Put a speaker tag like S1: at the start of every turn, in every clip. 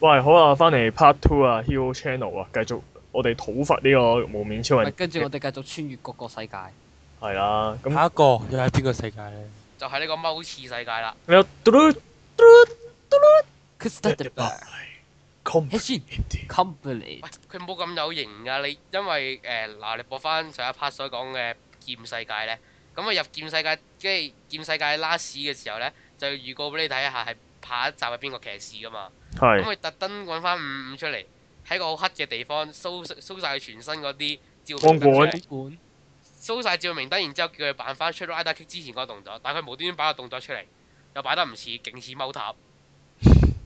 S1: 喂，好啊，翻嚟 Part Two 啊，Hero Channel 啊，繼續我哋討伐呢個無面超
S2: 咪
S1: 人，
S2: 跟住我哋繼續穿越各個世界，
S1: 係啦，咁
S3: 下一個又係邊個世界 咧？
S4: 就係呢個踎刺世 界啦。
S1: 你有嘟嘟嘟
S2: c u s t o d y
S1: ，complete，
S2: company
S4: 喂，佢冇咁有型噶，你因為誒嗱、你播翻上一 part 所講嘅劍世界咧，咁啊入劍世界，即係劍世界 last 嘅時候咧，就預告俾你睇下係下一集係邊個騎士噶嘛。咁
S1: 係
S4: 佢特登揾翻五五出嚟，喺個好黑嘅地方 show show 曬佢全身嗰啲照
S1: 光
S4: 明燈
S1: 管
S4: 出嚟
S2: 管，
S4: ，show 曬照明燈，然之後叫佢扮翻出 rider kick 之前嗰個動作，但係佢無端端擺個動作出嚟，又擺得唔似，勁似 踎塔。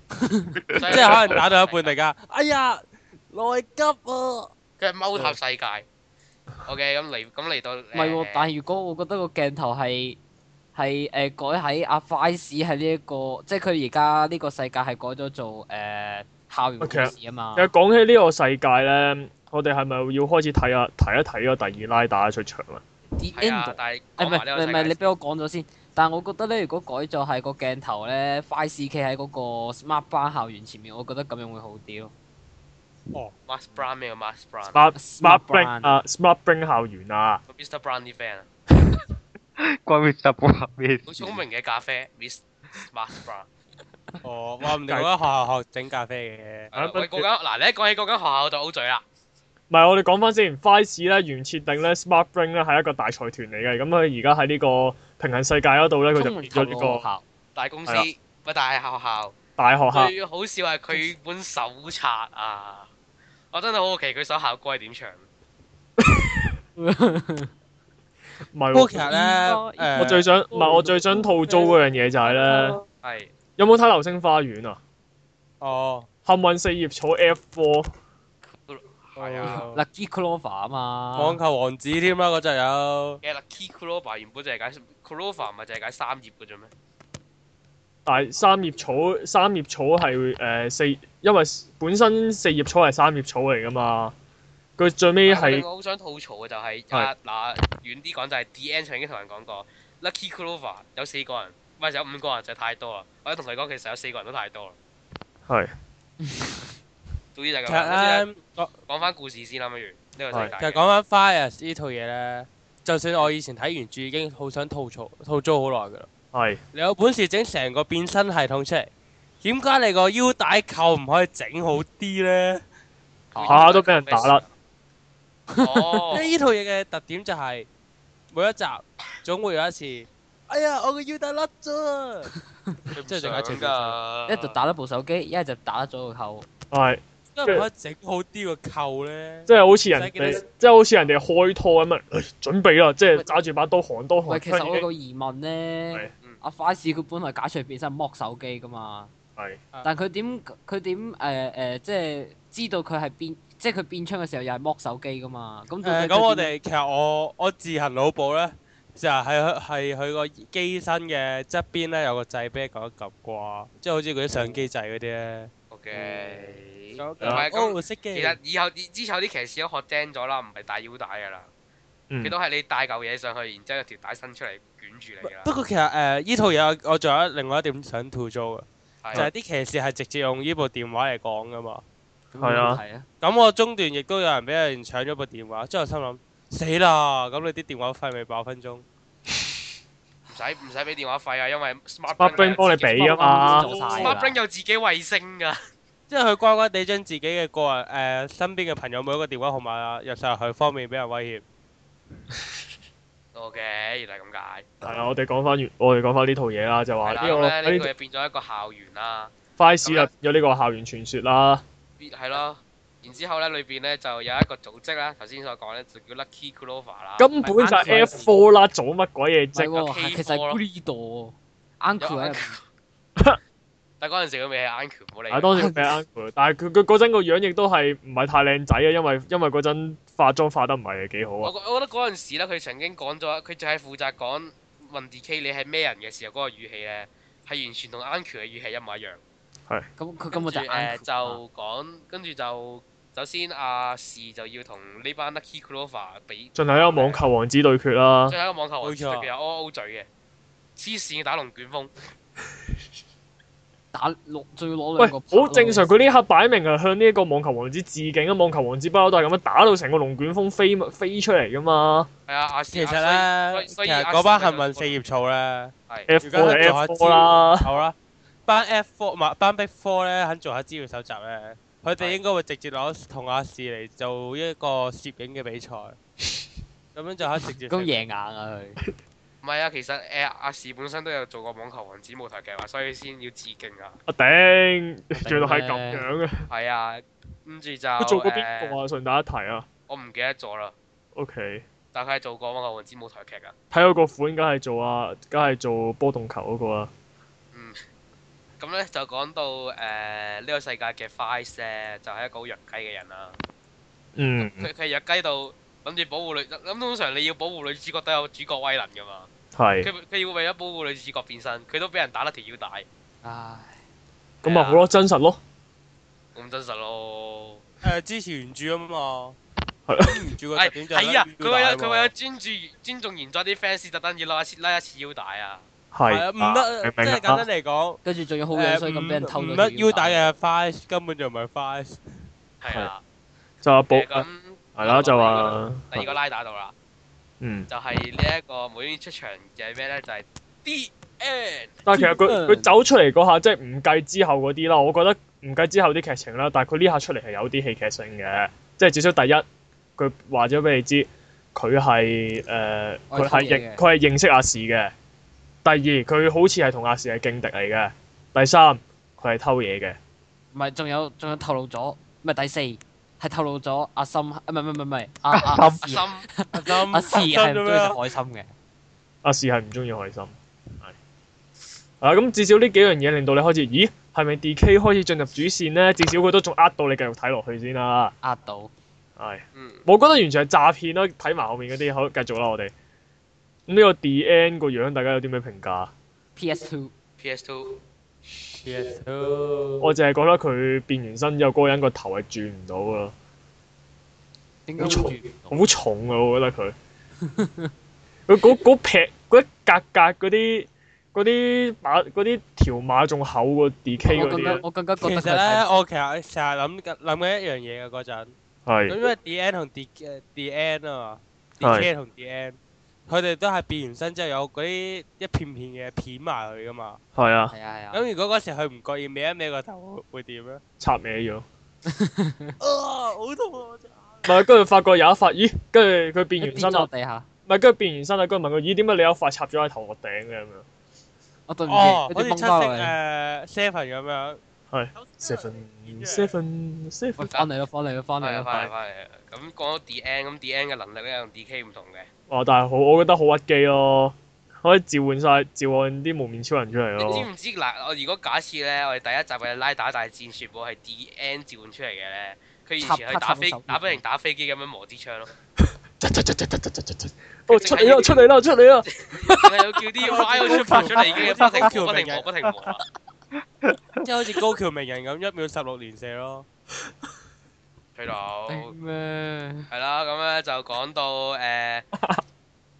S4: 即
S3: 即係可能打到一半，大家，哎呀，內急啊！
S4: 佢係踎塔世界。OK，咁嚟咁嚟到唔
S2: 唔係喎，但係如果我覺得個鏡頭係係誒改喺阿 Vice 喺呢一個，即係佢而家呢個世界係改咗做誒校園故事啊嘛
S1: 其，實講起呢個世界咧，我哋係咪要開始睇下睇一睇個第二拉打出場啊？
S2: The
S4: 係啊
S2: End，，
S4: 但係
S2: 誒唔
S4: 講埋
S2: 係
S4: 呢
S2: 唔
S4: 個
S2: 係
S4: 世
S2: 唔
S4: 界
S2: 係，你俾我講咗先。但係我覺得咧，如果改咗係個鏡頭咧，Vice 企喺嗰個 Smart Bar 校園前面，我覺得咁樣會好啲咯。
S4: Max Brown 咩 Max
S1: Smart
S4: Brown，Mr.
S1: Smart
S2: Brown
S1: Bring 啊，Smart Bring 校園啊，
S4: Brown 啲 friend 啊，
S5: 關 m r Brown 咩事
S4: 好聰明嘅咖啡，Miss Max Brown。
S3: 哦，話唔定我喺學校學整咖啡嘅。
S1: 啊不
S4: 喂，嗰間嗱，你一講起嗰間學校就 O 嘴啦。
S1: 唔係我哋講翻先，Vice 咧原設定咧 Smart Bring 咧係一個大財團嚟嘅，咁佢而家喺呢個平行世界嗰度咧，佢就變
S2: 中文
S1: 咗
S2: 頭
S1: 呢
S2: 腦學
S1: 個
S2: 校
S4: 大公司
S1: 係
S4: 喂，大學校
S1: 大學校。
S4: 最好笑係佢本手冊啊！我真係好好奇佢首校歌係點唱。
S1: 唔係
S3: 不過其
S1: 喎，
S3: 實咧，誒，
S1: 我最想唔係我最想吐槽嗰樣嘢就係咧。
S2: 哦
S4: 係
S1: 有冇睇《流星花園》啊？
S3: 哦，
S1: 幸運四葉草 F four
S4: 係啊
S3: 嗱，
S2: Lucky Clover 啊嘛。
S3: 網球王子添啦，嗰陣有。
S4: 嘅 Lucky Clover 原本就係解 Clover 唔係就係解三葉嘅啫咩？
S1: 但係三葉草，三葉草係誒、呃四，因為本身四葉草係三葉草嚟噶嘛。佢最尾
S4: 但
S1: 係
S4: 我好想吐槽嘅就係
S1: 係
S4: 啊嗱，遠啲講就係 D N 曾經同人講過 Lucky Clover 有四個人，唔係有五個人就太多啦。或者同佢講其實有四個人都太多啦。
S1: 係
S4: 總之就係
S3: 其
S4: 咁啦。
S3: 實
S4: 總之
S3: 咧，我
S4: 就講翻故事先啦，不如呢個世界
S3: 其實
S4: 嘅。
S3: 講翻 Fires 呢套嘢咧，就算我以前睇原著已經好想吐槽吐槽好耐㗎啦。
S1: 係
S3: 你有本事整成個變身系統出嚟，點解你個腰帶扣唔可以整好啲咧？
S4: 下
S1: 下下都俾人打甩。
S4: 哦
S3: 因，為呢套嘢嘅特點就係、每一集總會有一次，哎呀，我個腰帶甩咗啊！
S4: 即
S3: 即係仲有一程
S4: 噶，
S2: 一就打得部手機，一係就打咗個扣。
S1: 係
S3: 點解唔可以整好啲個扣咧
S1: 即？係好似人
S3: 使幾
S1: 哋
S3: 多，
S1: 即係好似人哋開拖咁啊！唉準備啦，即係揸住把刀寒刀
S2: 喂，
S1: 寒
S2: 其實我有
S1: 槍
S2: 個疑問
S1: 係嗯
S2: 咧，阿快士佢本來假設變身剝手機噶嘛，
S1: 係
S2: 但佢點佢點誒誒，即係知道佢係變，即係佢變槍嘅時候又係剝手機噶嘛？咁到
S3: 誒，
S2: 底
S3: 咁我
S2: 佢點
S3: 哋其實我我自行腦補咧，就係喺佢係佢個機身嘅側邊咧有個掣俾你撳一撳啩，即係好似嗰啲相機掣嗰啲咧。咁
S4: OK，唔係咁
S3: 哦，識
S4: 其
S3: 嘅
S4: 實。以後之後啲騎士都學精咗啦，唔係戴腰帶噶啦，
S1: 嗯
S4: 佢都係你帶嚿嘢上去，然之後有條帶伸出嚟捲住你噶啦。
S3: 不過其實誒依套嘢我我仲有另外一點想吐槽嘅，就係
S4: 係啊
S3: 啲騎士係直接用呢部電話嚟講噶嘛。
S1: 係啊
S2: 係啊，
S3: 咁我中段亦都有人俾人搶咗部電話，之後心諗死啦！咁你啲電話費咪爆分鐘？
S4: 唔使唔使俾電話費啊，因為 Smart
S1: ，Smart Bring 幫你俾啊嘛。
S2: 做晒㗎
S4: Smart Bring
S2: 啦。
S4: 有自己衛星噶，
S3: 即係佢乖乖地將自己嘅個人誒、呃身邊嘅朋友每一個電話號碼入晒入去，方便俾人威脅。
S4: OK，原來咁解。
S1: 係啊，我哋講翻完，我哋講翻呢套嘢啦，就話
S4: 係啦，
S1: 呢
S4: 咁
S1: 個
S4: 咧呢個
S1: 呢
S4: 又變咗一個校園啦，
S1: 快事入咗啊呢個校園傳說啦。
S4: 係咯。然之後咧，裏邊咧就有一個組織啦，頭先所講咧就叫 Lucky Clover 啦。
S1: 根本就係 F four 啦，做乜鬼嘢
S2: 唔係
S1: 啫？
S2: 喎，係其實係
S4: K4
S2: Greedo Uncle 喺入面
S4: 但嗰陣時佢未係 Uncle，冇理佢。
S1: 係啊當時俾 uncle，但係佢佢嗰陣個樣亦都係唔係太靚仔啊，因為因為嗰陣化妝化得唔係幾好
S4: 我
S1: 啊。
S4: 覺我覺得嗰陣時咧，佢曾經講咗，佢就係負責講問 D.K. 你係咩人嘅時候，嗰、個語氣咧係完全同 Uncle 嘅語氣一模一樣。
S2: 咁佢根本就係
S4: 跟住誒
S2: Uncle 啊
S4: 就講，跟住就首先阿士就要同呢班 Lucky Clover 比，
S1: 進行一個網球王子對決啦，
S4: 最後一個網球王子
S3: 冇錯
S4: 佢有 O O 嘴嘅，黐線嘅打龍捲風，
S2: 打六，仲要攞
S1: 喂，
S2: 兩個拍咯。
S1: 好正常，佢呢刻擺明係向呢一個網球王子致敬啊！網球王子不嬲都係咁樣打到成個龍捲風飛飛出嚟噶嘛
S4: 係啊，阿
S3: 其
S4: 實
S3: 實咧，其
S4: 所以所
S3: 實
S4: 以阿
S3: 嗰班
S4: 小
S3: 幸
S4: 明
S3: 運
S4: 就
S3: 四葉草咧，
S4: 係
S1: ，F
S3: 如
S1: four
S3: 果
S1: 係
S3: 佢做下
S1: F four 啦，
S3: 好啦，班 F four 唔係班 Big Four 咧，肯做下資料搜集咧，佢哋
S4: 係
S3: 應該會直接攞同阿士嚟做一個攝影嘅 比賽，咁樣就可以直接
S2: 咁贏硬啊佢。
S4: 唔係啊？其實誒阿士本身都有做過網球王子舞台計劃，所以先要致敬啊。
S1: 我頂，
S2: 頂
S1: 原來係咁樣嘅，
S4: 係啊，跟住就
S1: 佢做過邊
S4: 誒
S1: 個啊？順帶一提啊
S4: 我唔記得咗啦，
S1: ，OK，
S4: 但佢係做過網球王子舞台劇啊。
S1: 睇佢個款，梗係做啊，梗係做波動球嗰個啊，
S4: 咁咧就講到呃誒呢、個世界嘅 Five 咧，就係、一個好弱雞嘅人啦。
S1: 嗯，
S4: 佢佢係弱雞到諗住保護女，咁通常你要保護女主角都有主角威能噶嘛。佢
S1: 係，
S4: 佢要為咗保護女主角變身，佢都俾人打甩條腰帶，
S2: 唉，
S1: 咁咪好咯，真實咯，
S4: 咁真實咯。
S3: 誒支持原著啊嘛，
S1: 係
S3: 咁原著個
S4: 係
S3: 特點就
S4: 係啊！佢為
S3: 拉腰
S4: 咗
S3: 帶
S4: 佢
S3: 喎
S4: 為咗專注尊重原作啲 fans，特登要拉一次拉一次腰帶啊！
S3: 係
S1: 係，
S3: 啊唔得，即係簡單嚟講，
S2: 跟住仲要好樣衰咁俾人偷
S3: 呃誒唔
S2: 咗
S3: 唔
S2: 條啊
S3: 得腰帶嘅 five 根本就唔係 five，
S4: 係啊，
S1: 就阿寶
S4: 誒
S1: 係
S4: 啊咁
S1: 啦，就話，
S4: 第二個拉打到啦，
S1: 嗯，
S4: 就係呢一個無端端出場嘅咩咧？就係 D N
S1: 但係其實佢
S2: 嗯
S1: 佢走出嚟嗰下，即係唔計之後嗰啲啦，我覺得唔計之後啲劇情啦，但係佢呢下出嚟係有啲戲劇性嘅，即係至少第一，佢話咗俾你知，佢係誒
S2: 我
S1: 佢
S2: 係偷
S1: 係
S2: 嘢嘅
S1: 認佢係認識亞視嘅。第二，佢好似係同亞視係勁敵嚟嘅。第三，佢係偷嘢嘅。
S2: 唔係仲有仲有透露咗，唔係第四係透露咗阿森，啊唔係唔係唔係阿
S5: 森
S2: 阿阿
S4: 阿
S2: 士
S4: 心
S2: 啊
S3: 咁
S2: 阿士係唔中意食海參嘅。
S1: 亞視係唔中意海參。係啊，咁至少呢幾樣嘢令到你開始，咦，係咪 D.K. 開始進入主線呢？至少佢都仲呃到你繼續睇落去先啦。
S2: 呃到，
S1: 係。
S4: 嗯。
S1: 我覺得完全係詐騙啦！睇埋後面嗰啲，好繼續啦，我哋。咁呢個 D N 個樣，大家有啲咩評價？
S2: PS Two
S4: PS Two，
S3: Yes, oh
S1: 我淨係覺得佢變完身之後，嗰個人個頭係轉唔到咯，
S2: 點解
S1: 好重
S2: 會轉唔
S1: 好重啊！我覺得佢。佢嗰嗰劈嗰一格格嗰啲嗰啲馬嗰啲條馬仲厚過 D K
S2: 到？
S1: 嗰
S2: 我更
S1: 啲
S2: 加
S1: 啊
S2: 我更加
S3: 其
S2: 覺得
S3: 實
S2: 佢係
S3: 咧，我其實成日諗緊諗緊一樣嘢嘅嗰陣。咁
S1: 係
S3: 因為 D N 同 D 誒 D N 啊嘛
S1: 係
S3: ，D K 同 D N，佢哋都係變完身之後有嗰啲一片片嘅片埋佢噶嘛。
S1: 係啊，
S2: 係啊係啊，
S3: 咁如果嗰時佢唔覺意歪一歪個頭，會點咧？
S1: 插歪 咗。
S3: 啊，好痛啊！我隻眼
S1: 咪跟住發覺有一塊，咦？跟住佢變
S2: 佢
S1: 完
S2: 跌
S3: 啊
S2: 咗
S1: 身
S2: 落
S1: 啦，
S2: 地下，
S1: 咪跟住變完身啦，跟住問佢：咦？點解你有一塊插咗喺頭殼頂嘅咁樣？
S2: 我對唔住，
S3: 哦，好
S2: 跟
S3: 似
S2: 住
S3: 七
S2: 掹
S3: 色
S2: 翻嚟，
S3: 誒 seven 咁樣。
S1: 係 seven seven seven
S2: 喂翻嚟啦翻嚟啦翻嚟
S4: 翻
S2: 啦
S3: 啊
S4: 嚟啊翻嚟翻嚟，咁講到 D N，咁 D N 嘅能力咧同 D K 唔同嘅。
S1: 哇！但係好，我覺得好屈機咯，可以召喚晒召喚啲無面超人出嚟
S4: 你知
S1: 咯。
S4: 唔知嗱？我如果假設咧，我哋第一集嘅拉打大戰全部係 D N 召喚出嚟嘅咧，佢完全係打飛
S2: 插插手
S4: 打俾人打飛機咁樣磨支槍咯。
S1: 哦，出嚟啦！出嚟啦！出嚟啦！
S4: 係有叫 啲 Y 出發出嚟嘅，不停磨不停磨不停磨啊！
S3: 即係好似高橋名人咁，一秒十六連射咯。
S4: 去到
S2: 嚟咩？
S4: 係啦，咁咧就講到誒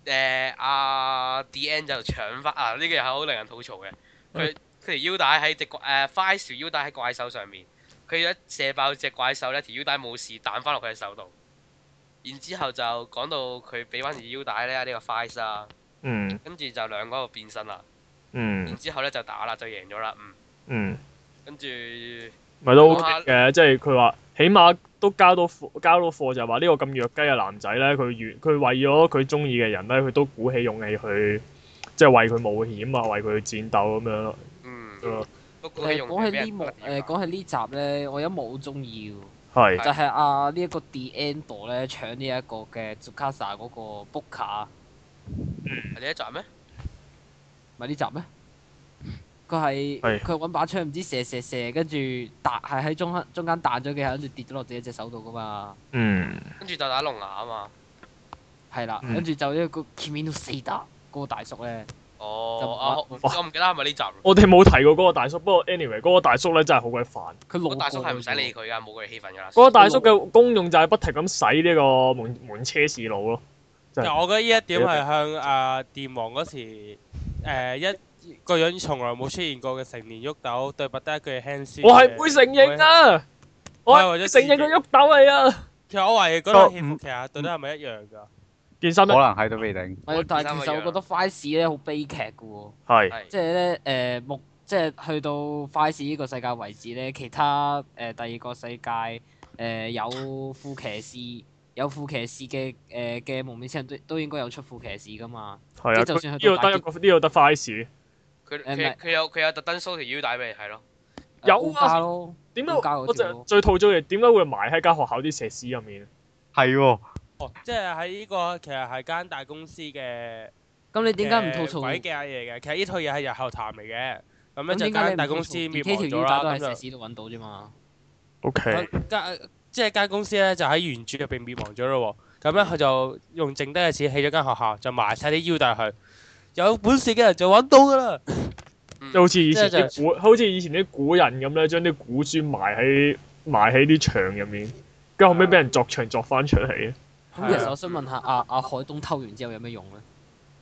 S4: 誒阿 D N 就搶翻啊！呢個又係好令人吐槽嘅。佢佢條腰帶喺只誒 Five 條腰帶喺怪獸上面，佢一射爆只怪獸咧，條腰帶冇事彈翻落佢嘅手度。然之後就講到佢俾翻條腰帶咧，呢個 Five 啦，
S1: 嗯
S4: 跟住就兩個喺度變身啦。然
S1: 嗯
S4: 之後咧就打啦，就贏咗啦。嗯，
S1: 嗯，
S4: 跟住
S1: 咪都 OK 嘅，即係佢話起碼都交到貨交到貨，就係話呢個咁弱雞嘅男仔咧，佢願佢為咗佢中意嘅人咧，佢都鼓起勇氣去即係為佢冒險啊，為佢戰鬥咁樣咯。
S4: 嗯，不過
S2: 誒
S4: 用
S2: 講起呢幕
S4: 誒
S3: 啊
S2: 誒講起呢集咧，我有一幕好中意喎。
S1: 係
S2: 就係啊呢一個 The End 咧搶呢一個嘅 Tsukasa 嗰個 Booker，啊
S4: 呢一集咩？
S2: 咪呢集咩？佢係
S1: 係
S2: 佢揾把槍唔知射射射，跟住彈係喺中間中間彈咗幾下，跟住跌咗落自己隻手度噶嘛。
S1: 嗯
S4: 跟住就打龍牙啊嘛。
S2: 係啦，
S1: 嗯
S2: 跟住就呢個 Kimino s i d a 嗰個大叔咧，就
S4: 哦，啊
S1: 哇
S4: 我我唔記得係咪呢集啦。
S1: 我哋冇提過嗰個大叔，不過 anyway 嗰個大叔咧真係好鬼煩。
S2: 佢
S4: 嗰
S2: 路
S4: 個大叔係
S2: 係
S4: 唔使理佢噶，冇佢氣氛噶啦。
S1: 嗰個大叔嘅功用就係不停咁洗呢個門門車士佬咯。真係
S3: 但我覺得呢一點係向啊電王嗰時誒一個樣從來冇出現過嘅成年喐豆，對白得一句 hand 先。
S1: 我係會承認啊！我係會承認佢喐豆嚟啊！
S3: 其實我懷疑嗰
S1: 哦
S3: 套戲其實對得係咪一樣㗎？
S1: 件衫
S5: 可能喺都未定。
S2: 係啊但係其實我覺得 f i c e 咧好悲劇嘅喎，
S1: 係
S4: 係
S2: 即係咧誒目，即係去到 f i c e 呢個世界為止咧，其他誒、呃第二個世界誒、呃有副騎士。有副騎士嘅誒嘅蒙面超人都都應該有出副騎士噶嘛？
S1: 係
S2: 即
S1: 啊！
S2: 係就算
S1: 呢
S2: 去到
S1: 度
S2: 大
S1: 得一個，呢度得 f i c e
S4: 佢
S2: 誒唔係
S4: 佢佢有佢有特登 show 條腰帶俾你睇咯，
S2: 呃
S1: 有啊
S2: 烏家咯，
S1: 點解
S2: 烏家嗰
S1: 我
S2: 條
S1: 就最吐槽嘅點解會埋喺間學校啲石屎入面？
S5: 係喎，
S3: 哦，即係喺呢個其實係間大公司嘅。
S2: 咁你點解唔吐槽？
S3: 鬼嘅嘢嘅？其實呢套嘢係日後談嚟嘅，
S2: 咁
S3: 咁樣就
S2: 點解
S3: 間
S2: 你
S3: 大
S2: 大
S3: 公
S2: 公
S3: 司
S2: 司滅
S3: 滅亡
S2: 亡
S3: 咗
S2: 咗啦？
S3: 啦，
S2: 都
S3: 咁
S2: 係
S3: 就
S2: 石屎度揾到啫嘛。
S1: O K，
S3: 咁間即係間公司咧就喺原著入邊滅亡咗咯喎。咁咧佢就用剩低嘅錢起咗間學校，就埋晒啲腰帶去。有本事嘅人就揾到㗎啦。
S4: 嗯
S1: 即係好似以前
S3: 即係
S1: 啲古，好似以前啲古人咁咧，將啲古書埋喺埋喺啲牆入面，跟住後尾俾人作牆作翻出嚟，
S2: 咁其
S3: 係
S2: 實
S3: 啊
S2: 我想問下，阿阿海東偷完之後有咩用咧？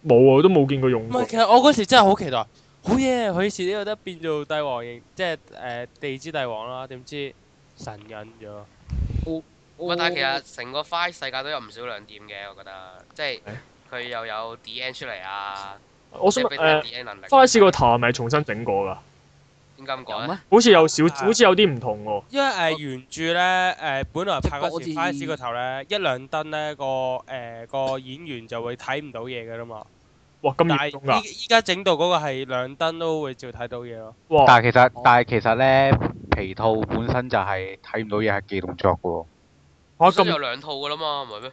S1: 冇啊，都冇見過用
S3: 唔
S1: 過
S3: 係，。其實我嗰時真係好期待，好嘢！佢以前都有得變做帝王型，即係誒地之帝王啦。點知神隱咗？
S4: 不過但係其實成個 Five 世界都有唔少亮點嘅，我覺得，即
S1: 係
S4: 係佢又有 D N 出嚟啊，
S1: 我
S4: 即
S1: 想
S4: 係
S1: 問
S4: 俾
S1: 誒，
S4: D N 能力。
S1: 花市個頭係咪重新整過㗎？
S4: 點解咁講啊
S2: 有
S4: 咧？
S2: 咩？
S1: 好似有少，好似有啲唔同喎。
S3: 因為誒、呃原著咧誒、呃本來拍嗰
S2: 即
S3: 時
S2: 係
S3: 花
S2: 嗰
S3: 市
S2: 啲
S3: 個頭咧一兩燈咧個誒、呃、個演員就會睇唔到嘢嘅啦嘛，
S1: 哇，咁
S3: 但
S1: 嚴重啊㗎
S3: 係！依依家整到嗰個係兩燈都會照睇到嘢咯。
S1: 哇，
S5: 但係其實但係其實咧，皮套本身就係睇唔到嘢，係記動作嘅喎。
S1: 嚇
S4: 咁有
S1: 咁
S4: 兩套㗎啦嘛，唔係咩？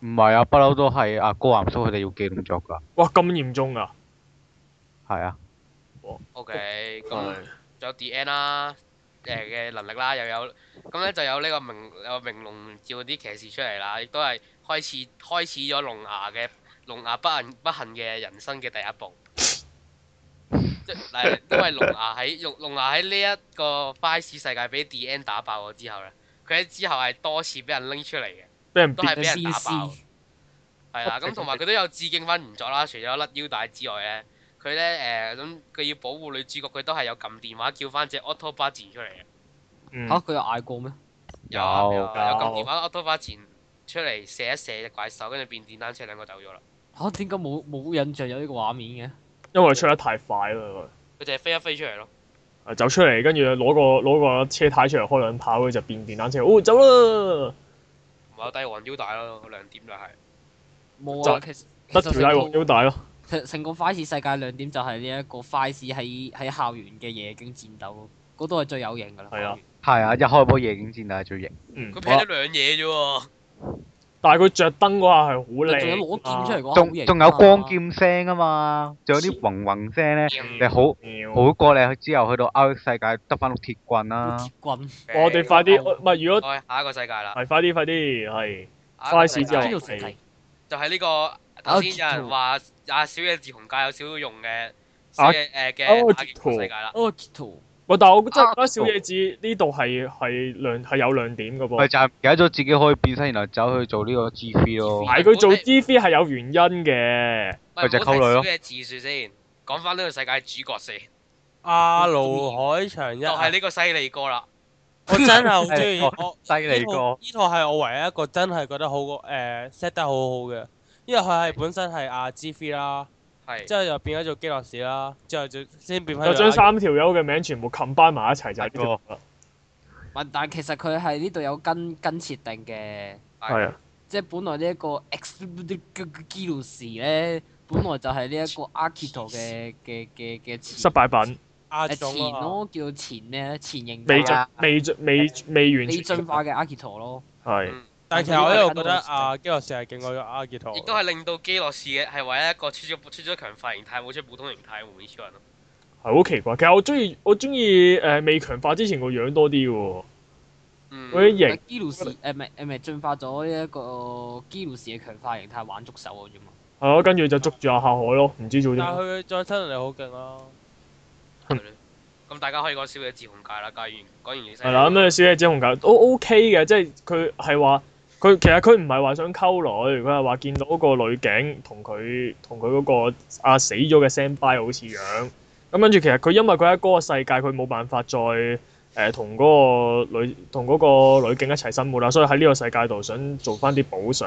S5: 唔係啊，不嬲都係阿高岩叔佢哋要記動作㗎，
S1: 哇咁嚴重啊㗎！
S5: 係啊，
S4: OK，咁
S1: 係
S4: 仲有 D N 啦，誒嘅能力啦，又有咁咧就有呢個明有明龍召啲騎士出嚟啦，亦都係開始開始咗龍牙嘅龍牙不幸不幸嘅人生嘅第一步。即係因為龍牙喺龍龍牙喺呢一個 b i c 世界俾 D N 打爆咗之後咧，佢喺之後係多次俾人拎出嚟嘅，
S1: 俾人
S4: 都
S1: 變
S4: 係俾人打爆
S2: CC。
S4: 係啦，咁同埋佢都有致敬翻原作啦，除咗甩腰帶之外咧，佢咧誒咁佢要保護女主角，佢都係有撳電話叫翻只 Auto 巴戰出嚟嘅。
S1: 嗯
S2: 嚇佢有嗌過咩？
S4: 有
S5: 有
S4: 有撳
S1: 有
S4: 電話 Auto 巴戰出嚟射一射只怪獸，跟住變電單車，兩個走咗啦。
S2: 嚇點解冇冇印象有呢個畫面嘅？
S1: 因為出得太快啦，
S4: 佢就係飛一飛出嚟咯。
S1: 啊走出嚟，跟住攞個攞個車胎出嚟開兩炮，佢就變電單車，哦走啦！
S4: 同埋有帝王腰帶咯，兩點就係。
S2: 冇啊，其實其
S1: 得
S2: 實
S1: 條拉黃腰
S2: 成
S1: 帶咯，
S2: 個成個快事世界亮點就係呢一個快事喺喺校園嘅夜景戰鬥，嗰度係最有型㗎啦。
S1: 係啊
S5: 係啊，一開波夜景戰就係最型。
S1: 嗯
S4: 佢，劈咗兩嘢啫喎。
S1: 但係佢着燈嗰下係好
S2: 講
S1: 靚
S2: 完，
S1: 啊，
S2: 仲有攞劍出嚟嗰下好
S5: 仲
S2: 型啊
S5: 仲有光。劍聲啊嘛，仲有啲嗡嗡聲咧，你好
S1: 嚟
S5: 好過你之後去到 R 世界得翻碌鐵棍啦、
S2: 鐵棍，
S1: 我哋快啲，哦我唔係
S2: 哦
S1: 如果
S4: 我下一個世界啦。
S1: 係快啲快啲係
S4: 下一個
S1: Flash
S4: 世
S1: 之
S4: 界
S1: 後
S2: 呢度成題
S4: 就係呢個頭先有人話阿小野自紅界有少少用嘅，小
S1: 啊
S4: 野誒
S1: 哦
S4: 嘅打極
S1: 截圖
S4: 世界啦。
S2: 哦，截圖
S1: 喂，但係我真係覺
S5: 啊
S1: 得小野子呢度係係亮係有亮點嘅
S5: 咪
S1: 噃，
S5: 就係唔記得咗自己可以變身，然後走去做呢個 G V 咯。
S1: 但係佢做 G V 係有原因嘅，
S4: 喂
S5: 佢就
S4: 唔好提
S5: 溝女咯
S4: 小野自樹先，講翻呢個世界主角先，
S3: 阿盧海翔一
S4: 就係呢個犀利哥啦。
S3: 我真係好中意
S5: 哦
S3: 我
S5: 犀利
S3: 呢套
S5: 過，
S3: 呢套係我唯一一個真係覺得好過誒 set 得好好嘅，因為佢係本身係阿 G V 啦，
S4: 係
S3: 之後就變咗做基諾士啦，之後就先變翻
S1: 就
S3: 做阿
S1: 將三條友嘅名全部 combine 埋一齊就係呢個，
S2: 唔係但係其實佢係呢度有跟跟設定嘅。
S1: 係啊，
S2: 即係本來呢一個 X g i l s 咧，本來就係呢一個 Akito 嘅嘅嘅嘅
S1: 失
S2: 前
S1: 敗品，
S3: 阿
S2: 誒前
S3: 總啊。
S2: 咯，叫前咩前型
S1: 未
S5: 進
S1: 進未進未未完
S2: 未
S1: 全
S2: 進化嘅 Akito 咯，
S1: 係
S3: 但其實我一路覺得阿基諾士係勁過阿傑陀，
S4: 亦都係令到基洛士嘅係唯一一個出咗出咗強化形態冇出普通形態嘅無面超人咯。
S1: 係好奇怪。其實我中意我中意誒未強化之前個樣多啲嘅喎，
S4: 嗯，
S1: 嗰啲型
S2: g i l s 誒唔係誒唔係進化咗呢一個 g i l s 嘅強化形態玩捉手嘅啫嘛，
S1: 係咯，跟住就捉住阿夏海咯，唔知做
S3: 但
S1: 啲
S3: 係
S1: 乜。
S3: 佢再身能力好勁啦。
S4: 係咯咁大家可以講小野自紅界啦，介完講完
S1: 係啦，咁咧小野子紅狗都 OK 嘅，即係佢係話佢其實佢唔係話想溝女，佢係話見到個女警同佢同佢嗰個啊死咗嘅 s a m b y 好似樣。咁跟住其實佢因為佢喺嗰個世界，佢冇辦法再誒同嗰個女同嗰個女警一齊生活啦，所以喺呢個世界度想做翻啲補償。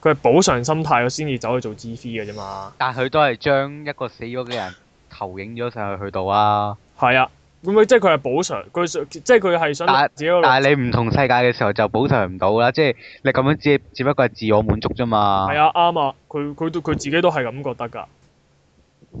S1: 佢係補償心態，佢先至走去做 G V 嘅啫嘛。
S5: 但佢都係將一個死咗嘅人投影咗上去去到啊！
S1: 係啊，咁佢即係佢係補償，佢想即係佢係想
S5: 但
S1: 自己 嗰個
S5: 但係你唔同世界嘅時候就補償唔到啦，即係你咁樣只只不過係自我滿足啫嘛。
S1: 係啊，啱啊，佢佢都佢自己都係咁覺得㗎。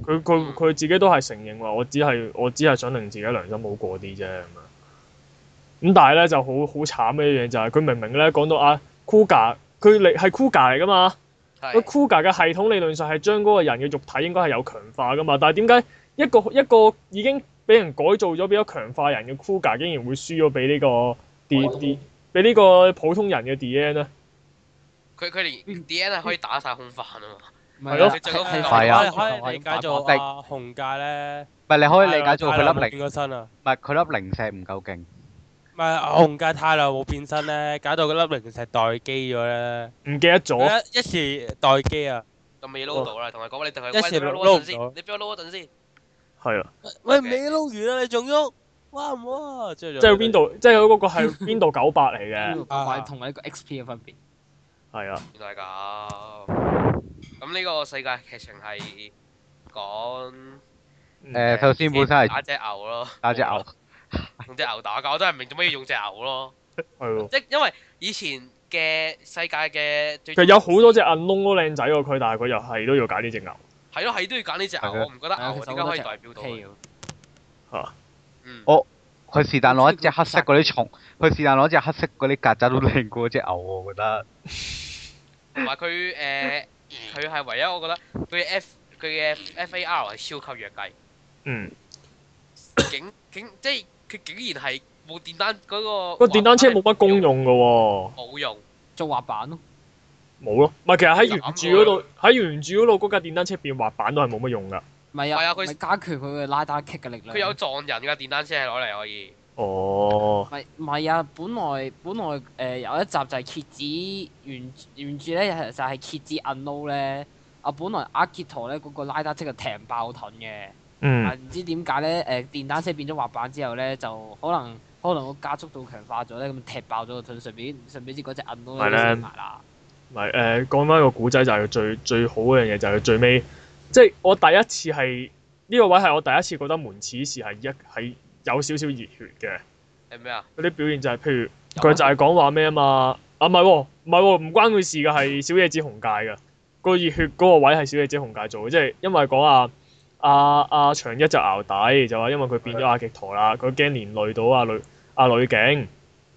S1: 佢佢佢自己都係承認話，我只係我只係想令自己良心好過啲啫咁樣。咁但係咧就好好慘嘅一樣就係、佢明明咧講到啊 Kuga，佢嚟係 Kuga 嚟㗎嘛。
S4: 係
S1: 個 Kuga 嘅系統理論上係將嗰個人嘅肉體應該係有強化㗎嘛，但係點解一個一個已經俾人改造咗變咗強化人嘅 Kuga 竟然會輸咗俾呢個 D D 俾呢個普通人嘅 D N 咧？
S4: 佢佢連 D N 係可以打晒空飯啊
S2: 唔
S4: 嘛，
S2: 係
S1: 係咯
S2: 係係
S5: 係啊
S3: 你可以理解做
S5: 但
S3: 啊紅界咧，
S5: 唔係你可以理解做佢粒
S3: 變
S5: 零，
S3: 個身啊！
S5: 唔係佢粒零石唔夠勁。
S3: 唔係紅界太耐冇變身咧，搞到嗰粒零石待機咗咧。
S1: 唔記得咗，
S3: 佢一一時待機啊！
S4: 就未撈到啦。同佢講你同佢
S3: 一
S4: 喂
S3: 時
S4: 你俾我
S3: 撈唔
S4: 撈一陣先
S3: 到，
S4: 你俾我撈一陣先。
S1: 係啊，
S3: 喂，
S4: Okay
S3: 未撈完啊，你仲喐？哇唔哇！即
S1: 即係 Window 即係嗰個係 Window 九八嚟嘅，
S4: 啊
S2: 同同埋一個 XP 嘅分別。
S1: 係啊，
S4: 原來係咁。咁呢個世界劇情係講
S1: 嗯
S5: 誒，首先本身係
S4: 打只牛咯，
S5: 打只牛，
S4: 用只牛打交，我真係唔明做咩要用只牛咯。
S1: 係喎，
S4: 即因為以前嘅世界嘅最
S1: 其實有好多隻銀窿都靚仔喎佢，但係佢又係都要揀呢只牛，
S4: 係咯係都要揀呢只牛，
S5: 係嘅
S4: 我唔覺得
S2: 係啊其
S4: 牛
S2: 實
S4: 點
S2: 好多
S4: 解可以
S2: 隻
S4: 代表到佢？
S2: 票
S4: 嗯，
S5: 佢是但攞一隻黑色嗰啲蟲，佢是但攞隻黑色嗰啲曱甴都靚過只牛喎，我覺得。
S4: 同埋佢誒
S2: 嗯
S4: 佢係唯一我覺得佢嘅 F 佢嘅 FAR 係超級弱 雞。
S1: 嗯，
S4: 竟竟即係佢竟然係冇電單嗰、個
S1: 個電單車冇乜功用㗎喎。
S4: 冇用，
S2: 做滑板咯，
S1: 冇咯，唔係其實喺原著嗰度，喺原著嗰度嗰架電單車變滑板都係冇乜用噶。
S2: 唔係
S4: 係啊
S2: 啊，
S4: 佢
S2: 咪加強佢嘅拉打 kick 嘅力量。
S4: 佢有撞人㗎電單車係攞嚟可以，
S1: 哦
S2: 唔，係唔係啊！本來本來誒、呃有一集就係蝎子原原著咧就係蝎子 unload 咧，啊本來阿傑陀咧嗰個拉打即係踢爆盾嘅，啊
S1: 嗯，
S2: 唔知點解咧誒電單車變咗滑板之後咧就可能可能個加速度強化咗咧咁踢爆咗個盾，順便順便知嗰只 unload
S1: 係
S2: 咧
S1: 咧
S2: 死埋啦。
S1: 唔係誒，呃講翻個古仔就係最最好嘅樣嘢，就係最尾，即係我第一次係呢個位係我第一次覺得門此事係一係有少少熱血嘅。
S2: 嗯
S4: 係咩啊？
S1: 嗰啲表現就係譬如佢就係講話咩啊嘛，啊唔係喎，唔係喎，唔關佢事嘅係小野子紅界嘅，個熱血嗰個位係小野子紅界做嘅，即係因為講啊阿阿長一就熬底，就話因為佢變咗阿極陀啦，佢驚連累到阿女阿女警，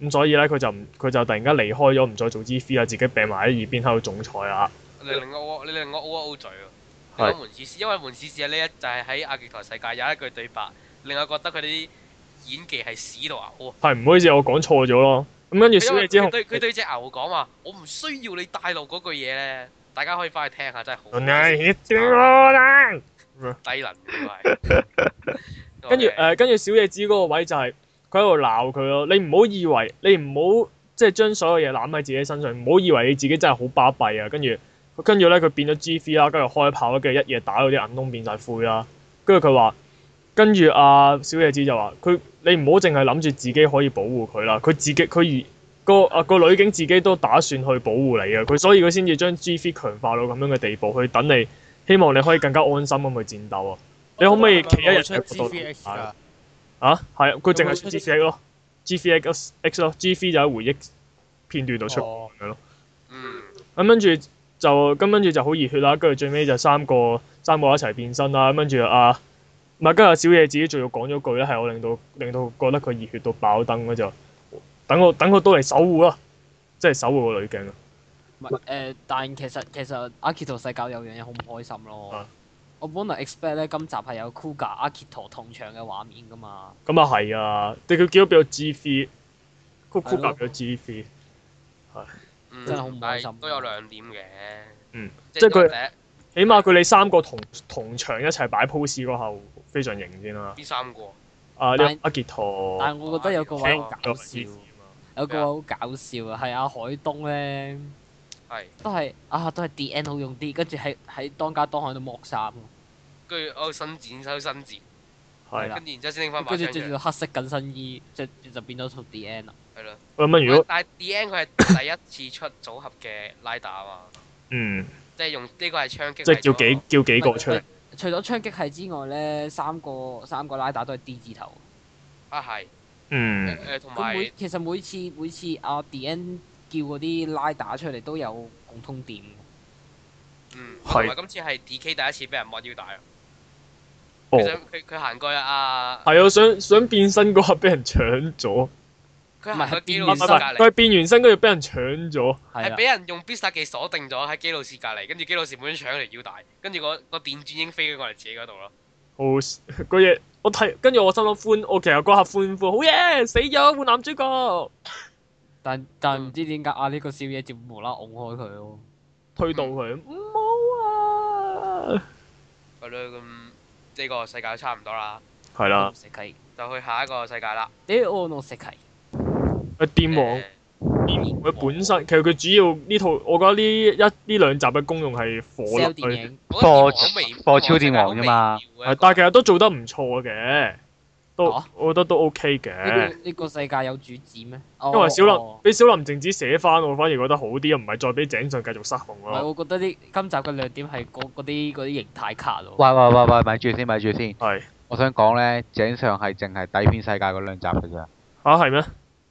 S1: 咁所以咧佢就唔佢就突然間離開咗，唔再做 G V 啦，自己病埋喺耳邊喺度種菜啦，
S4: 你令我你令我 O 一 O 嘴喎。
S1: 係
S4: 你講門市事，因為門市事呢一就係喺亞極台世界有一句對白，令我覺得佢啲演技係屎到牛啊！
S1: 係唔好意思，我講錯咗咯。咁跟住
S4: 因
S1: 小
S4: 為
S1: 野子
S4: 佢對佢
S1: 紅，
S4: 對只牛講話，我唔需要你帶路嗰句嘢咧，大家可以翻去聽下，真係好低能 嘅佢係。
S1: 跟住呃
S4: OK
S1: 誒，跟住小野子嗰個位就係佢喺度鬧佢咯。你唔好以為你唔好即係將所有嘢攬喺自己身上，唔好以為你自己真係好巴閉啊！跟住跟住咧，佢變咗 G V 啦，跟住開炮啦，跟住一夜打到啲銀窿變晒灰啦。跟住佢話，跟住阿小野子就話：佢你唔好淨係諗住自己可以保護佢啦，佢自己佢而個啊個女警自己都打算去保護你啊！佢所以佢先至將 G V 強化到咁樣嘅地步，去等你希望你可以更加安心咁去戰鬥啊！你可唔可以企一日
S3: 出
S1: 喺嗰
S3: G
S1: 度
S3: V X
S1: 打
S3: 㗎？
S1: 啊，係啊，佢淨
S3: 有冇
S1: 係
S3: 出
S1: G C X 咯，G C X X 咯，G C 就喺回憶片段度出咁
S3: 哦
S1: 樣咯。
S4: 嗯，
S1: 咁跟住就咁跟住就好熱血啦，跟住最尾就三個三個一齊變身啦，咁跟住啊，唔係跟住小野自己仲要講咗句咧，係我令到令到覺得佢熱血到爆燈嗰就，等我等我都嚟守護啦，即係守護個女警啊。
S2: 唔係誒，但其實其實阿傑陀世界有樣嘢好唔開心咯。
S1: 啊
S2: 我本來 expect 咧今集係有 Kuga 阿傑陀同場嘅畫面噶嘛，
S1: 咁啊係啊，你佢叫咗俾我 G C，酷酷
S2: 係咯
S1: 俾我 G C，
S4: 嗯
S2: 真係好唔開心
S4: 但係都有兩點嘅。
S1: 嗯，
S4: 即係
S1: Ừ. 即係佢
S4: 第一
S1: 起碼佢哋三個同同場一齊擺 pose 嗰後非常型先啦。
S4: 呢三個。
S1: 啊，呢
S2: 但
S1: 個阿傑陀。
S2: 但係我覺得有個位好搞
S1: 聽
S2: 笑。誒、有個好搞笑啊，係阿海東咧，
S4: 係
S2: 都係啊，都係 D N 好用啲，跟住喺喺當家當海度剝衫喎，
S4: 跟住我伸展收伸展，
S2: 係
S1: 係
S2: 啦
S4: 啊跟住然之後先拎翻把
S2: 跟住
S4: 槍出
S2: 着
S4: 嚟，
S2: 住黑色緊身衣，着就變咗套 D N 啦。
S4: 係咯。
S1: 喂咁啊，如果
S4: 但係 D N 佢係第一次出組合嘅拉打啊嘛，
S1: 嗯，
S4: 即係用呢個係槍擊。
S1: 即係叫幾叫幾個出嚟
S2: 喂除咗槍擊係之外咧，三個三個拉打都係 D 字頭。
S4: 啊係
S1: 嗯
S4: 誒同
S2: 咁
S4: 埋
S2: 每其實每次每次阿 D N 叫嗰啲拉打出嚟都有共通點。
S4: 嗯
S1: 係
S4: 同埋今次係 D K 第一次俾人摸腰帶啊！
S1: 哦
S4: 佢想佢佢行過啊，
S1: 係啊，想想變身嗰下俾人搶咗，唔
S4: 佢
S2: 唔
S4: 行
S2: 係
S4: 過
S2: 係
S4: 基
S1: 係
S4: 路
S1: 唔
S4: 士
S1: 係
S4: 隔
S1: 佢
S4: 離，
S1: 係變完身跟住俾人搶咗，
S2: 係
S4: 係
S2: 啊
S4: 俾，人用必殺技鎖定咗喺基路士隔離，跟住基路士本身搶嚟腰帶，跟住個個電轉已經飛咗過嚟自己嗰度咯。
S1: 好嗰嘢我睇跟住我心諗歡，我其實嗰下歡呼，好嘢死咗換男主角，
S2: 但但唔知點解啊呢個少爺就無啦啦拱開佢咯。
S1: 推到佢
S2: 嗯
S1: 唔好啊，
S4: 係咯，咁呢個世界都差唔多啦，
S1: 係啊啦，
S2: 石契，
S4: 就去下一個世界啦。
S2: 屌我弄石契，
S1: 啊電王
S4: 誒。
S1: 電王佢本身其實佢主要呢套，我覺得呢一呢兩集嘅功用係火
S2: sell
S1: 落去
S2: 電影。
S5: 播
S4: 我覺得電王微
S5: 播超電王啫嘛
S4: 微妙嘅一
S1: 係
S4: 個
S1: 但係其實都做得唔錯嘅，都、
S2: 啊
S1: 我覺得都 OK
S2: 呢
S1: 嘅。
S2: 個呢個世界有主旨咩？哦因
S1: 因為小林
S2: 唔
S1: 俾小林靜子寫翻，我反而覺得好啲，唔係再俾井上繼續失控
S2: 係，
S1: 咯。
S2: 我覺得呢今集嘅亮點係嗰嗰啲嗰啲形態卡
S1: 哦
S2: 咯。
S5: 喂喂喂喂，咪住先，咪住先。
S1: 係
S5: 我想講咧，井上係淨係底片世界嗰兩集嘅啫。
S1: 啊，係咩？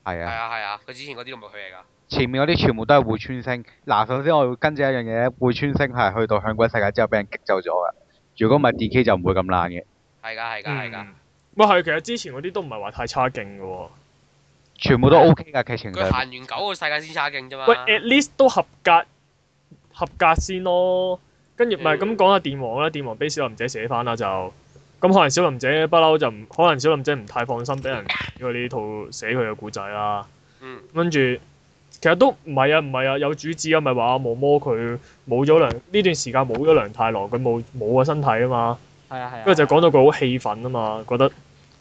S5: 係
S4: 係
S5: 啊，
S4: 啊係啊，佢之前嗰啲都唔係佢嚟㗎。
S5: 前面嗰啲全部都係會穿星。嗱，首先我要跟住一樣嘢，會穿星係去到向鬼世界之後俾人激走咗嘅。如果唔係 D.K. 就唔會咁爛嘅，
S4: 係㗎係㗎係㗎，
S1: 嗯。喂，係其實之前嗰啲都唔係話太差勁嘅喎。
S5: 全部都 O.K. 㗎劇情
S4: 啊佢
S5: 上。
S4: 行完九個世界先差勁啫嘛。
S1: 喂，at least 都合格，合格先咯。跟住咪
S4: 嗯
S1: 咁講下電王啦，電王俾小林姐寫翻啦就。咁可能小林姐不嬲就唔，可能小林姐唔太放心俾人佢呢套寫佢嘅故仔啦。
S4: 嗯，
S1: 跟住其實都唔係啊，唔係啊，有主旨啊，咪話阿毛毛佢冇咗梁呢段時間冇咗梁太郎，佢冇冇個身體啊嘛，
S2: 係啊係啊。
S1: 跟住就講到佢好氣憤啊嘛，覺得覺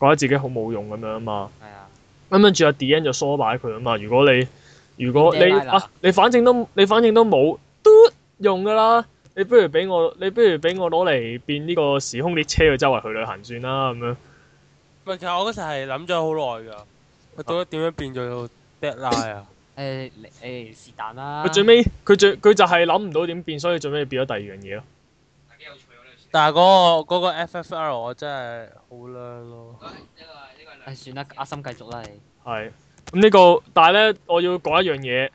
S1: 得自己好冇用咁樣啊嘛，
S2: 係啊。
S1: 咁跟住阿 D N 就梳擺佢啊嘛，如果你如果
S2: 你
S1: 你
S2: 拉啦
S1: 啊你反正都你反正都冇嘟用㗎啦。你不如俾我，你不如俾我攞嚟變呢個時空列車去周圍去旅行算啦咁樣。
S3: 唔係，其實我嗰時係諗咗好耐㗎。佢到底點樣變做 deadline 啊？
S2: 誒你誒是但啦。
S1: 佢最尾佢最佢就係諗唔到點變，所以最尾變咗第二樣嘢咯。
S4: 幾有趣喎呢個
S3: 但係嗰個嗰個 FFR 我真係好靚咯。
S4: 呢個呢個
S2: 誒算啦，阿心繼續啦你。
S1: 係咁呢個，但係咧，我要講一樣嘢。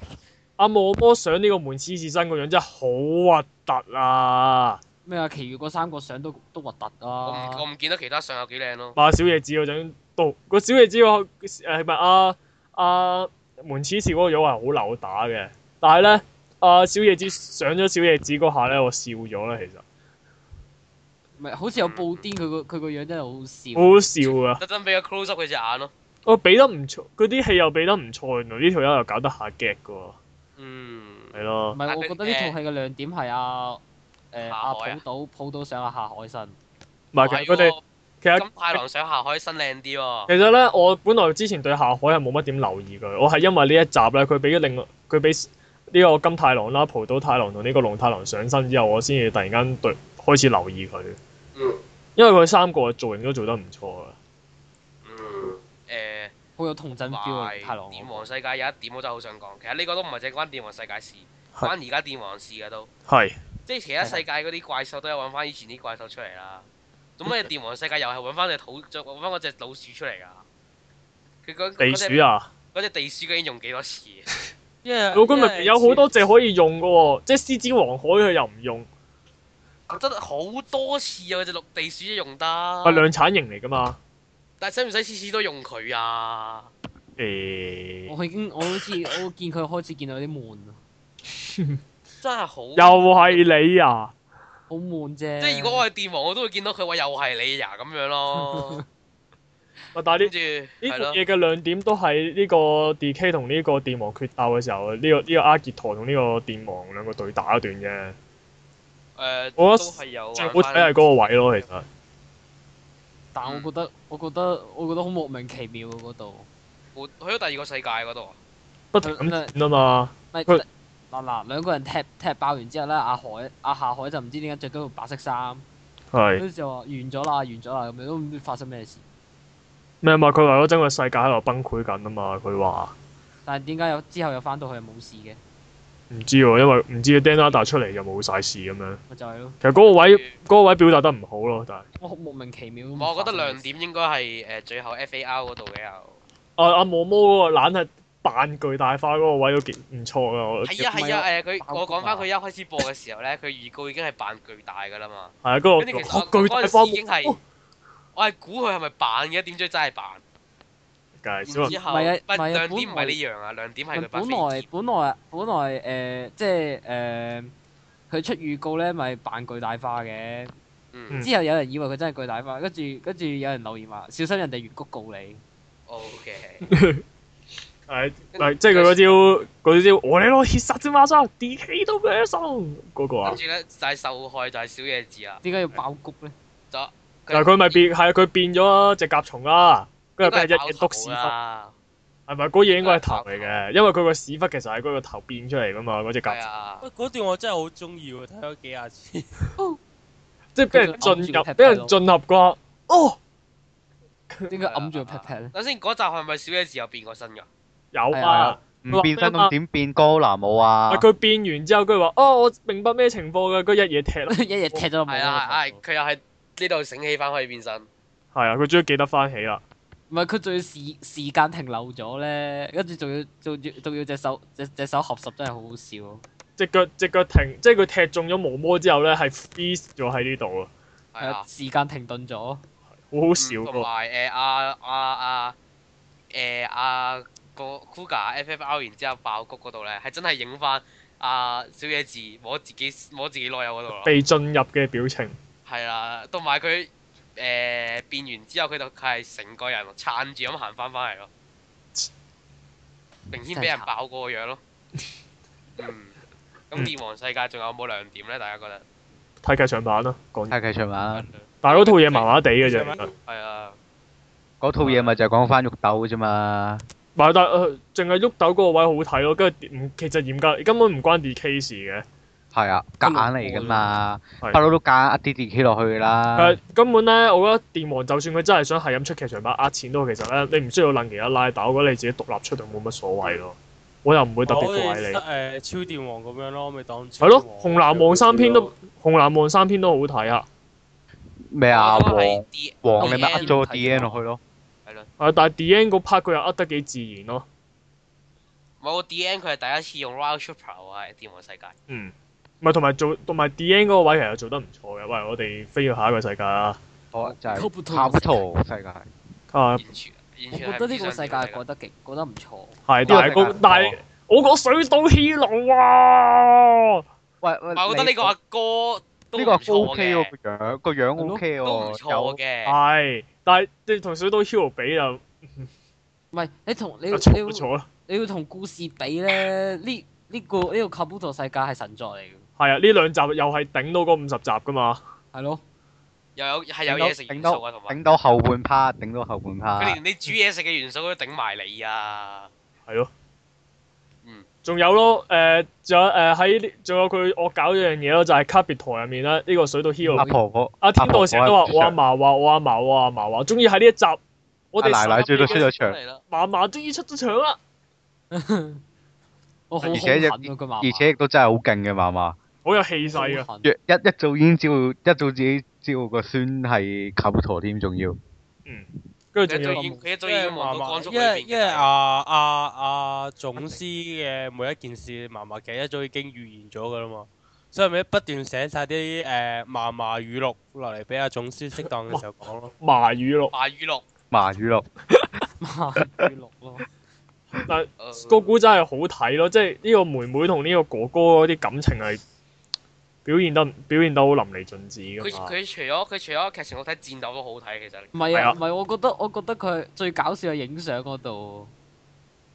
S1: 阿莫摩上呢個門獅子身個樣真係好核突啊！
S2: 咩啊？其餘嗰三個相都都核突
S4: 我唔我
S2: 啊！
S4: 唔見得其他相有幾靚咯。
S1: 話小野子嗰陣，到個小野子個誒係咪啊啊門獅子嗰個樣係好扭打嘅，但係咧啊小野子上咗小野子嗰下咧，我笑咗啦，其實
S2: 唔係好似有布丁，佢個佢個樣真係好笑。
S1: 好好笑啊！
S4: 特登俾個 close up 佢隻眼咯。
S1: 我俾得唔錯，嗰啲戲又俾得唔錯，原來呢條友又搞得下 g 嘅喎，
S4: 嗯，
S1: 係
S2: 唔
S1: 咯，
S2: 係，我覺得呢套戲嘅亮點係阿誒
S4: 下
S2: 阿
S4: 海啊
S2: 普島普島上阿夏海生。
S1: 唔係其實佢哋其實
S4: 金太郎想下海身靚啲喎。
S1: 其實咧，我本來之前對夏海係冇乜點留意佢，我係因為呢一集咧，佢俾另外佢俾呢個金太郎啦、浦島太郎同呢個龍太郎上身之後，我先至突然間對開始留意佢，
S4: 嗯
S1: 因為佢三個造型都做得唔錯啊。
S4: 嗯。誒，
S2: 好有童真 feel 啊！太郎
S4: 埋，電王世界有一點我真係好想講，其實呢個都唔係淨係關電王世界事，
S1: 係
S4: 關而家電王事㗎都。
S1: 係
S4: 即係其他世界嗰啲怪獸都有揾翻以前啲怪獸出嚟啦。咁咩電王世界又係揾翻只土，再揾翻嗰只老鼠出嚟㗎。佢嗰
S1: 地鼠啊，
S4: 嗰隻地鼠究竟用幾多次？
S3: 因為
S1: 老君咪有好多隻可以用嘅喎，即係獅子王海佢又唔用，
S4: 真係好多次啊！嗰只綠地鼠都
S1: 係
S4: 用得，
S1: 量啊產型嚟㗎嘛。
S4: 但係使唔使次次都用佢啊？
S1: 誒、
S2: 我已經我好似我見佢開始見到有啲悶啊，
S4: 真係 好。
S1: 又係你啊！
S2: 好悶啫。
S4: 即係如果我係電王，我都會見到佢話又係你呀咁 樣咯。
S1: 喂但係
S4: 跟
S1: 呢
S4: 住
S1: 呢
S4: 係
S1: 套
S4: 咯，
S1: 嘢嘅亮點都係呢個 D.K. 同呢個電王決鬥嘅時候，呢、個呢、個阿傑陀同呢個電王兩個對打一段啫。
S4: 誒
S1: 我
S4: 都
S1: 覺得
S4: 係有
S1: 最
S4: 玩啊
S1: 好睇係嗰
S4: 返。
S1: 個位咯，其實
S2: 但
S4: 嗯
S2: 我覺得我覺得我覺得好莫名其妙啊嗰度。
S4: 去咗第二個世界嗰度啊？
S1: 不停咁轉啊嘛。
S2: 咪
S1: 佢
S2: 嗱嗱兩個人踢踢爆完之後咧，阿海阿夏海就唔知點解着咗套白色衫，跟
S1: 係
S2: 住就話完咗啦，完咗啦咁樣，都唔知發生咩事。
S1: 咩啊嘛？佢話嗰陣個世界喺度崩潰緊啊嘛。佢話
S2: 但係點解有之後又翻到去又冇事嘅？
S1: 唔知喎，因為唔知 d a n a d a 出嚟就冇晒事咁樣。
S2: 咪就係咯，
S1: 其實嗰個位
S4: 嗯
S1: 嗰個位表達得唔好咯，但係
S2: 我好莫名其妙。
S4: 我覺得亮點應該係誒最後 FAR 嗰度嘅又。
S1: 啊阿毛毛嗰個懶係扮巨大化嗰個位都幾唔錯噶，我
S4: 係
S1: 係
S4: 啊係啊誒，
S2: 爆
S4: 佢
S2: 谷啊
S4: 我講翻佢一開始播嘅時候咧，佢預告已經係扮巨大㗎啦嘛。
S1: 啊嗰個
S4: 跟住其實我
S1: 哦巨
S4: 嗰
S1: 大
S4: 陣
S1: 化
S4: 時已經係
S1: 哦，
S4: 我係估佢係咪扮嘅，點知真係扮。
S1: 梗係
S4: 然
S1: 小人
S4: 之後，
S2: 唔係啊
S4: 不
S2: 唔係啊
S4: 亮點
S2: 本
S4: 唔係
S2: 來
S4: 呢樣啊，亮點係佢
S2: 咪
S4: 把
S2: 本
S4: 飛
S2: 來
S4: 劍
S2: 本來本來誒、呃即係誒，佢、出預告咧，咪扮巨大化嘅。
S4: 嗯
S1: 嗯
S2: 之後有人以為佢真係巨大化，跟住跟住有人留言話：小心人哋越谷告你。
S4: ，OK。
S1: 係係即係佢嗰招嗰招我哋攞鐵殺啫嘛，真 D K 都咩生嗰個啊
S4: 跟？住咧就係受害就係小野子啦。
S2: 點解要爆谷咧？
S1: 但係佢咪變係啊佢變咗只甲蟲啦，跟住俾人一
S4: 應該係
S1: 嘢
S4: 爆
S1: 篤屎
S4: 頭
S1: 忽，
S4: 啦，
S1: 係咪嗰嘢應該係頭嚟
S4: 應該係啊
S1: 嘅？因為佢個屎忽其實係嗰個頭變出嚟噶嘛，嗰只
S4: 係
S1: 甲蟲，
S4: 啊，
S3: 喂嗰段我真係好中意喎，睇咗幾廿次。
S1: 即係俾人
S2: 佢
S1: 進
S2: 就
S1: 入
S2: 揞住
S1: 俾人進入個哦
S4: 啊
S2: 點解揞住個 pat pat 咧？
S4: 等先嗰集係咪小野子有變過身㗎？
S1: 有
S2: 係
S1: 啊
S2: 啊。
S5: 唔嗯變身咁點變歌男舞啊
S1: 啊！？佢變完之後，佢話：哦，我明白咩情況嘅，佢一嘢踢 啦。
S2: 一日踢咗冇。
S4: 係啊，唉，佢又係呢度醒起翻可以變身。
S1: 係啊，佢終於記得翻起啦。
S2: 唔係佢仲要時時間停留咗咧，跟住仲要仲要仲要隻手隻隻手合十，真係好好笑。
S1: 只腳只腳停，即係佢踢中咗毛毛之後咧，係 freeze 咗喺呢度啊，
S4: 係啊，
S2: 時間停頓咗，
S1: 好好笑
S4: 嗯同
S1: 喎。
S4: 埋誒阿阿阿誒阿個 Kuga FFR 然之後爆谷嗰度咧，係真係影翻阿小野子摸自己摸自己內友嗰度咯。
S1: 被進入嘅表情，
S4: 係啦，同埋佢誒變完之後，佢就佢係成個人撐住咁行翻翻嚟咯，
S5: 嗯
S4: 明顯俾人爆過個樣咯。嗯，咁
S1: 嗯
S4: 《電王世界》仲有冇亮點咧？大家覺得？
S1: 睇劇場版啦，講完。
S5: 睇劇場版啦，
S1: 但係嗰套嘢麻麻地嘅啫，
S3: 劇場
S1: 其實
S3: 版
S4: 係啊，
S5: 嗰套嘢咪就係講翻肉豆啫嘛。
S1: 唔係，但係呃淨係喐豆嗰個位好睇咯，跟住唔嗯其實嚴格根本唔關 D K 事嘅。
S5: 係啊，夾硬嚟噶嘛，不
S1: 係
S5: 嬲
S4: 啊
S5: 都夾硬一啲 D K 落去㗎啦
S1: 誒。根本咧，我覺得電王就算佢真係想係咁出劇場版呃錢都好，其實咧你唔需要楞其他拉打，我覺得你自己獨立出就冇乜所謂咯。我又唔會特別
S3: 嗯我哋
S1: 怪你。
S3: 誒超電王咁樣咯，咪當
S1: 係咯，紅藍黃三篇都紅藍黃三篇都好睇啊！
S5: 咩啊？
S4: 我覺得
S5: 黃
S4: 係 D-
S5: 黃你咪
S4: DN
S5: 呃咗 D N 落去咯。
S1: 啊，但係 D N 嗰 part 佢又呃得幾自然咯。
S4: 冇 D N 佢係第一次用 Wild Super 啊！喺《電王世界》
S1: 嗯，唔係同埋做同埋 D N 嗰個位其實做得唔錯嘅。喂，我哋飛去下一個世界啦。
S5: 好啊，就係
S2: 溝通
S5: 卡布圖世界。
S1: 啊，
S5: 嗯
S2: 我
S4: 完全完全
S2: 覺
S4: 係
S2: 得
S4: 唔
S2: 呢個
S4: 知
S2: 世
S4: 想
S2: 界
S4: 點嚟
S2: 覺得極覺得唔錯。
S1: 係，但係
S5: 呢個世界
S1: 嗰但係我個水島 hero 啊！
S5: 喂喂，
S4: 㗎。我覺得呢個阿哥都
S5: 呢個
S4: 唔
S5: O
S4: 錯
S5: K
S4: 嘅
S5: 喎，，個樣個樣 O K
S4: 都唔
S5: 喎，有
S4: 錯嘅。
S1: 係，但係你同水島 hero 比就
S2: 唔係你同你要
S5: 啊
S1: 就錯
S2: 你要
S1: 咗啦。
S2: 你要同故事比咧，呢呢個呢個卡布托世界係神作嚟嘅，
S1: 係啊，呢兩集又係頂到嗰五十集㗎嘛。
S2: 係咯。
S4: 又有係有
S5: 頂
S4: 嘢食元
S5: 到
S4: 素啊，同埋
S5: 頂到後半 part，頂到後半
S4: 佢
S5: part。
S4: 連你煮嘢食嘅元素都頂埋你啊！
S1: 係咯。
S4: 嗯。
S1: 仲有咯，誒、仲有誒喺呢，仲有佢惡搞一樣嘢咯，就係 Carpet 台入面啦，呢、個水到 Hero
S5: 阿。婆婆，啊
S1: 阿天道成日都話
S5: 婆婆
S1: 我阿嫲話我阿嫲我阿嫲話，終於喺呢一集，我哋
S5: 阿奶奶最多出咗場
S4: 嚟啦，
S1: 嫲嫲終於出咗場啦，
S2: 我好
S5: 而
S2: 好
S5: 且
S2: 恨
S5: 亦
S2: 啊！佢話，
S5: 而且亦都真係好勁嘅嘛嘛。
S1: 好有氣勢啊！
S2: 好
S5: 一
S2: 狠
S5: 一早已經知道，一早自己知道個孫係卡布圖添，仲要。
S1: 跟住
S4: 佢
S1: 仲
S4: 一早
S1: 有
S4: 已經佢一早已
S3: 因為
S4: 經望
S3: 麻
S4: 到
S3: 麻
S4: 光，速裏
S3: 因為
S4: 邊
S3: 因為啊啊啊總司嘅每一件事，麻麻嘅一早已經預言咗噶啦嘛，所以咪不斷寫晒啲誒麻麻語錄落嚟俾阿總司適當嘅時候講咯。
S1: 麻語咯，
S4: 馬雨樂
S5: 麻語咯，
S2: 馬語錄咯，
S1: 但
S4: 呃
S1: 個古真係好睇咯，即係呢個妹妹同呢個哥哥嗰啲感情係表現得表現得好淋漓盡致
S4: 佢
S1: 㗎嘛。
S4: 佢除咗佢除咗劇情好睇，戰鬥都好睇其實。
S2: 唔係
S1: 係啊
S2: 啊，唔係我覺得我覺得佢最搞笑係影相嗰度，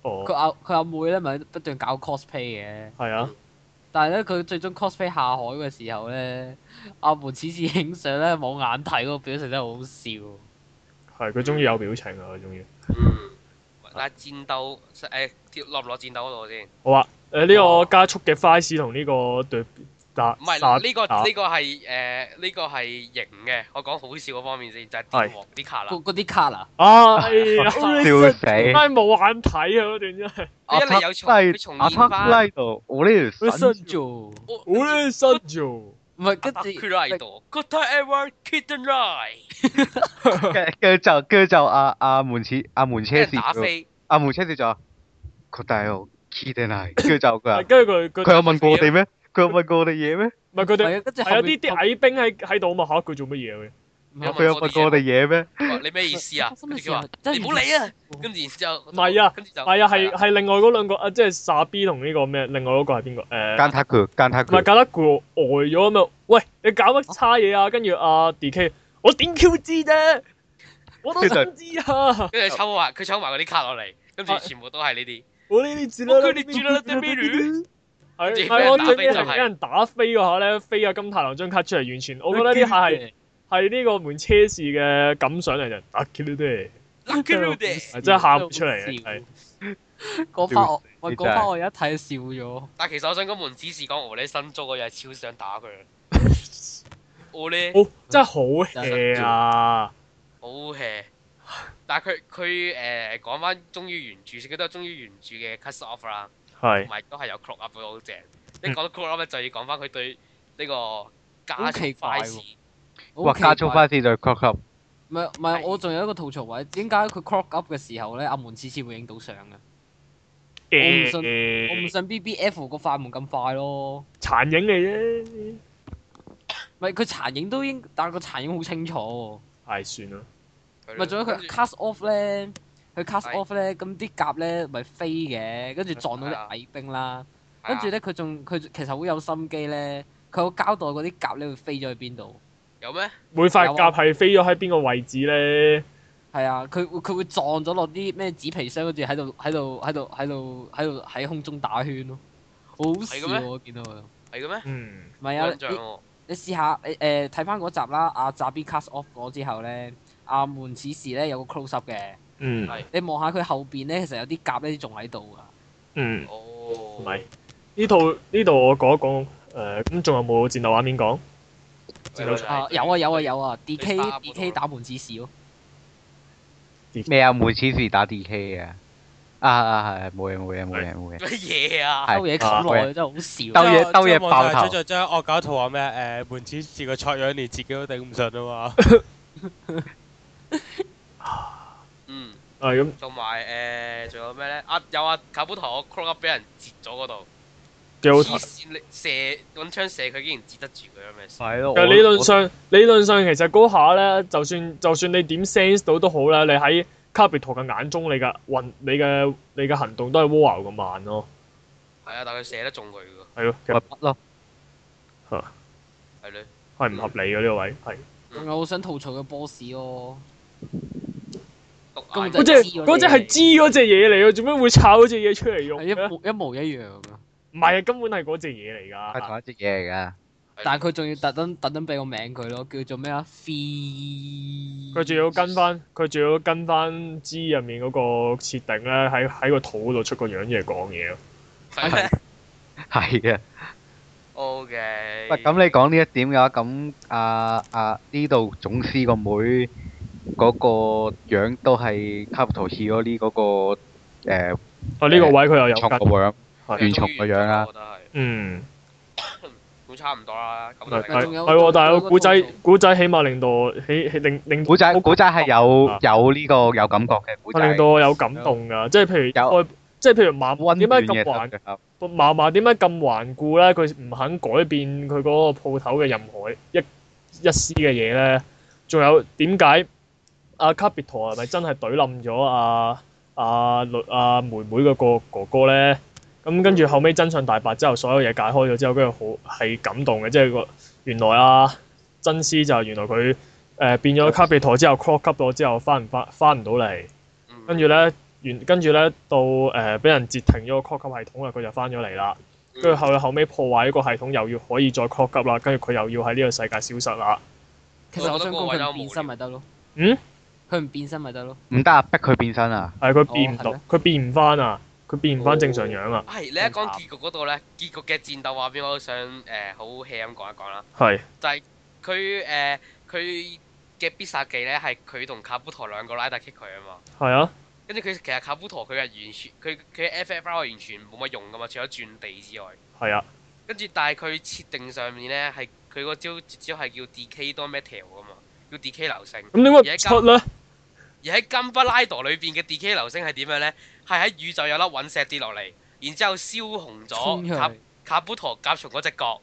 S2: 佢
S1: 哦，
S2: 阿佢阿妹咧咪不斷搞 cosplay 嘅，
S1: 係啊，
S4: 嗯
S2: 但係咧佢最終 cosplay 下海嘅時候咧，阿門此次影相咧冇眼睇嗰個表情真係好好笑。
S1: 係佢終於有表情啊！佢終於
S4: 嗯，嗱戰鬥誒跳落唔落戰鬥嗰度先？
S1: 好啊，誒呢個加速嘅 f i c e 同呢個對打
S4: 嗯哦唔係呢個呢個係誒呢個係型嘅，我講好笑嗰方面先，就係電王啲卡啦。
S2: 嗰嗰啲卡啊，
S1: 啊，哎呀，
S5: 笑死
S1: 真係冇眼睇啊嗰段真係。
S4: 因為有重佢重
S5: 阿
S4: 現翻，
S5: 拉度，我呢條神
S2: 做，
S4: 我
S1: 好咧，失 咗。
S2: 唔係
S4: 阿
S2: 跟
S4: 德
S2: 住
S4: 佢喺度，Good ever kitten ride，
S5: 跟跟住就跟住就阿阿門似阿門
S4: 俾
S5: 車
S4: 人
S5: 士
S4: 打
S5: 叫，
S4: 飛，
S5: 阿門車士就話佢大佬 key 定係，跟住就佢話
S1: 跟住佢佢
S5: 佢有問過我哋咩？佢有問過我哋嘢咩？
S1: 唔係佢哋
S2: 係啊，跟住
S1: 係有
S2: 後
S1: 啲
S2: 面
S1: 啲矮兵喺喺度啊嘛嚇，佢做乜嘢嘅？
S2: 有
S5: 佢有問過我哋嘢咩？
S4: 話你咩意思啊？
S2: 心裏
S4: 跟住
S2: 時候
S4: 佢話
S2: 真係
S4: 你唔好理啊，跟住然之後
S1: 唔係啊
S4: 跟住就
S1: 係啊，係係另外嗰兩個啊，即係傻 B 同呢個咩？另外嗰個係邊個？誒，
S5: 間塔佢，間塔
S1: 唔係
S5: 佢，
S1: 格拉古呆咗咁啊！喂，你搞乜差嘢啊？跟住阿 DK，我點 Q 知啫？我都想知啊！
S4: 跟住抽埋佢抽埋嗰啲卡落嚟，跟住全部都係 呢啲。
S1: 我呢啲字啦，
S4: 我佢哋住啦，啲咩料？
S1: 係
S4: 自己
S1: 係我
S4: 俾
S1: 最尾
S4: 人打飛就
S1: 係
S4: 係
S1: 俾人打飛嗰下咧，飛啊金太郎張卡出嚟，完全我覺得呢下係係呢個門車士嘅感想嚟就打 Q 啲，
S4: Lucky Lude，
S1: 係真係喊出嚟嘅係。
S2: 嗰 part 我喂
S5: 你
S2: 嗰
S5: 真係
S2: part 我一睇笑咗，
S4: 但其實我想講門指示講我咧新租嗰樣超想打 佢。我咧
S1: 好哦真係好 hea 啊！
S4: 好 hea，但係佢佢誒講翻忠於原著，佢都係忠於原著嘅 cut off 啦，同
S1: 係嗯
S4: 埋都係有 clock up 嘅好正。一講到 clock up 咧，就要講翻佢對呢個加
S2: 好
S4: 速
S2: 奇怪
S4: 快
S2: 喎
S4: 事。
S5: 哇！加速翻先就 clock up，
S2: 唔係唔係，我仲有一個吐槽位，點解佢 crop up 嘅時候咧，阿門次次會影到相嘅？
S1: 誒
S2: 我唔
S1: 嗯
S2: 我唔信 B B F 個快門咁快咯，
S1: 殘影嚟啫，
S2: 唔係佢殘影都應，但係個殘影好清楚喎。
S1: 係算啦。
S2: 咪仲有佢 cast off 咧，佢 cast
S4: 係
S2: off 咧，咁啲甲咧咪飛嘅， 跟住撞到
S4: 係
S2: 啲
S4: 啊
S2: 矮兵啦，跟住咧佢仲佢其實好有心機咧，佢有交代嗰啲甲咧會飛咗去邊度，
S4: 有咩？
S1: 每塊甲係飛咗喺邊個位置咧？
S2: 係啊，佢會佢會撞咗落啲咩紙皮箱，跟住喺度喺度喺度喺度喺度喺空中打圈咯，好好笑
S4: 係嘅
S2: 喎
S4: 咩
S2: 我見到佢，唔
S4: 係嘅咩？
S1: 嗯，
S2: 係
S4: 冇
S2: 啊
S4: 印象
S2: 你
S4: 喎。
S2: 你試下你誒睇翻嗰集啦，阿扎 B cast off 咗之後咧，阿門此時咧有個 close up 嘅，
S1: 嗯
S4: 係
S2: 你望下佢後邊咧，其實有啲甲咧仲喺度啊㗎。
S1: 嗯，
S4: 哦
S1: 唔，係呢套呢度我講一講誒，咁仲有冇戰鬥畫面講？
S2: 啊，有啊有啊有啊，D K
S4: 對巴嗰度
S2: D K 打門指示咯，
S5: 咩啊？每次是打 D K 嘅，啊啊係冇嘢冇嘢冇嘢冇嘢，
S4: 乜嘢啊？
S5: 係
S2: 兜嘢咁耐真係好少。
S5: 兜嘢兜嘢爆頭
S3: 就將惡搞圖話咩？誒門子是個錯樣，連自己都頂唔順啊嘛。
S4: 嗯，
S1: 係咁
S4: 同埋誒，仲有咩咧？啊，有啊，卡布陀 clock up 俾人截咗嗰度，
S1: 幾好睇。
S4: 黐線你射揾槍射佢，竟然截得住佢，有咩事？
S5: 係咯。
S1: 其實理論上理論上其實嗰下咧，就算就算你點 sense 到都好啦，你喺卡比圖嘅眼中，你嘅運你嘅你嘅行動都係 w o 咁慢咯，
S4: 係啊，但佢射得中佢喎，
S1: 係咯，其
S5: 咪
S1: 實
S5: 不咯，
S4: 係咯。
S1: 係唔合理嘅呢個位係。
S2: 仲有好想吐槽嘅 boss 咯，
S4: 篤
S1: 嗰
S4: 眼
S1: 只
S2: 隻
S1: 嗰只係知嗰只嘢嚟嘅，做咩會炒嗰只嘢出嚟用
S2: 係一
S1: 嘅？
S2: 模一模一樣啊！
S1: 唔係啊，根本係嗰只嘢嚟㗎。
S5: 係同一隻嘢嚟 㗎。
S2: 但係佢仲要特登特登俾個名佢咯，叫做咩啊？Fee。
S1: 佢仲要跟翻，佢仲要跟翻 G 入面嗰個設定咧，喺喺個肚嗰度出個樣嘢講嘢咯。
S4: 係咩
S5: 係啊，
S4: ？O K。
S5: 喂，咁你講呢一點嘅話，咁啊啊呢度總司個妹嗰個樣都係卡布圖似嗰啲嗰個誒
S1: 啊，呢個位佢又有
S5: 蟲個
S1: 跟，
S5: 樣，
S1: 係
S5: 原蟲個樣啊
S4: 我覺得係
S1: 嗯，
S4: 咁差唔多啦。咁
S1: 係
S2: 但
S4: 大家
S1: 係
S2: 啊仲有
S1: 係喎，但係
S2: 仲
S1: 個
S2: 有個
S1: 古仔
S2: 套路
S1: 古仔起碼令到我起起令令
S5: 古仔古仔係有
S1: 啊
S5: 有呢個有感覺嘅古
S1: 令
S5: 仔，
S1: 到我有感動㗎，即係譬如
S5: 有
S1: 愛即係譬如麻麻
S5: 温
S1: 點
S5: 暖
S1: 解咁
S5: 嘅
S1: 頑
S5: 心嘅
S1: 麻麻點解咁頑固咧？佢唔肯改變佢嗰個鋪頭嘅任何一一絲嘅嘢咧。仲有點解阿卡比陀係咪真係懟冧咗阿阿女阿妹妹嗰個哥哥咧？咁跟住後尾真相大白之後，所有嘢解開咗之後，跟住好係感動嘅，即係個原來啊真絲就係原來佢誒、呃、變咗卡比陀之後 c r o c k up 咗之後，翻唔翻翻唔到嚟。
S4: 嗯
S1: 跟住咧，原跟住咧到誒俾、人截停咗個 call 級系統啦，佢就翻咗嚟啦。
S2: 嗯
S1: 跟住後後尾破壞呢個系統，又要可以再 call 級啦，跟住佢又要喺呢個世界消失啦。
S2: 其實我想講佢變身咪得咯。
S1: 嗯？
S2: 佢唔變身咪得咯。
S5: 唔得啊，逼佢變身啊！
S1: 係佢變唔到
S2: 哦係咩，哦
S1: 佢變唔翻啊，佢變唔翻正常樣啊，
S4: 係你一講結局嗰度咧，結局嘅戰鬥畫面我都想誒好 hea 咁講一講啦。
S1: 係
S4: 佢誒佢嘅必殺技咧係佢同卡布陀兩個拉大 kick 佢啊嘛。
S1: 係啊，
S4: 跟住佢其實卡布陀佢係完全佢佢 FFR 完全冇乜用噶嘛，除咗轉地之外。
S1: 係啊，
S4: 跟住但係佢設定上面咧係佢個招絕招係叫 DK d o m e t a l 噶嘛，叫 DK 流星。
S1: 咁點解唔出咧？
S4: 而喺金不拉陀裏邊嘅 DK 流星係點樣咧？係喺宇宙有粒隕石跌落嚟，然之後燒紅
S2: 衝出
S4: 咗卡
S2: 嚟，
S4: 卡布陀甲蟲嗰只角，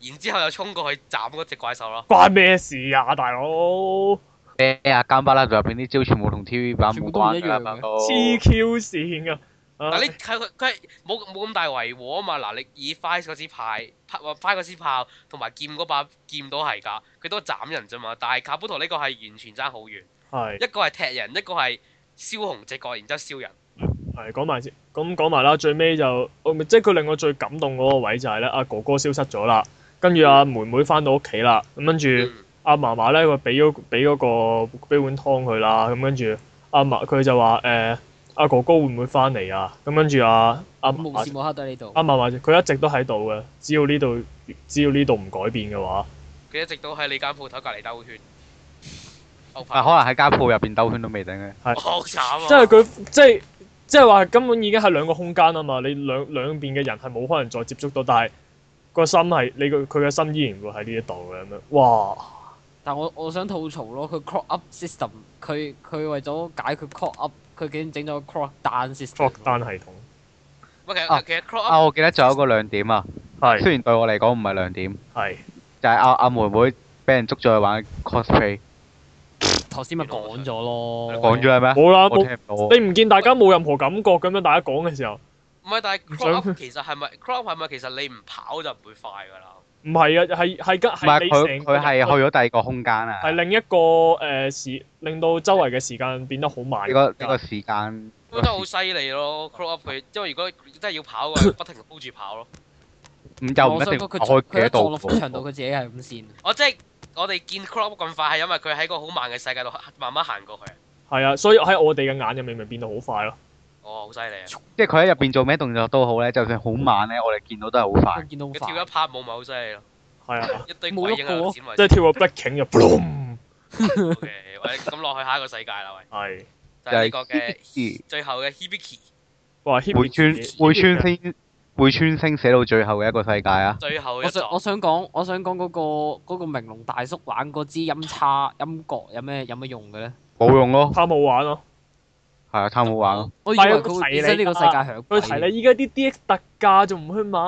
S4: 然之後又衝過去斬嗰只怪獸咯。
S1: 關咩事啊，大
S2: 哦
S1: 佬？
S5: 咩啊？監巴拉入邊啲招全部同 TV 版
S2: 全
S5: 冇
S2: 部都唔
S5: 關
S2: 一
S5: 㗎
S2: 樣
S5: 啦，
S2: 嘅
S5: 大佬
S1: 黐 Q 線啊！
S4: 嗱，你
S1: 唉
S4: 佢佢佢係冇冇咁大圍和啊嘛！嗱，你以 f i 嗰支派派派嗰支炮同埋劍嗰把劍都係㗎，佢都係斬人啫嘛。但係卡布陀呢個係完全爭好遠，
S1: 係
S4: 一個係踢人，一個係燒紅隻角，然之後燒人。
S1: 係講埋先，咁講埋啦，最尾就我咪即係佢令我最感動嗰個位就係咧，阿哥哥消失咗啦，跟住阿妹妹翻到屋企啦，咁跟住。
S4: 嗯
S1: 阿嫲嫲咧，佢俾咗俾嗰個俾碗湯佢啦，咁跟住阿嫲佢就話誒阿哥哥會唔會翻嚟啊？咁跟住阿阿嫲
S2: 無時
S1: 嫲
S2: 無刻都喺呢度。
S1: 阿嫲嫲佢一直都喺度嘅，只要呢度只要呢度唔改變嘅話，
S4: 佢一直都喺你間鋪頭隔離兜圈。好
S5: 啊，可
S4: 慘
S5: 能喺間鋪入邊兜圈都未定嘅。
S4: 好慘啊！
S1: 即係佢即係即係話根本已經係兩個空間啊嘛，你兩兩邊嘅人係冇可能再接觸到，但係個心係你個佢嘅心依然會喺呢一度嘅咁樣，哇！
S2: 但我我想吐槽咯，佢 crop up system，佢佢為咗解決 crop up，佢竟然整咗 crop down
S1: 作
S5: 嗯
S2: system。
S1: 單系統
S4: 喂其
S5: 啊
S4: 實其實 crop
S5: 啊，
S4: up
S5: 我記得仲有一個亮點啊，
S1: 係
S5: 雖然對我嚟講唔係亮點，
S1: 係
S5: 就係阿阿妹妹俾人捉咗去玩 cosplay，
S2: 頭先咪講咗咯。
S5: 講咗係咩？
S1: 哦冇啦
S5: 我
S1: 冇
S5: 聽唔到啊。
S1: 你唔見大家冇任何感覺咁樣，大家講嘅時候。
S4: 唔係，但係 crop
S1: 想
S4: up 其實係咪 crop up 係咪其實你唔跑就唔會快㗎啦？
S1: 唔係啊，係係跟
S5: 唔係
S1: 係你
S5: 佢
S1: 成個
S5: 佢係去咗第二個空間啊！
S1: 係另一個誒、呃、時，令到周圍嘅時間變得好慢。
S5: 呢個呢個時間
S4: 咁真係好犀利咯！crop up 佢，因為如果真係要跑嘅，不停 hold 住跑咯。
S5: 唔又唔
S2: 我
S5: 一
S2: 想
S5: 定
S2: 講佢
S5: 開
S2: 佢
S5: 幾
S2: 一撞落
S5: 多度
S2: 幅牆度，佢自己係咁線。
S4: 我即係我哋見 crop up 咁快，係因為佢喺個好慢嘅世界度慢慢行過去。
S1: 係啊，所以喺我哋嘅眼入面咪變到好快咯。
S4: 哦，好犀利啊！
S5: 即係佢喺入邊做咩動作都好咧，就算好慢咧，我哋見到都係好快
S2: 我。見到好
S4: 佢跳
S2: 快
S4: 一。拍舞咪好犀利咯，
S1: 係啊，
S4: 一堆
S2: 冇
S4: 鬼
S2: 喐
S4: 影
S2: 過
S4: 喺
S2: 咯
S4: 度剪埋
S1: 即。 係跳個 breaking 就 boom
S4: O K，喂，咁落去下一個世界啦，喂，
S1: 係。
S4: 就係呢個
S5: 就
S4: 嘅最後嘅 Hibiki，
S1: 哇！會
S5: 會穿會穿星會穿星寫到最後嘅一個世界啊！
S4: 最後一
S2: 我想我
S4: 座。
S2: 想講，我想講嗰、個嗰個明龍大叔玩嗰支音叉音角有咩有咩用嘅咧？
S5: 冇用咯，
S1: 貪好玩咯。
S5: 係啊，貪好 玩咯。
S2: 我以為佢會變身呢個世界響
S1: 佢
S2: 鬼。
S1: 提你依家啲 DX 特價仲唔去買？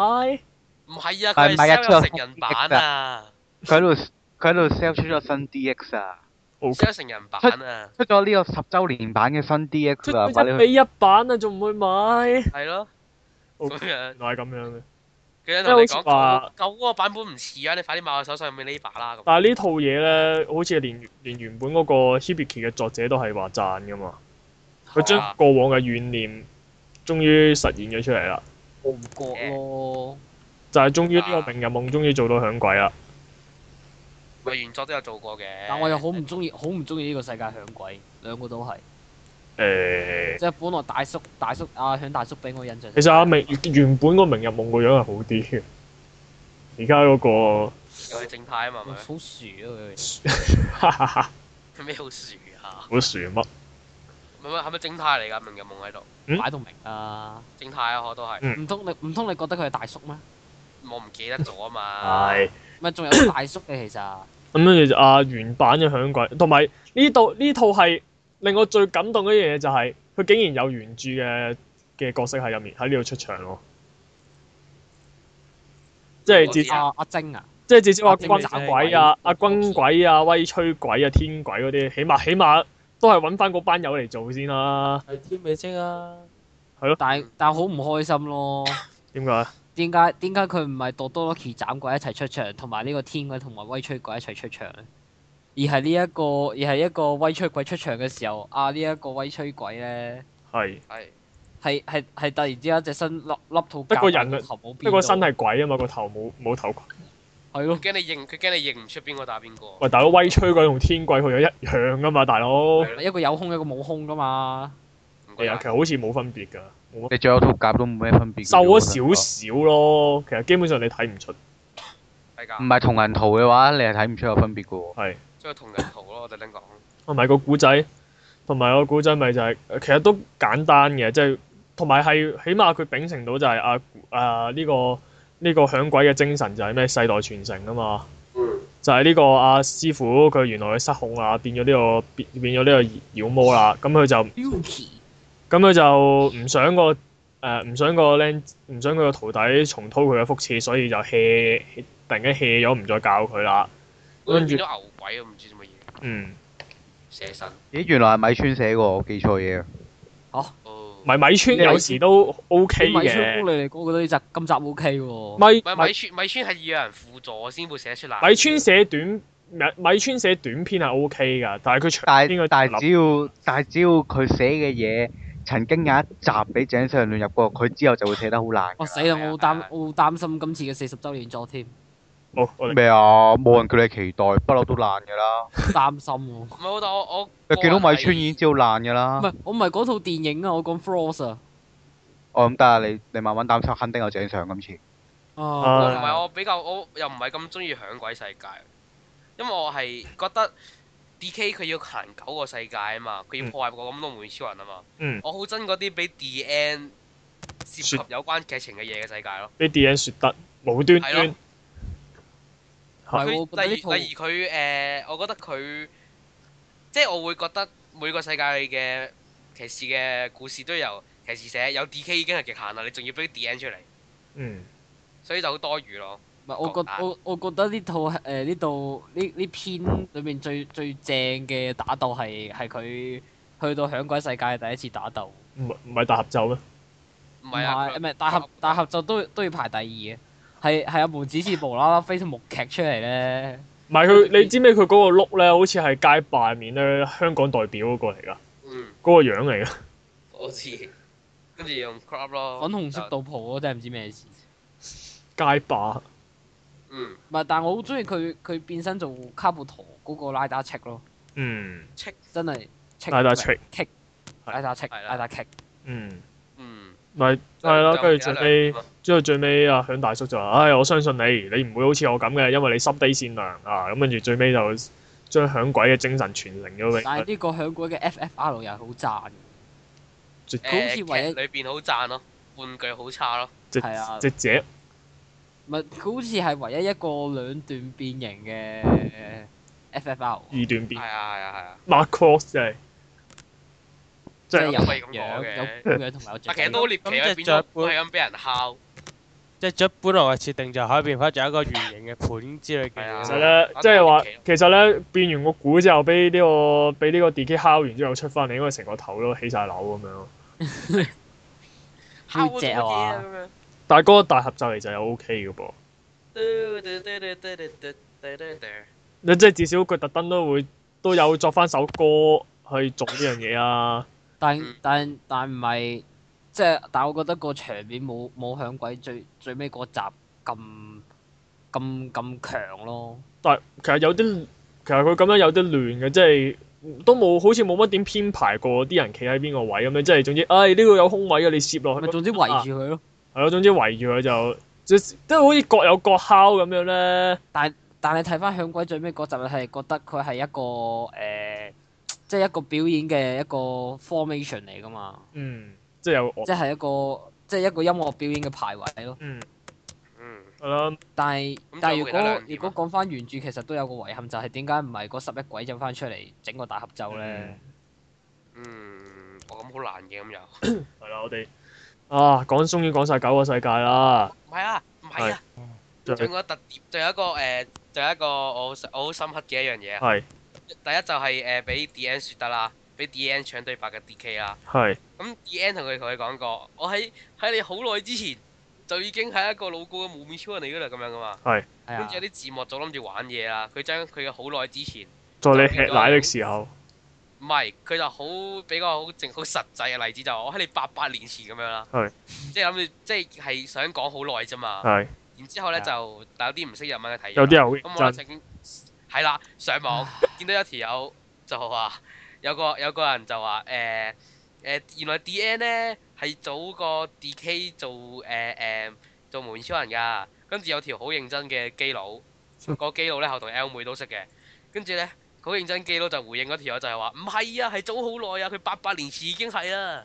S4: 唔係啊，
S5: 但
S4: 佢係
S5: 係唔係啊
S4: sell 有成人版啊
S5: 佢喺度佢喺度 sell 出咗新 DX 啊，
S1: 好
S4: ，sell 有成人版啊，
S5: 出咗呢個十週年版嘅新 DX 啊，快
S1: 出
S5: 啲
S1: 一
S5: 去
S1: 比一版啊，仲唔去買？原
S4: 係咯，咁
S1: OK
S4: 樣
S1: 來係咁樣嘅。
S4: 佢同你
S1: 即係好
S4: 講
S1: 似話
S4: 舊舊嗰個版本唔似啊，你快啲買我手上面呢把啦咁。
S1: 但係呢套嘢咧，好似連連原本嗰個 Hibiki 嘅作者都係話讚噶嘛。佢
S4: 係
S1: 將
S4: 啊
S1: 過往嘅怨念，終於實現咗出嚟啦。
S2: 我唔覺咯，
S1: 就係終於
S4: 啊
S1: 呢個明日夢終於做到響鬼啦，
S4: 咪原作都有做過嘅。
S2: 但我又好唔中意，好唔中意呢個世界響鬼，兩個都係。
S1: 誒、
S2: 即係本來大叔大叔啊響大叔俾我印象。
S1: 其實阿明原本個明日夢個樣係好啲嘅，而家嗰個
S4: 又係正太啊嘛，
S2: 好
S4: 係
S2: 薯啊佢，
S1: 哈哈哈
S4: 咪咩好樹啊？
S1: 好樹乜？
S4: 唔係係咪正太嚟㗎？明日夢喺度，
S1: 嗯
S2: 擺到明啊！
S4: 正太啊，我都係，
S2: 唔通你唔通你覺得佢係大叔咩？
S4: 我唔記得咗啊嘛。
S1: 嗯係
S2: 咪仲有大叔嘅其實。
S1: 咁跟住就阿原版嘅響鬼，同埋呢度呢套係令我最感動嘅一樣嘢就係、佢竟然有原著嘅嘅角色喺入面喺呢度出場咯，即係至
S4: 知啊
S2: 阿阿晶啊，
S1: 即係至少阿
S2: 阿晶嘅
S1: 軍鬼啊、阿軍鬼啊、威吹鬼啊、天鬼嗰啲，起碼起碼都係揾翻嗰班友嚟做先啦。
S3: 係天美精啊！
S2: 但係但係好唔開心咯。
S1: 點解？
S2: 點解點解佢唔係度多羅奇斬鬼一齊出場，同埋呢個天鬼同埋威吹鬼一齊出場咧？而係呢一個而係一個威吹鬼出場嘅時候，啊呢一、個威吹鬼咧，
S1: 係
S4: 係
S2: 係係係突然之間隻身笠笠套
S1: 得個
S2: 膠
S1: 人啊
S2: 頭冇變
S1: 不過身
S2: 到
S1: 係鬼啊嘛，個頭冇冇頭盔。
S2: 係咯
S4: 佢，驚你認，佢驚你認唔出邊個打邊個。
S1: 喂，大佬威吹鬼同天貴佢有一樣啊噶嘛，大佬。
S4: 係咯
S2: 一個有胸一個冇胸噶嘛。
S4: 唔該
S1: 係啊，其實好似冇分別㗎，冇乜
S5: 你仲有套甲都冇咩分別嘅啫。
S1: 瘦咗
S5: 我覺得
S1: 少少咯。其實基本上你睇唔出，
S4: 係㗎
S5: 唔。
S1: 嗯
S5: 係同人圖嘅話，你係睇唔出有分別嘅喎。
S1: 係
S4: 將同人圖咯，我特登講。
S1: 同埋個古仔，同埋個古仔咪就係、其實都簡單嘅，即係同埋係起碼佢秉承到就係啊啊呢個呢、個響鬼嘅精神就係咩世代傳承啊嘛。
S4: 嗯。
S1: 就係呢個阿、師傅，佢原來佢失控啦，變咗呢、個變變咗呢個妖魔啦，咁佢就
S2: Yuki
S1: 咁佢就唔想個誒唔、想個僆唔想佢個徒弟重蹈佢嘅覆轍，所以就 hea 突然間 hea 咗，唔再教佢啦。
S4: 跟
S1: 跟住
S4: 住變咗牛鬼，我唔知做乜嘢。
S1: 嗯，
S4: 蛇神。
S5: 咦，原來係米川寫嘅喎，我記錯嘢。
S4: 哦。
S1: 咪米村有時都 OK
S2: 米村
S1: 嘅，
S2: 你嚟講，我覺得呢集今集 O K 喎。
S1: 米
S4: 咪米村米村係要有人輔助先會寫出嚟。
S1: 米村寫短米米村寫短篇係 OK 㗎，但係佢長
S5: 但
S1: 篇佢
S5: 係但
S1: 就
S5: 係
S1: 諗
S5: 只要但係只要佢寫嘅嘢曾經有一集俾井上亂入過，佢之後就會寫得好爛㗎啦。
S2: 我死啦！我好擔
S4: 係啊
S2: 我好擔心今次嘅四十週年作添，
S1: 好，我哋
S5: 咩啊？冇人叫你期待，不嬲都爛㗎啦。
S2: 擔心喎。
S4: 唔係，我但我我
S5: 你見到米
S4: 個
S5: 村
S4: 人
S5: 已經
S4: 係
S5: 知道爛㗎
S2: 唔
S5: 啦。
S2: 係，我唔係嗰套電影啊，我講 Frost 啊。
S5: 哦我咁得啦，你你慢慢擔心，肯定有井上今次。
S1: 啊
S4: 我
S2: 哦，
S4: 唔係我比較我又唔係咁中意響鬼世界，因為我係覺得 D.K. 佢要行九個世界啊嘛，佢要
S1: 嗯
S4: 破壞個咁多門超人啊嘛。
S1: 嗯
S4: 我好憎嗰啲俾 D.N. 涉及
S1: 雪
S4: 有關劇情嘅嘢嘅世界咯。
S1: 俾 D N 説得無端
S4: 係
S1: 端
S4: 咯
S2: 唔係
S4: 佢
S2: 我覺得呢
S4: 例
S2: 套
S4: 如例如佢誒、呃我覺得佢即係我會覺得每個世界嘅騎士嘅故事都由騎士寫，有 D.K. 已經係極限啦，你仲要俾 D.N. 出嚟，
S1: 嗯
S4: 所以就好多餘咯。
S2: 唔係我覺我我覺得呢套誒呢度呢呢篇裏面最最正嘅打鬥係係佢去到響鬼世界第一次打鬥，唔
S1: 唔係唔係大合奏咩？
S4: 唔係啊，
S2: 係
S4: 佢
S2: 唔係大合大合作都都要排第二嘅，係係阿門子是無啦啦飛咗木劇出嚟咧。
S1: 唔係
S4: 嗯
S1: 佢，你知唔知佢嗰個碌咧，好似係街霸入面咧香港代表嗰個嚟㗎，
S4: 嗯，
S1: 嗰、個樣嚟㗎。
S4: 我知。跟住用 crop 咯，
S2: 粉紅色
S4: 就
S2: 道袍我真係唔知咩事。
S1: 街霸
S4: 嗯，
S2: 唔係，但我好中意佢佢變身做卡布陀嗰個拉打赤咯，
S1: 嗯
S2: 真係赤
S1: 拉打赤
S2: kick
S1: 係
S2: 拉打赤
S4: 係啦
S2: 拉打赤，
S1: 嗯，
S4: 嗯，
S1: 咪係啦，
S4: 就
S1: 跟住最
S4: 就
S1: 尾
S4: 就，
S1: 之後最尾啊，響大叔就話：，唉，我相信你，你唔會好似我咁嘅，因為你心地善良啊。咁跟住最尾就將響鬼嘅精神傳承咗俾
S2: 但係
S1: 佢。
S2: 呢個響鬼嘅 FFR 又係好讚嘅，
S1: 隻
S2: 佢好
S4: 誒
S2: 似
S4: 劇
S2: 唯一
S4: 裏邊好讚咯，玩具好差咯，
S1: 隻
S2: 係啊
S1: 隻隻
S2: 唔係佢好似係唯一一個兩段變形嘅 FFR，
S1: 二段
S4: 係
S1: 變
S4: 啊係啊係啊，
S1: Mark Cross 真係，即
S2: 即係
S1: 係
S2: 有
S4: 可以咁
S2: 樣
S4: 講嘅
S2: 有姑樣同埋有
S4: 但其
S2: 隻
S4: 實
S2: 仔。
S4: 都獵奇啊，
S3: 咁隻
S4: 變
S3: 雀
S4: 咗
S3: 會
S4: 係咁俾人敲，
S3: 即係本來嘅設定就可以變翻做一個圓形嘅盤之類嘅
S4: 係
S3: 嘢
S4: 啊
S1: 其
S4: 就
S1: 實
S3: 嘛。
S1: 咧，即係話
S4: 啊
S1: 其實咧變完個股之後，俾呢、個俾呢個 D K 敲完之後出翻嚟，應該成個頭都起晒樓咁樣。
S4: 敲嗰
S2: 隻
S4: 啲
S2: 啊
S4: 啊
S2: 嘛
S4: 咁樣。
S1: 但係嗰個大合奏嚟就有 O K 嘅噃，你即係至少佢特登都會都有作翻首歌去做呢樣嘢啊。
S2: 但
S4: 嗯
S2: 但但唔係，即係但我覺得個場面冇冇響鬼最最尾嗰集咁咁咁強咯。
S1: 但係其實有啲其實佢咁樣有啲亂嘅，即係都冇好似冇乜點編排過啲人企喺邊個位咁樣，即係總之，唉、呢度有空位嘅，你攝落
S2: 咪
S1: 去。
S2: 總之圍住佢咯。
S1: 係咯，總之圍住佢就即即係好似各有各敲咁樣咧。
S2: 但係睇翻響鬼最尾嗰集，你係覺得佢係一個誒、呃即係一個表演嘅一個 formation 嚟噶嘛，
S1: 嗯，即係有樂
S2: 即係一個即係一個音樂表演嘅排位咯。
S1: 嗯
S4: 嗯，
S1: 係啦，
S2: 但係
S4: 咁
S2: 但係
S4: 就
S2: 如
S4: 會有
S2: 果
S4: 兩點啊
S2: 如果講翻原著，其實都有個遺憾，就係點解唔係嗰十一鬼整翻出嚟整個大合奏咧？
S4: 嗯，我咁好難嘅咁又，
S1: 係啦，我哋啊講終於講晒九個世界啦。
S4: 唔係啊，唔係啊，
S1: 最
S4: 仲有一個特點，仲有一個誒，仲有一個我好我好深刻嘅一樣嘢啊，
S1: 係
S4: 第一就係誒俾 D.N 説得啦，俾 D.N 搶對白嘅 D.K 啦。
S1: 係
S4: 咁 D.N 同佢同佢講過，我喺喺你好耐之前就已經係一個老古嘅無面超人嚟噶啦，咁樣噶嘛。
S2: 係
S4: 跟
S2: 啊
S4: 住，有啲字幕組諗住玩嘢啦，佢將佢嘅好耐之前，
S1: 在你吃奶的時候，
S4: 唔係佢就好比較好正好實際嘅例子就係我喺你八八年前咁樣啦。
S1: 係
S4: 即係諗住，即係係想講好耐啫嘛。
S1: 係
S4: 而然之後咧就但有啲唔識日文嘅提議啦。
S1: 有啲人好
S4: 咁我
S1: 認真，
S4: 曾經係啦，上網見到有條友就話有個有個人就話誒誒，原來 D N 咧係早過 D K 做誒誒、做無面超人㗎，跟住有條好認真嘅基佬，個基佬咧後同 L 妹都識嘅，跟住咧好認真基佬就回應嗰條友就係話唔係啊，係早好耐啊，佢八百年前已經係啦。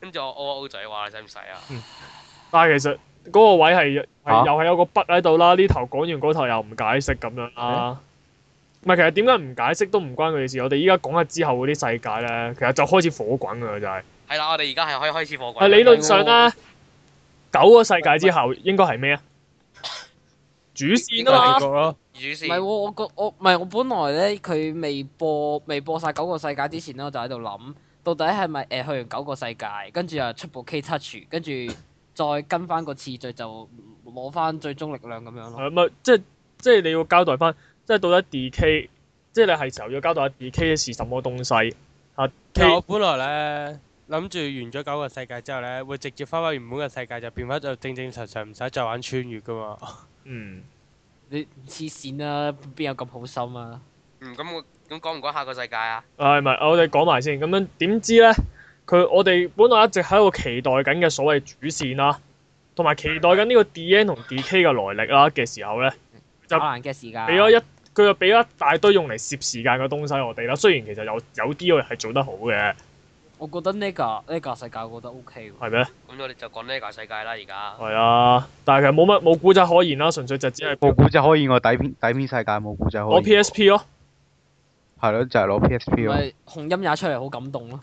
S4: 跟住我 O O 仔話你使唔使啊？
S1: 但係其實嗰個位係係
S5: 啊
S1: 又係有個筆喺度啦，呢頭講完嗰頭又唔解釋咁樣啦。唔係，其實點解唔解釋都唔關佢哋事。我哋依家講下之後嗰啲世界咧，其實就開始火滾㗎啦，就係、
S4: 係啦，我哋而家係可以開始放
S1: 係
S4: 鬼。
S1: 啊理論上咧，九個世界之後應該係咩啊？主線啊嘛，
S3: 咯，
S4: 主
S2: 唔係喎，
S4: 線
S2: 我覺我唔係我本來咧，佢未播未播晒九個世界之前咧，我就喺度諗，到底係咪呃誒去完九個世界，跟住又出部 K Touch，跟住再跟翻個次序就攞翻最終力量咁樣
S4: 啊
S2: 咯。
S1: 係咪即係即係你要交代翻，即係到底 D.K. 即係你係時候要交代下 D.K. 是什麼東西啊
S3: 其實我
S1: ？K
S3: 本來咧諗住完咗九個世界之後咧，會直接翻返原本嘅世界，就變翻就正正常常，唔使再玩穿越噶嘛。
S1: 嗯
S2: 你黐線啦，邊有咁好心啊？
S4: 嗯咁我咁講唔講下個世界啊？
S1: 係咪？我哋講埋先咁樣，點知咧？佢我哋本來一直喺度期待緊嘅所謂主線啦，同埋期待緊呢個 D.N. 同 D.K. 嘅來歷啦嘅時候咧，就
S2: 打爛嘅啊時間。
S1: 俾咗一佢又俾咗一大堆用嚟攝時間嘅東西我哋啦。雖然其實有有啲我哋係做得好嘅，
S2: 我覺得呢個呢個世界我覺得 O K
S4: 啊
S2: 喎。
S1: 係咩？
S4: 咁我哋就講呢個世界啦，而家。
S1: 係啊，但係其實冇乜冇古仔可言啦，純粹就只係
S5: 冇古仔可以，我底片底片世界冇古仔可以。
S1: 攞 PSP 咯。
S5: 係咯，就係攞 PSP 咯。
S2: 咪紅音也出嚟好感動咯。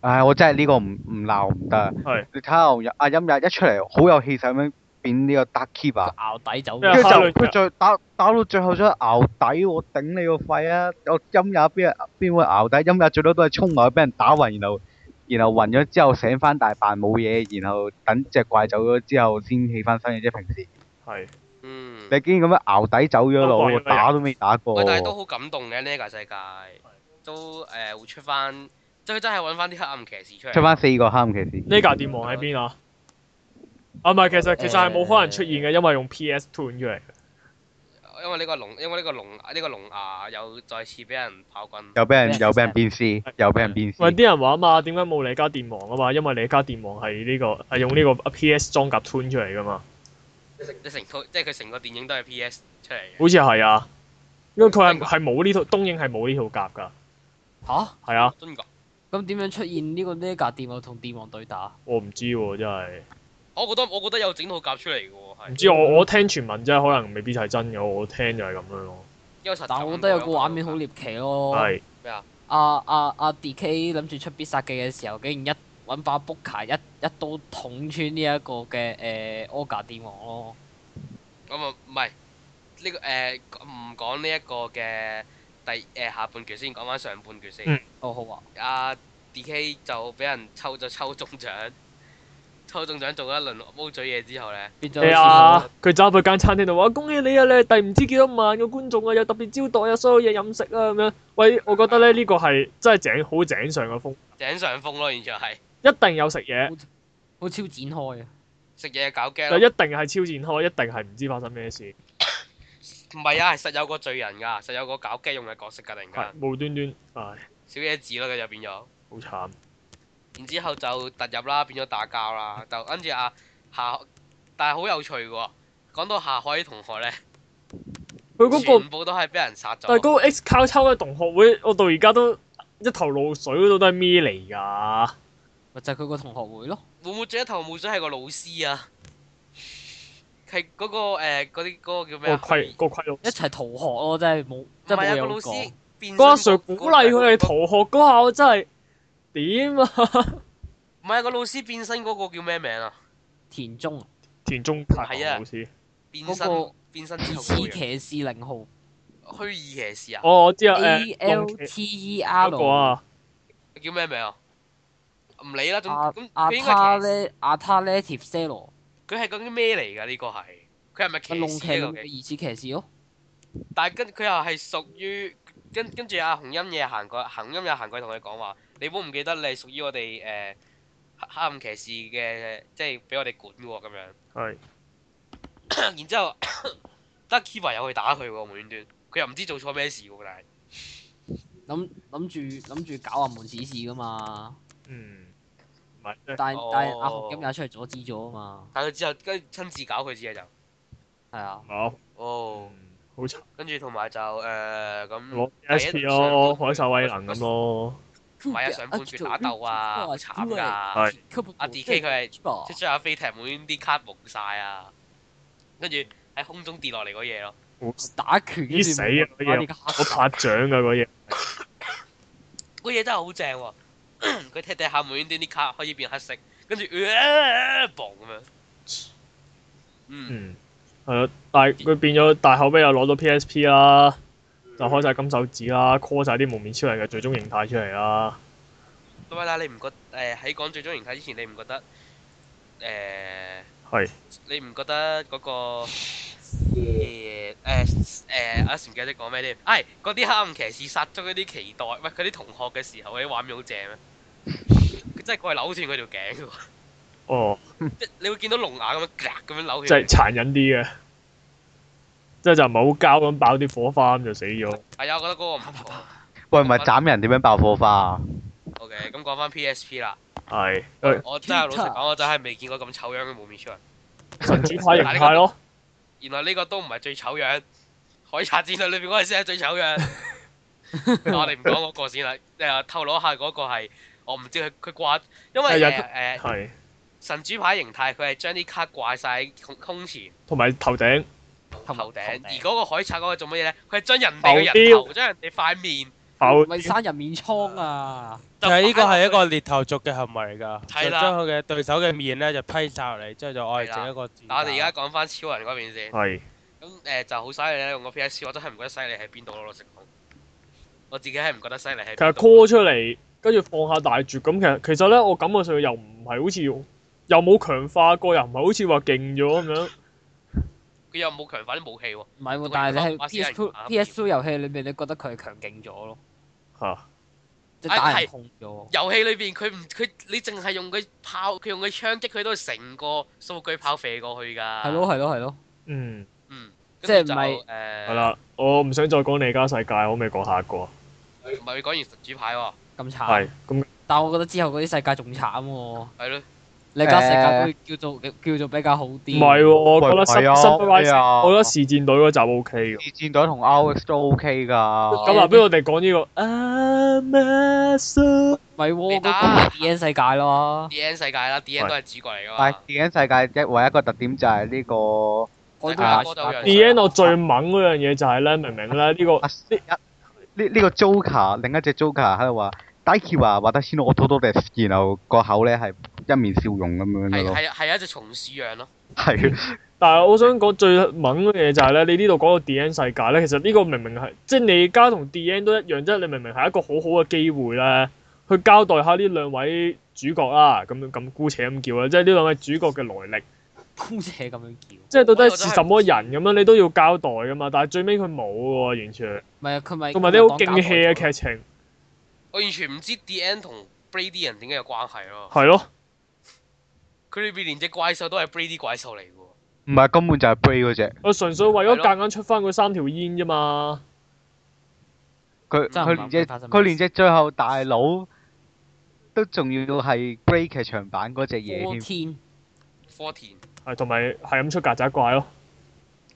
S5: 唉，我真係呢個唔唔鬧唔得啊。
S1: 係
S5: 你睇下牛日阿音日一出嚟，好有氣勢咁樣變呢個 Dark Keeper，
S2: 咬底走
S1: 咩
S5: 跟
S1: 啊
S5: 住就
S1: 哈雷特
S5: 佢最打打到最後想熬底，我頂你個肺啊！我音日邊邊會熬底？音日最多都係衝埋去俾人打暈，然後然後暈咗之後醒翻大扮冇嘢，然後等只怪走咗之後先起翻身嘅啫。平時
S1: 係
S4: 嗯，
S5: 你哦竟然咁樣熬底走咗
S1: 不過
S5: 路，
S1: 有個
S5: 我打都未打過
S4: 喂，。但係都好感動嘅呢個世界，都誒會出翻，即係真係揾翻啲黑暗騎士出嚟。
S5: 出翻四個黑暗騎士。
S1: 呢架電王喺邊啊？啊，唔係，其實其實係冇可能出現嘅，因為用 PS Two 出嚟。
S4: 因為呢個龍，因為呢個龍，呢個龍牙又再次俾人炮轟。
S5: 又俾人
S2: 咩
S5: 又俾人鞭屍，又俾人鞭
S1: 喂，
S5: 屍。
S1: 啲人話啊嘛，點解冇你家電王啊嘛？因為你家電王係呢、個係用呢個 PS 裝甲 Two 出嚟噶嘛，
S4: 即係成套，即係佢成個電影都係 P.S. 出嚟嘅。
S1: 好似係啊。因為佢係係冇呢套東映係冇呢套甲㗎，
S2: 嚇？
S1: 係啊，
S4: 真㗎？
S2: 咁點樣出現呢個呢架電話同電王對
S4: 啊
S2: 打？
S1: 我唔知喎，真係
S4: 我覺得我覺得有整套甲出嚟嘅喎，
S1: 唔
S4: 係。
S1: 知我我聽傳聞啫，可能未必係真嘅，我聽就係咁樣咯。
S4: 因為實
S2: 但我覺得有個畫面好獵奇咯。
S1: 係
S2: 阿阿阿 D.K. 諗住出必殺技嘅時候，竟然一揾把 b o o 一一刀捅穿呢一個嘅誒 Oga 電王咯。
S4: 咁啊，唔係呢個誒唔講呢一個嘅第誒下半橛先，講翻上半橛先。
S1: 嗯
S2: 哦好啊，
S4: 阿 D.K. 就俾人抽咗抽中獎，抽中獎做一輪煲嘴嘢之後咧，
S2: 變咗
S1: 係
S2: 好似
S1: 啊，佢走入去間餐廳度話：恭喜你啊！你係第唔知幾多萬個觀眾啊，有特別招待啊，所有嘢飲食啊咁樣。喂，我覺得咧呢個係真係井好井上嘅風，
S4: 井上風咯，完全係
S1: 一定有食嘢，
S2: 好超展開啊！
S4: 食嘢搞驚
S1: 就
S4: 咯
S1: 一。定係超展開，一定係唔知發生咩事，
S4: 唔係啊，係實有個罪人㗎，實有個搞基用嘅角色㗎，突然
S1: 係
S4: 間
S1: 無端端，唉，
S4: 小野子咯，佢就變咗，
S1: 好慘。
S4: 然之後就突入啦，變咗打交啦，就跟住啊夏，但係好有趣喎。講到夏海啲同學咧，
S1: 佢嗰個
S4: 全部都係俾人殺
S1: 但係
S4: 咗。
S1: 嗰個 X 交抽嘅同學會，我到而家都一頭霧水，嗰度都係咩嚟㗎？
S2: 咪就係佢個同學會咯。
S4: 會唔會最一頭霧水係個老師啊？係嗰、個誒嗰啲嗰個叫咩
S1: 個
S4: 啊？
S1: 規個規律。
S2: 一齊逃學咯，真係冇，
S4: 唔
S2: 真
S4: 係
S2: 係
S4: 啊，個老
S2: 冇嘢好
S4: 師
S2: 講。
S4: 變
S1: 嗰阿
S4: 身
S1: Sir
S4: 個
S1: 鼓勵佢哋逃學嗰下，我真係點啊？
S4: 唔係啊個老師變身嗰個叫咩名啊？
S2: 田 中啊
S1: 田中泰
S4: 係啊
S1: 老師，
S4: 變
S2: 嗰
S4: 身、
S2: 個
S4: 變身之
S2: 疑
S4: 後
S2: 似
S4: 嗰個人
S2: 騎士零號
S4: 虛擬騎士啊？
S1: 哦，我知啊，
S2: A
S1: 誒，
S2: L
S1: 龍騎
S2: T E
S1: 嗰
S2: R
S1: 個啊。
S4: 叫咩名啊？唔理啦，總
S2: 阿
S4: 咁
S2: 啊阿
S4: 佢應該係
S2: 他
S4: 騎士
S2: 咧阿他咧 t i p s e l o
S4: 佢係究竟咩嚟㗎？呢個係佢係咪
S2: 咪龍
S4: 騎
S2: 騎
S4: 士
S2: 龍
S4: 嚟
S2: 嘅
S4: 嘅？
S2: 疑似騎士咯。
S4: 但係跟佢又係屬於跟跟住阿紅音嘢行過，紅音嘢行過同佢講話：你唔好唔記得你係屬於我哋誒黑暗騎士嘅，即係俾我哋管喎咁樣。
S1: 係
S4: 然之後 得 Kiva 有去打佢喎，無端端佢又唔知做錯咩事喎，但係
S2: 諗諗住諗住搞阿門此事噶嘛，
S1: 嗯，唔係即係
S2: 但
S4: 哦
S2: 但係阿紅今日出嚟阻止咗啊嘛，
S4: 但係佢之後跟住親自搞佢之嘢就，
S2: 係啊，
S1: 我
S4: 哦，
S1: 嗯好慘，
S4: 跟住同埋就誒咁
S1: 攞 S P 咯，海獸威能咁咯。
S4: 買啊日上半決
S2: 呃
S4: 打鬥啊，好慘㗎，
S1: 係
S4: 阿 DK 佢係
S2: 啊
S4: 即係將阿飛踢滿啲卡蒙晒啊，跟住喺空中跌落嚟嗰嘢咯，
S2: 打拳跟
S1: 咦死
S2: 住
S1: 啊嗰嘢
S2: 打你個黑
S1: 我拍掌㗎嗰嘢，
S4: 嗰嘢真係好正喎。 佢踢踢下，無端端啲卡可以變黑色，跟住呃嘣咁樣。嗯，
S1: 嗯，係咯，但係佢變咗，但係後尾又攞到 P S P 啦，就開晒金手指啦，call 晒啲蒙面超人嘅最終形態出嚟啦。
S4: 咁啊，但係你唔覺誒喺講最終形態之前，你唔覺得誒？
S1: 係
S4: 你唔覺得嗰、個誒誒誒啊？唔記得講咩添？係嗰啲黑暗騎士殺咗嗰啲期待，喂嗰啲同學嘅時候嗰啲畫面好正咩？佢真係過去扭斷佢條頸嘅喎，
S1: 哦，
S4: 即係你會見到龍牙咁樣咔咁樣扭
S1: 即
S4: 斷
S1: 係
S4: 佢。
S1: 殘忍啲嘅，即係就唔係好膠咁爆啲火花咁就死咗。
S4: 係啊，我覺得嗰個唔錯。
S5: 喂，唔係斬人點樣爆火花啊？
S4: OK，咁講翻 PSP 啦，
S1: 係，誒
S4: 我真係老實講，我真係未見過咁醜樣嘅無面超人。
S1: 神主牌形態咯，
S4: 原來呢個都唔係最醜樣，《海賊戰隊》裏邊嗰個先係最醜樣。我哋唔講嗰個先啦，誒透露一下嗰個係我唔知佢佢掛，因為
S1: 係有
S4: 誒誒
S1: 係，
S4: 神主牌形態，佢係將啲卡掛晒喺胸胸前
S1: 同埋頭頂
S2: 頭頭
S4: 頭頂，
S2: 頂
S4: 而嗰個海賊嗰個做乜嘢咧？佢係將人哋嘅人
S1: 浮
S4: 頭，將人哋塊面
S1: 爆
S2: 咪生人面瘡啊！
S3: 就係呢個係一個獵頭族嘅行為嚟㗎，
S4: 係
S3: 就
S4: 啦
S3: 將佢嘅對手嘅面咧就批晒落嚟，之後就愛
S4: 係啦
S3: 整一個
S4: 嗱，我哋而家講翻超人嗰邊先，
S1: 係
S4: 咁誒就好犀利咧，用個 PS，我真係唔覺得犀利喺邊度咯，老實講，我自己係唔覺得犀利喺邊
S1: 其實
S4: 度。
S1: call 出嚟，跟住放下大絕咁，其實其實咧，我感覺上又唔係好似又冇強化過，又唔係好似話勁咗咁樣。
S4: 佢又冇強化啲武器喎，
S2: 唔係喎
S4: 喂，
S2: 但係你
S4: 我
S2: 喺
S4: 我先
S2: PS
S4: 係
S2: Two
S4: 打
S2: PS Two 遊戲裏面，你覺得佢係強勁咗咯，
S1: 嚇
S2: 即
S4: 哎
S2: 係打
S4: 係
S2: 人控咗。
S4: 遊戲裏邊佢唔佢你淨係用佢炮，佢用佢槍擊佢都係成個數據炮射過去㗎。
S2: 係咯，係咯，係咯，
S1: 嗯，
S4: 嗯，
S2: 即係
S4: 跟住
S2: 唔係
S4: 就誒
S1: 係，啦，我唔想再講你家世界，可唔可以講下一個啊？
S4: 唔係你講完神主牌喎，
S2: 咁慘。
S1: 係咁
S2: 但係我覺得之後嗰啲世界仲慘喎，
S4: 係咯，
S2: 你家世界都叫做叫做比較好
S1: 唔
S2: 啲。
S1: 係哎喎，我覺得
S5: 喂
S1: s u
S5: 係
S1: b
S5: 啊
S1: s u b r i
S5: 係
S1: s
S5: 啊
S1: 我覺得視戰隊嗰集 O K 嘅。
S5: 二戰隊同 RX 都 OK 㗎。
S1: 咁啊，不如我哋講呢個 I'm a so
S2: 唔係喎，
S4: 你
S2: 嗰個
S4: 打
S2: 係 D N 世界啦，
S4: D N 世界啦，D N
S1: 係
S4: 都係主角嚟㗎
S5: 但係
S4: 嘛。
S5: 電影世界一唯一一個特點就係呢個
S2: 我都
S5: 啊
S2: 打
S4: 我都有樣
S1: The End 我最猛嗰樣嘢就係咧，明明咧呢個
S5: 啊一呢呢個 Joker，另一隻 Joker 喺度話 d i k e 話話得先我偷偷哋，然後個口咧係一面笑容咁樣嘅
S4: 係
S5: 咯，
S4: 係係一隻松鼠樣咯，
S5: 係
S1: 但係我想講最猛嘅嘢就係咧，你呢度講到 D N 世界咧，其實呢個明明係即係你家同 D N 都一樣，即係你明明係一個好好嘅機會咧，去交代下呢兩位主角啦，咁咁姑且咁叫啦，即係呢兩位主角嘅來歷，
S2: 姑且咁樣叫。
S1: 即係到底是什麼人咁樣，你都要交代噶嘛。但係最尾佢冇喎，完全，
S2: 唔係啊佢咪
S1: 同埋啲好勁
S2: 講
S1: hea 嘅啊
S2: 搞
S1: 劇
S2: 錯咗
S1: 情，
S4: 我完全唔知 D N 同 Brady 人點解有關係咯。
S1: 係咯，
S4: 佢裏邊連只怪獸都係 Brady 怪獸嚟㗎喎。
S5: 唔係根本就係 Bray 嗰只，
S1: 我純粹為咗
S4: 係咯
S1: 夾硬出翻嗰三條煙啫嘛。
S5: 佢
S2: 真係
S5: 佢
S2: 唔明
S5: 連只
S2: 發生咩
S5: 佢連只最後大佬都仲要係 Bray 劇場版嗰只嘢
S2: 我
S5: 添，
S2: 天，
S4: Forty
S1: 係同埋係咁出曱甴怪咯，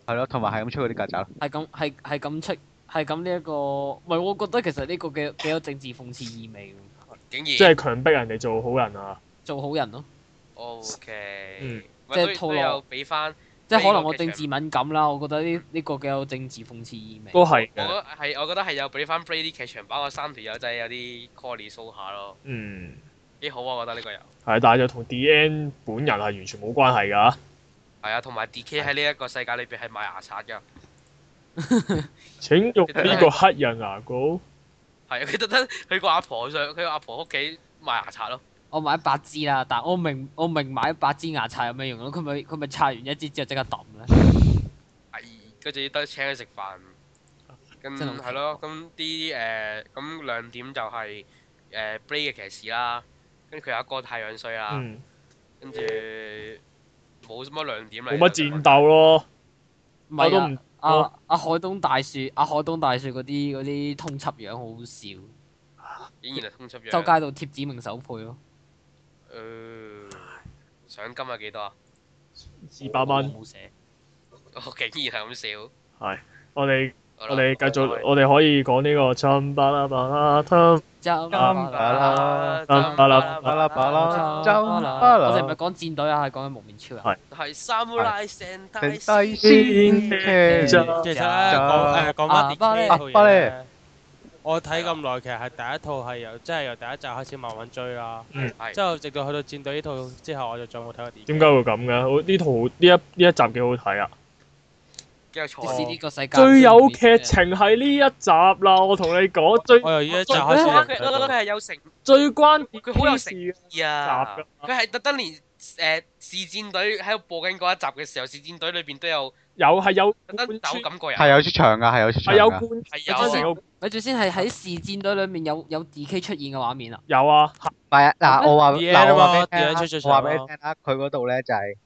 S5: 係咯，同埋係咁出嗰啲曱甴，
S2: 係咁係係咁出係咁呢一個，唔係我覺得其實呢個幾幾有政治諷刺意味喎，
S4: 竟
S1: 即
S4: 然
S1: 係強迫人哋做好人啊。
S2: 做好人咯，
S4: O K，
S1: 嗯
S4: 唔係
S2: 即係
S4: 都
S2: 套
S4: 都
S2: 落
S4: 有俾翻。
S2: 即係可能我政治敏感啦，我覺得呢呢個幾有政治諷刺意味。
S1: 都係
S4: 我覺
S1: 嘅，
S4: 得係，我覺得係有俾翻 Brady 劇場版嗰三條友仔有啲 call 數下咯，
S1: 嗯。
S4: 幾好啊！我覺得呢個又
S1: 係，但係就同 D.N 本人係完全冇關係㗎。
S4: 係啊，同埋 DK 喺呢一個世界裏邊係賣牙刷㗎，
S1: 請用呢個黑人牙膏。
S4: 係啊佢特登去個阿婆上，佢個阿婆屋企賣牙刷咯，
S2: 我買八支啦，但我明我明買八支牙刷有咩用咯？佢咪佢咪刷完一支之後即刻抌咧？
S4: 係跟住得請佢食飯，咁
S2: 真係好
S4: 係咯，咁啲誒咁亮點就係誒 Brady 嘅騎士啦，跟住佢有一哥太樣衰啦，
S1: 嗯，
S4: 跟住冇乜亮點啦。
S1: 冇乜戰鬥咯，
S2: 唔
S1: 我都
S2: 係
S1: 唔
S2: 啊，阿阿海東大樹，阿海東大樹嗰啲嗰啲通緝樣好好笑，
S4: 依然係通緝樣。
S2: 周街度貼指明手配咯，
S4: 誒獎呃金係幾多啊？
S1: 二百蚊。
S2: 冇寫。
S4: 我竟然係咁少。
S1: 我哋
S4: 好啦
S1: 我哋繼續，我哋可以講呢個春巴拉巴拉吞，
S2: 就
S5: 巴
S4: 啊
S5: 啦
S4: Ờ,
S1: 巴啦
S5: 巴拉巴拉，
S2: 就
S5: 巴拉巴
S2: 我哋唔係
S5: 拉，
S2: 講戰隊啊，係講緊蒙面超人。
S4: 係 Samurai Sentai
S5: 定低
S1: 先
S5: 先
S3: 其
S5: 嘅。
S3: 實咧
S5: 就
S3: 講誒講
S2: 啊
S3: 翻電車呢套
S5: 不過
S3: 嘢
S5: 咧
S3: 咧，我睇咁耐，其實係第一套係由即係由第一集開始慢慢追啦
S1: 嗯，
S4: 係
S3: 之後直到去到戰隊呢套之後，我就再冇睇過電
S1: 點解
S3: 車。
S1: 會咁嘅？好呢套好呢一呢一集幾好睇啊！
S4: 跟住
S2: 即使
S4: 錯。
S2: 呢個世界
S1: 最有劇情係呢一集啦，我同你講最
S3: 我由呢一集
S4: 最
S3: 開始就唔
S4: 佢
S3: 睇
S4: 佢佢
S3: 過。
S4: 係有誠
S1: 最關鍵
S4: 佢好有
S1: 事
S4: 誠
S1: 嘅
S4: 意啊！佢係特登連誒視戰隊喺度播緊嗰一集嘅時候，視戰隊裏邊都有
S1: 有係有
S4: 特登走
S1: 貫穿
S4: 咁個人。
S5: 係有出場啊㗎，係有出場
S1: 係啊有
S5: 㗎。
S1: 貫
S4: 係
S1: 有
S4: 有
S1: 成個
S2: 咪住先係喺視戰隊裏面有有 D.K 出現嘅畫面啊！
S1: 有啊，
S5: 唔係啊，嗱，我話嗱，我話俾
S3: D.N.
S5: 你
S3: 出
S5: 聽
S3: 咗場
S5: 啦，我
S3: 啦
S5: 話俾你聽啦，啊佢嗰度咧就係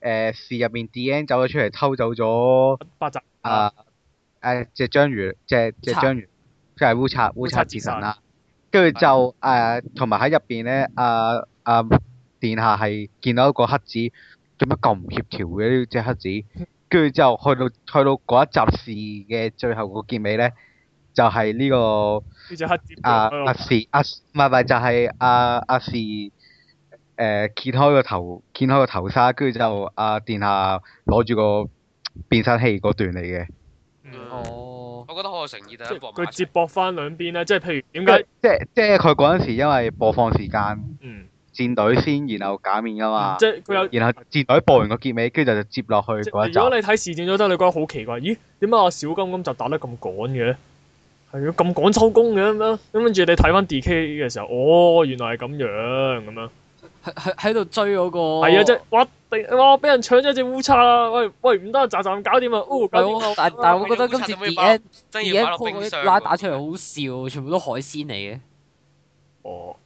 S5: 誒市入邊 D.N. 走咗出嚟偷走咗
S1: 八集
S5: 啊誒只章魚，只只章魚即係烏賊烏賊之神啦。跟住就誒，同埋喺入邊咧，啊啊殿下係見到一個黑子，做乜咁唔協調嘅呢只黑子？跟住就去到去到嗰一集事嘅最後個結尾咧，就係呢個。
S1: 呢隻黑接
S5: 啊
S1: 喺度
S5: 阿士阿唔係唔係就係阿阿士誒揭開個頭揭開個頭紗，跟住就阿殿下攞住個變身器嗰段嚟嘅，
S1: 嗯
S2: 哦，
S4: 我覺得好有誠意，
S1: 即
S4: 特
S1: 係
S4: 登播埋
S1: 佢
S4: 一
S1: 接
S4: 齊。
S1: 駁翻兩邊咧，即係譬如點
S5: 即
S1: 解
S5: 即即係佢嗰陣時因為播放時間
S1: 嗯
S5: 戰隊先，然後假面噶嘛
S1: 即，係佢有
S5: 然後戰隊播完個結尾，跟住就接啊落去
S1: 即
S5: 嗰一
S1: 係如果
S5: 集。
S1: 你睇事戰咗得，你覺得好奇怪，咦？點解阿小金咁就打得咁趕嘅？係啊，咁趕收工嘅咁樣，咁跟住你睇翻 D.K. 嘅時候，哦，原來係咁樣咁樣，
S2: 喺喺喺度追嗰個
S1: 係啊，即係哇定哇俾人搶咗隻烏叉啊！喂喂，唔得，喳喳搞掂啊！哦，搞
S2: 係
S1: 掂
S2: 我
S1: 啊！
S2: 但但我覺得今次
S4: 有冇
S2: D
S4: 打
S2: N
S4: 真
S2: D
S4: 要
S2: N
S4: 擺落
S2: call 嗰
S4: 冰
S2: 啲
S4: 箱。
S2: 拉打出嚟好笑，全部都海鮮嚟嘅。
S1: 哦，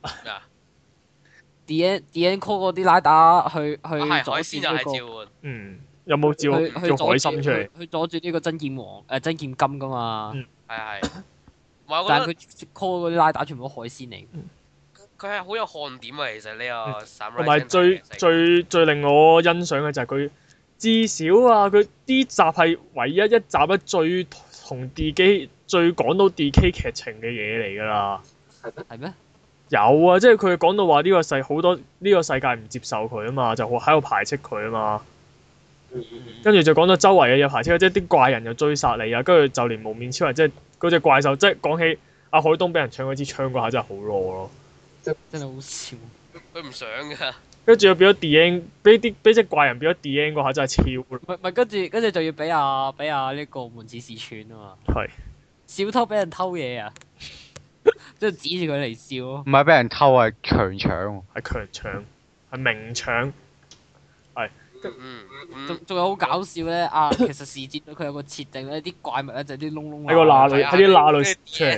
S2: D N D N call 嗰啲拉打去去
S4: 啊係海
S2: 左
S4: 鮮
S2: 轉嗰
S4: 又係
S2: 個
S4: 召喚。
S1: 嗯，有冇照
S2: 去去
S1: 叫
S2: 左
S1: 海參
S2: 轉
S1: 出嚟
S2: 去？去左轉呢個真劍王誒真劍金噶嘛
S1: 嗯，
S4: 係係。唔係，我
S2: 但
S4: 覺
S2: 係
S4: 得
S2: 佢 call 嗰啲拉打全部都海鮮嚟。
S4: 佢係好有看點啊！其實呢個 Samurai
S1: 同埋
S4: Sentai
S1: 最
S4: 嘅世界
S1: 最最令我欣賞嘅就係佢至少啊，佢呢集係唯一一集咧最同 D.K. 最講到 D.K. 劇情嘅嘢嚟㗎啦。
S2: 係咩？
S1: 有啊，即係佢講到話呢個世好多呢、個世界唔接受佢啊嘛，就喺度排斥佢啊嘛。跟住就講到周圍嘅嘢排斥，即係啲怪人又追殺你啊，跟住就連無面超人即係嗰只怪獸，即係講起阿海東俾人搶嗰支槍嗰下真係好攞咯。
S2: 真係好笑。
S4: 佢唔想㗎，
S1: 跟住又變咗 D N，俾啲俾只怪人變咗 D N 嗰下真係超
S2: 咪咪跟住跟住就要俾阿俾阿呢個門子試穿啊嘛。
S1: 係
S2: 小偷俾人偷嘢啊， 即係指住佢嚟笑咯。
S5: 唔係俾人偷啊，係強搶喎。
S1: 係強搶，係明搶。
S4: 嗯嗯
S2: 仲，仲有好搞笑咧啊！其實事節佢有個設定咧，啲怪物咧就係啲窿窿
S1: 喺個罅裏
S4: 係啊
S1: 喺啲罅裏
S4: 即係
S1: 出嚟，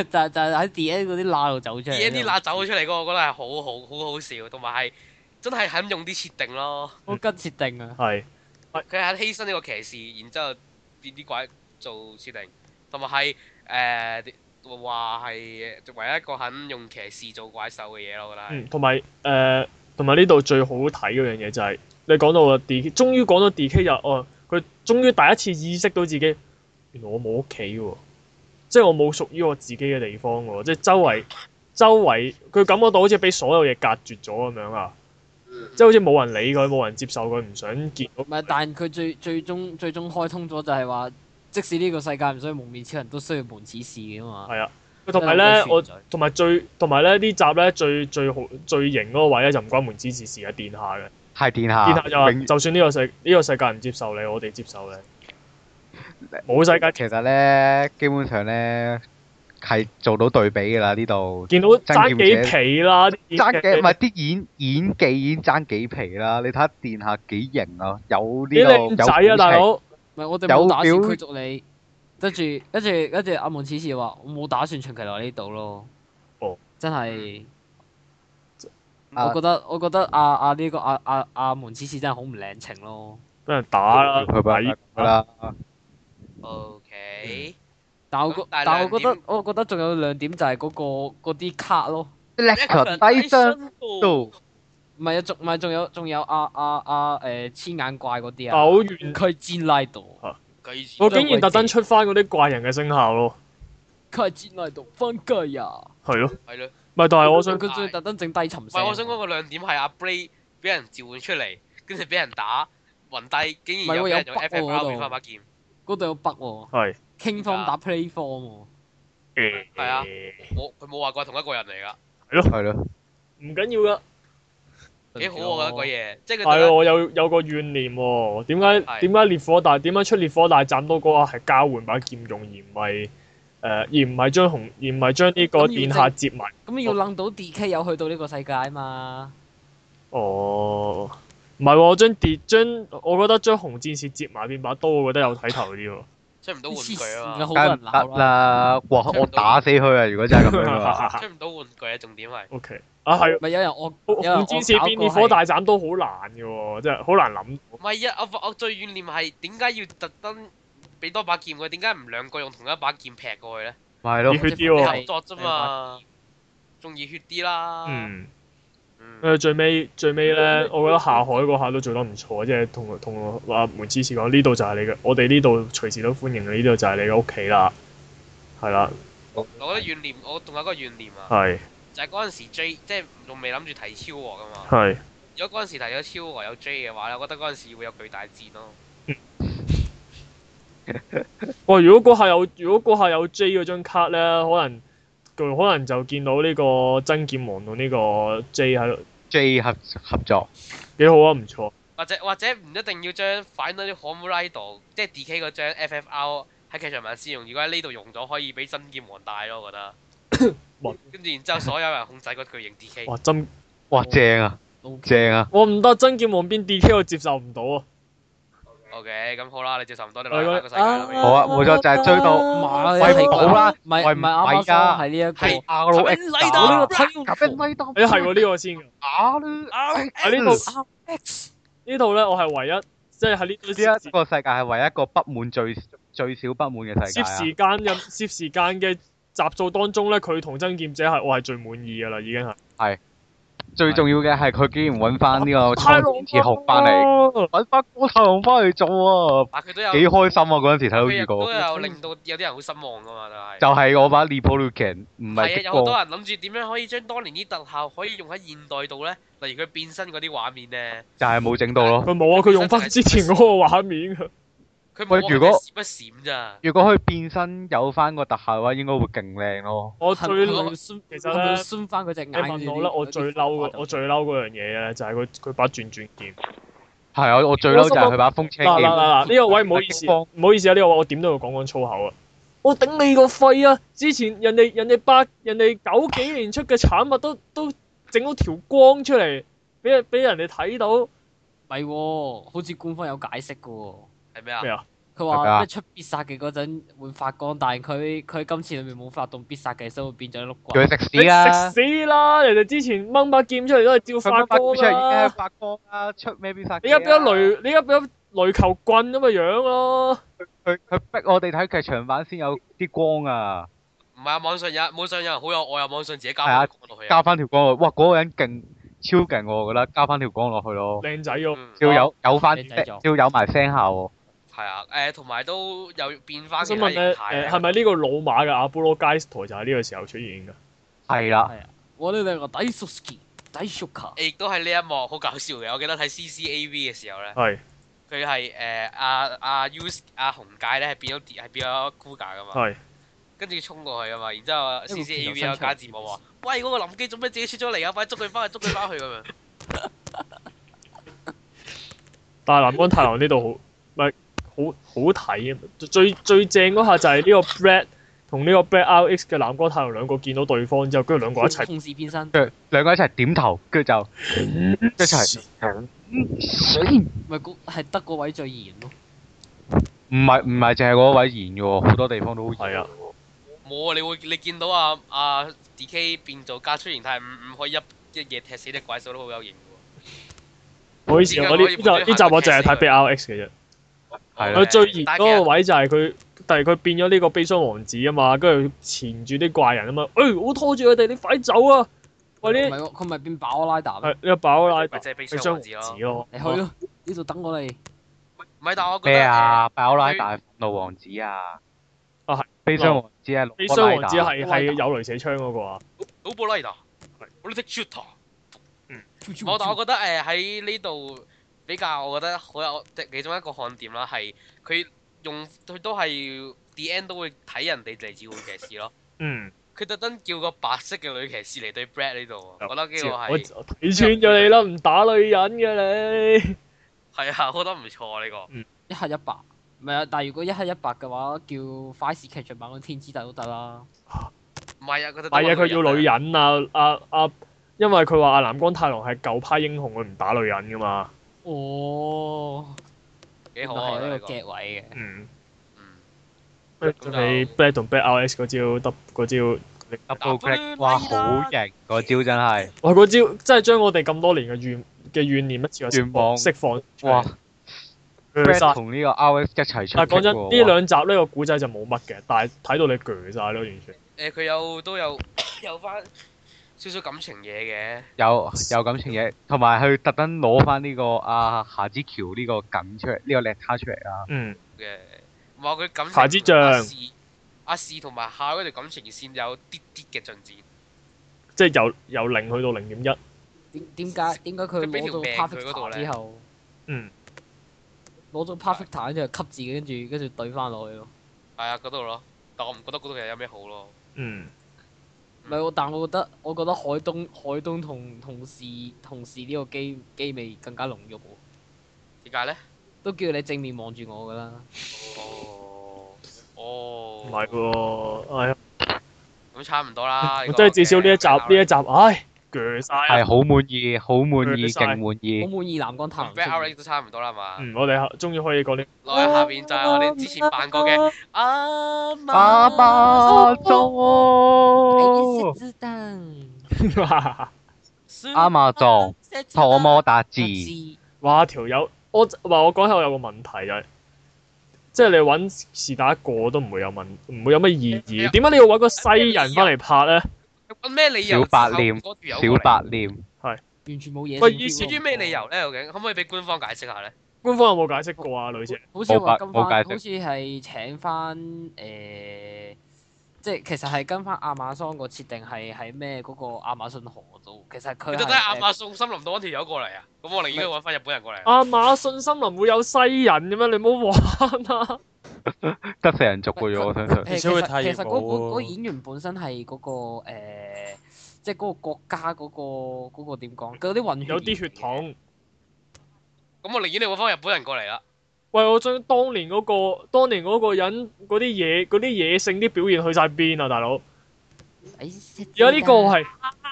S2: 就就係喺 D N 嗰啲罅度走出嚟。啊
S4: 而家啲辣走咗出嚟嗰個，我覺得係好好好好笑，同埋係真係肯用啲設定咯。
S2: 好跟設定啊！
S1: 係
S4: 佢係犧牲呢個騎士，然之後變啲鬼做設定，同埋係誒話係唯一一個肯用騎士做怪獸嘅嘢咯，我覺得係。
S1: 嗯，同埋誒，同埋呢度最好睇嗰樣嘢就係你講到 D，終於講到 D K 就哦，佢終於第一次意識到自己原來我冇屋企喎，即係我冇屬於我自己嘅地方喎，即係周圍周圍佢感覺到好似俾所有嘢隔絕咗咁樣啊，
S2: 嗯
S1: 即係好似冇人理佢，冇人接受佢，唔想見到
S2: 唔係，但佢最最終最終開通咗就係話，即使呢個世界唔需要蒙面超人，都需要門子試噶嘛。
S1: 係啊，同埋咧我。
S2: 係
S1: 同埋最同埋咧呢集咧最最好最型嗰個位咧就唔關門之事事嘅殿下嘅，
S5: 係殿下，
S1: 殿下就話
S5: 啊永
S1: 就算呢個世呢、個世界唔接受你，我哋接受你。 冇世界
S5: 其實咧，基本上咧係做到對比㗎啦，呢度。
S1: 見到爭幾皮啦，
S5: 爭幾唔
S1: 咪
S5: 係啲演演技已經爭幾皮啦！你睇下殿下幾型啊，有呢、
S1: 幾靚
S5: 個
S1: 仔
S5: 有
S1: 啊，大佬！
S2: 唔係我哋
S5: 有
S2: 冇打算
S5: 表
S2: 驅逐你，跟住跟住跟住阿門子試話，我冇打算長期留喺呢度咯。
S1: 哦，
S2: 真係
S5: 啊
S2: 我覺得我覺得阿阿呢個阿阿阿門此次真係好唔領情咯。
S1: 俾人打啦，
S5: 佢咪
S1: 抵
S5: 係啦，
S4: OK，
S2: 但係我覺
S4: 咁但係
S2: 但係我覺
S4: 亮
S2: 得我覺得仲有亮點就係嗰、個嗰啲卡咯，
S5: 叻強低傷
S4: 度，
S5: 度，
S2: 唔係啊，仲唔係仲有仲有阿阿阿誒黐眼怪嗰
S1: 但
S2: 啲啊，
S1: 好遠，
S2: 佢係戰拉度，
S4: 佢
S1: 我竟然特登出翻嗰啲怪人嘅聲效咯，
S2: 佢係戰拉度分雞啊！
S1: 係咯，
S4: 係咯。
S1: 咪但係我想
S2: 佢佢仲要特登整低沉
S4: 唔
S2: 聲。
S4: 係，我想講個亮點係阿 Bray 俾人召喚出嚟，跟住俾人打暈低，竟然
S2: 唔係喎
S4: 有俾人
S2: 有北
S4: 用
S2: 喎
S4: F F
S2: 嗰
S4: R
S2: 度
S4: 變翻把劍。
S2: 嗰度有北喎
S1: 係
S2: ，King Form 打 Play Form
S1: 誒
S4: 係啊冇，佢冇話過係同一個人嚟㗎，
S5: 係咯，
S1: 唔緊要㗎。
S2: 喎。
S4: 幾好我覺得嗰嘢，即係佢
S1: 係啊
S4: 特
S1: 我有有個怨念喎，點解
S4: 係
S1: 點解烈火大點解出烈火大戰刀嗰個係交換把劍用，而唔係誒呃而唔係將紅而唔係將呢個
S2: 咁要
S1: 殿下接埋？
S2: 咁
S4: 哦
S2: 要楞到 DK 有去到呢個世界嘛？
S1: 哦，唔係喎，將跌將我覺得將紅戰士接埋變把刀，我覺得有睇頭啲喎。
S4: 出唔到玩
S2: 黐
S4: 具
S2: 線嘅
S4: 啊嘛，
S2: 好多
S5: 梗係
S2: 人
S5: 唔
S2: 鬧
S5: 得
S2: 啦。
S5: 啦！哇，我打死佢啊！如果真係咁樣嘅話，
S4: 出唔到玩具啊，重點係
S1: O K，啊係，
S2: 咪有人惡，有人
S1: 紅戰士變烈
S2: 惡
S1: 火
S2: 搞過係
S1: 大斬刀好難嘅喎，真係好難諗。
S4: 唔係啊？我我最怨念係點解要特登俾多把劍佢？點解唔兩個用同一把劍劈過去咧？
S5: 咪係
S1: 熱
S5: 咯，
S1: 血啲喎，
S2: 係
S4: 合作啫嘛，仲熱血啲
S2: 啊
S4: 啦。
S1: 嗯，因
S4: 嗯，
S1: 為呃最尾最尾咧，我覺得下海嗰下都做得唔錯，即係同同阿門之士講，呢度就係你嘅，我哋呢度隨時都歡迎你，呢度就係你嘅屋企啦，係啦，
S4: 我覺得怨念，我仲有一個怨念啊，
S1: 係
S4: 就係嗰陣時 J 即係仲未諗住提超和噶嘛。
S1: 係
S4: 如果嗰陣時提咗超和有 J 嘅話咧，我覺得嗰陣時會有巨大戰咯。
S1: 哇！如果嗰下有，如果嗰下有 J 嗰張卡咧，可能佢可能就見到呢個曾劍王同呢個 J 喺度，
S5: J 合合作，
S1: 幾好啊，唔錯。
S4: 或者或者唔一定要將 Final h o m r i d o 即係 DK 嗰張 FFR 喺劇場版先用，如果喺呢度用咗，可以俾真劍王帶咯，我覺得
S1: 哇。
S4: 跟住然之後，所有人控制個巨型 DK，
S1: 哇！真
S5: 哇，正啊，
S2: 老
S5: 正啊！
S1: 我唔得，曾劍王邊 DK 我接受唔到啊！
S4: OK，咁好啦，你接受唔到，你
S1: 係
S4: 落
S1: 咯
S4: 下個世界啦。不如
S5: 好啊，冇錯就係追到
S2: 馬
S5: 喂
S2: 係
S5: 唔好啦
S2: 唔係
S5: 喂
S2: 唔係阿
S5: 唔
S2: 巴
S5: 係㗎
S2: 莎係呢一個，
S4: 係
S5: R O X
S4: 咁樣嚟
S2: 我呢
S5: 打
S4: 到，
S2: 個睇唔
S5: 咁樣威
S1: 誒
S5: 當
S1: 哎係喎，呢個先㗎。
S5: 打啦，
S1: 啊呢度
S2: ，X
S1: 呢度咧，我係唯一即係喺呢度
S5: 呢
S1: 攝
S5: 一個世界係唯一一個不滿最最少不滿嘅世界
S1: 攝
S5: 啊！
S1: 時間入攝時間嘅集數當中咧，佢同曾劍者係我係最滿意㗎啦，已經係。
S5: 最重要嘅係佢竟然揾翻呢個
S1: 哦太
S5: 蒼井鐵雄翻嚟，揾翻高太雄翻嚟做啊！
S4: 但佢都
S5: 幾
S4: 有，
S5: 開心啊！嗰陣時睇到
S4: 佢
S5: 預
S4: 亦
S5: 告
S4: 都，有令到有啲人好失望噶嘛，
S5: 就
S4: 但係。
S5: 係我把 n e p o l u c a n 唔
S4: 係
S5: 係
S4: 啊，
S5: 激
S4: 有好多
S5: 光，
S4: 人諗住點樣可以將當年啲特效可以用喺現代度咧，例如佢變身嗰啲畫面咧，
S5: 就係冇整到咯。
S1: 佢冇啊！佢用翻之前嗰個畫面㗎。
S4: 佢冇
S5: 喂
S4: 話
S5: 如果
S4: 佢閃一閃咋。
S5: 如果佢變身有翻個特效嘅話，應該會勁靚咯。
S1: 我
S2: 係
S1: 最
S2: 咪會酸
S1: 其實
S2: 係咪會
S1: 呢
S2: 酸翻佢隻眼
S1: 你
S2: 嗰啲。
S1: 問我咧，我最嬲嗰我最嬲嗰樣嘢咧，就係佢佢把轉轉劍。
S5: 係啊，我最嬲就係佢把風車
S1: 嗱嗱
S5: 劍，
S1: 嗱嗱，呢個位唔好意思，
S5: 激光
S1: 唔好意思啊，呢個位我點都要講講粗口啊！我頂你個肺啊！之前人哋人哋八人哋九幾年出嘅產物都都整到條光出嚟，俾人俾人哋睇到
S2: 唔係喎，好似官方有解釋嘅喎。
S4: 係咩啊
S1: 咩？啊？
S2: 佢
S5: 係咪
S2: 話
S5: 啊
S2: 咩出必殺嘅嗰陣會發光，但係佢佢今次裏面冇發動必殺嘅，所以會變咗一碌
S5: 叫
S2: 棍。
S5: 佢食
S1: 你
S5: 屎
S1: 食
S5: 啦！
S1: 死啦！人哋之前掹把劍出嚟都係照
S5: 啊佢
S1: 發
S5: 乜把
S1: 光
S5: 出嚟已經係
S1: 啦。
S5: 發光啦，出咩必殺技
S1: 你
S5: 啊？
S1: 而家變咗雷，你而家變咗雷球棍咁嘅樣咯。
S5: 佢佢逼我哋睇劇場版先有啲光啊！
S4: 唔係啊，網上有網上有人好有愛啊，網上自己加
S5: 係啊
S4: 翻落去啊。
S5: 加翻條光落去，哇！嗰個人勁超勁喎，我覺得加翻條光落去咯，
S1: 靚仔喎，
S4: 嗯，
S5: 要有有翻
S2: 你製作
S5: 要有埋聲效喎。
S4: 係啊，誒同埋都有變翻
S1: 我
S4: 其
S1: 想
S4: 他
S1: 問
S4: 形
S1: 咧，
S4: 態
S1: 誒
S4: 啊
S1: 係。咪呢個老馬嘅阿波羅街台就係呢個時候出現㗎？
S5: 係啦，
S2: 係啊，我哋兩個抵 s u k i 抵 s u k a
S4: 亦都係呢一幕好搞笑嘅，我記得睇 CCAV 嘅時候咧，
S1: 係
S4: 佢係誒阿阿 U 阿紅界咧係變咗係變咗 Kuga 噶嘛，
S1: 係
S4: 跟住衝過去噶嘛，然之後
S2: 個拳頭
S4: CCAV
S2: 伸
S4: 有
S2: 出嚟
S4: 加字幕話：喂，嗰個林基做咩自己出咗嚟啊？快捉佢翻去，捉佢翻去咁 樣。
S1: 但係南安太郎呢度好，唔係好好睇啊！最最正嗰下就係呢個 Brad 同呢個 Brad RX 嘅南安太郎兩個見到對方之後，跟住兩個一齊
S2: 同時變身，
S5: 跟住兩個一齊點頭，跟住就一齊
S1: 嗯
S2: 咪嗰係得嗰位最嚴咯。
S5: 唔係唔係淨係嗰位言嘅喎，好多地方都好
S1: 係啊
S5: 熱。
S4: 冇啊！你會你見到啊啊 DK 變做加出形態五五可以一一嘢踢死只怪獸都好有型喎。
S1: 我以前我呢呢集呢集我淨係睇 B R X 嘅啫。
S4: 啊
S5: 係啊
S1: 佢
S5: 啦，
S1: 最熱嗰個位就係佢，但係佢變咗呢個悲傷王子啊嘛，跟住纏住啲怪人啊嘛，誒、我拖住佢哋，你快走啊！喂，
S2: 唔係
S1: 呢
S2: 喎，佢咪變爆拉達咩
S1: 係？呢個爆拉
S4: 咪
S1: 特
S4: 即係悲
S1: 悲
S4: 傷
S1: 傷
S4: 王
S1: 王
S4: 子咯
S1: 子。咯，
S2: 你去咯，呢度等我嚟。
S4: 唔係，但我覺得
S5: 咩啊？拜歐拉
S4: 佢
S5: 大憤怒王子啊！
S1: 呃啊係
S5: 悲傷王子啊！
S1: 悲
S5: 羅伯拉
S1: 傷王
S5: 達
S1: 子係
S2: 拉特
S1: 係有雷射槍嗰個啊，
S4: 老布拉達，我都識 shooter。我
S2: 我
S4: 但我覺得誒喺呢度比較，我覺得好有即係其中一個看點啦，係佢用佢都係 the end 都會睇人哋嚟自會騎士咯。
S1: 嗯，
S4: 佢特登叫個白色嘅女騎士嚟對 Brad 呢度，我覺得呢
S1: 知
S4: 個
S1: 啊
S4: 係
S1: 我我睇穿咗你啦，唔打女人嘅你，
S4: 係啊，我覺得唔錯呢個。
S2: 一黑一白，唔係啊！但係如果一黑一白嘅話，叫快士劇場版嗰天之帝都得啦。
S4: 唔係啊，佢特登
S1: 係啊，
S4: 揾
S1: 佢要女
S4: 啊
S1: 人啊啊啊，因為佢話阿南光太郎係舊派英雄，佢唔打女人噶嘛，
S2: 哦，
S4: 幾好啊
S2: 係
S4: 呢
S2: 呢
S4: 個
S2: 個。劇位嘅。
S1: 嗯，
S4: 嗯
S1: 你
S4: 就
S1: Black 同 Black R S 嗰招得嗰招。
S5: Double click，哇，好型嗰招真係，
S1: 哇！嗰招真係將我哋咁多年嘅怨嘅怨念一次過釋
S5: 願望
S1: 釋放出嚟
S5: 哇！
S1: 鋸晒
S5: 同呢個 RX 一齊出擊
S1: 但係講真，
S5: 喎
S1: 呢兩集呢個古仔就冇乜嘅，但係睇到你鋸晒咯，完全。
S4: 誒佢有都有有翻少少感情嘢嘅，
S5: 有有感情嘢，同埋佢特登攞翻呢個阿夏之橋呢個梗出嚟，呢個叻他出嚟啊！
S1: 嗯，
S4: 嘅話佢感情
S1: 夏之
S4: 同阿
S1: 醬
S4: 士阿士同埋夏嗰條感情線有啲啲嘅進展，
S1: 即係由由零去到零點一，
S2: 點點解點解佢
S4: 佢俾
S2: 攞
S4: 條
S2: 到
S4: 命佢
S2: perfect
S4: 嗰度
S2: Star
S4: 咧
S2: 之後，
S1: 嗯，
S2: 攞到 perfect Star 之後吸自己，跟住跟住對翻落去咯。
S4: 係啊嗰度咯。但我唔覺得嗰度其實有咩好咯。
S1: 嗯，
S2: 唔係喎，但我覺得我覺得海東海東同同事同事呢個機機味更加濃郁喎，
S4: 點解咧？
S2: 都叫你正面望住我噶啦。
S4: 哦哦，
S1: 唔係喎，係啊，
S4: 咁差唔多啦。
S1: 即係至少呢一集呢一
S4: 一
S1: 集，唉，鋸晒啊
S5: 係！好滿意，好滿意，
S1: 佢晒
S5: 勁滿
S2: 好
S5: 意。
S2: 滿意藍光太陽
S4: b a c k
S2: 出
S4: o u
S2: 現
S4: t 都差唔多啦嘛。
S1: 嗯，我哋終於可以講啲
S2: 啊
S4: 落去下邊就係我哋之前扮過嘅嗯阿
S5: 爸爸
S2: 啊哎
S4: 哦
S5: 做
S2: 是的
S5: 阿瑪
S2: 啊
S5: 做托摩達字，
S1: 哇！條友，我話我講起我有個問題就係，即係你揾是但一個都唔會有問，唔會有乜意義。點解你要揾個西人翻嚟拍咧？
S4: 揾咩理由？
S5: 小白臉
S4: 嗰條友
S5: 小
S4: 過嚟
S5: 白臉。
S2: 完全冇嘢。
S1: 喂意思
S4: 至於咩理由咧？究竟可唔可以俾官方解釋下咧？
S1: 官方有冇解釋過啊，女姐？
S2: 好似話
S5: 冇解
S2: 跟
S5: 冇解
S2: 翻，
S5: 釋
S2: 好似係請翻誒、即係其實係跟翻亞馬桑個設定係喺咩嗰個亞馬遜河度。其實佢
S4: 佢
S2: 係
S4: 特登亞
S2: 誒
S4: 馬送森林度嗰條友過嚟啊！咁我寧願揾翻日本人過嚟啊。
S1: 亞馬遜森林會有西人嘅咩？你唔好玩 啊！
S5: 得四人族嘅啫，我相信。
S2: 誒
S3: 至
S2: 其
S3: 少會
S2: 實
S3: 睇
S2: 其實嗰
S3: 冇
S2: 嗰嗰
S3: 喎
S2: 演員本身係嗰、個、誒即係嗰個國家嗰、個嗰、個點講？佢有啲混血兒嚟嘅，
S1: 有啲血統。
S4: 咁我寧願你揾翻日本人過嚟啦。啊
S1: 喂，我將當年嗰、個當年嗰個人嗰啲野嗰啲野性啲表現去晒邊啊，大佬！
S2: 哎。識
S1: 而家呢個係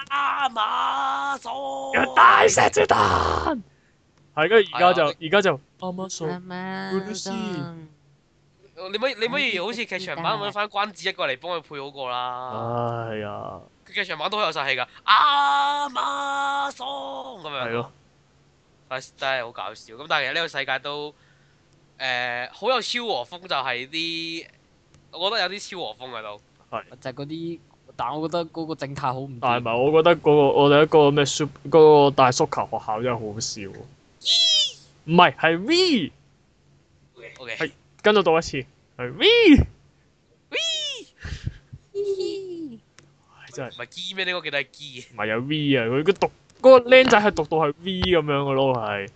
S4: 阿馬
S1: 要
S4: 索
S1: 大石之蛋，係跟住而家就
S4: 係啊
S1: 而家就亞馬遜
S2: 亞馬遜
S4: 你咪你咪好似劇場版揾翻關子一過嚟幫佢配好過啦。
S1: 唉哎呀，
S4: 佢劇場版都好有殺氣㗎，阿馬索咁樣。
S1: 係。咯，
S4: 但係真係好搞笑。咁但係其實呢個世界都誒好有超和風，就係啲我覺得有啲超和風喺度。
S2: 就係嗰啲，但我覺得嗰個正太好唔掂。
S1: 但係咪我覺得嗰、個我哋一個咩 s u 嗰個大叔球學校真係好好笑喎，唔係係 V，
S4: O K，
S1: 係跟咗讀一次係 V，唉真係。
S4: 唔係 G 咩？呢個記得係 G
S1: 唔係有 V 啊，佢佢讀嗰、個僆仔係讀到係 V 咁樣嘅咯，係。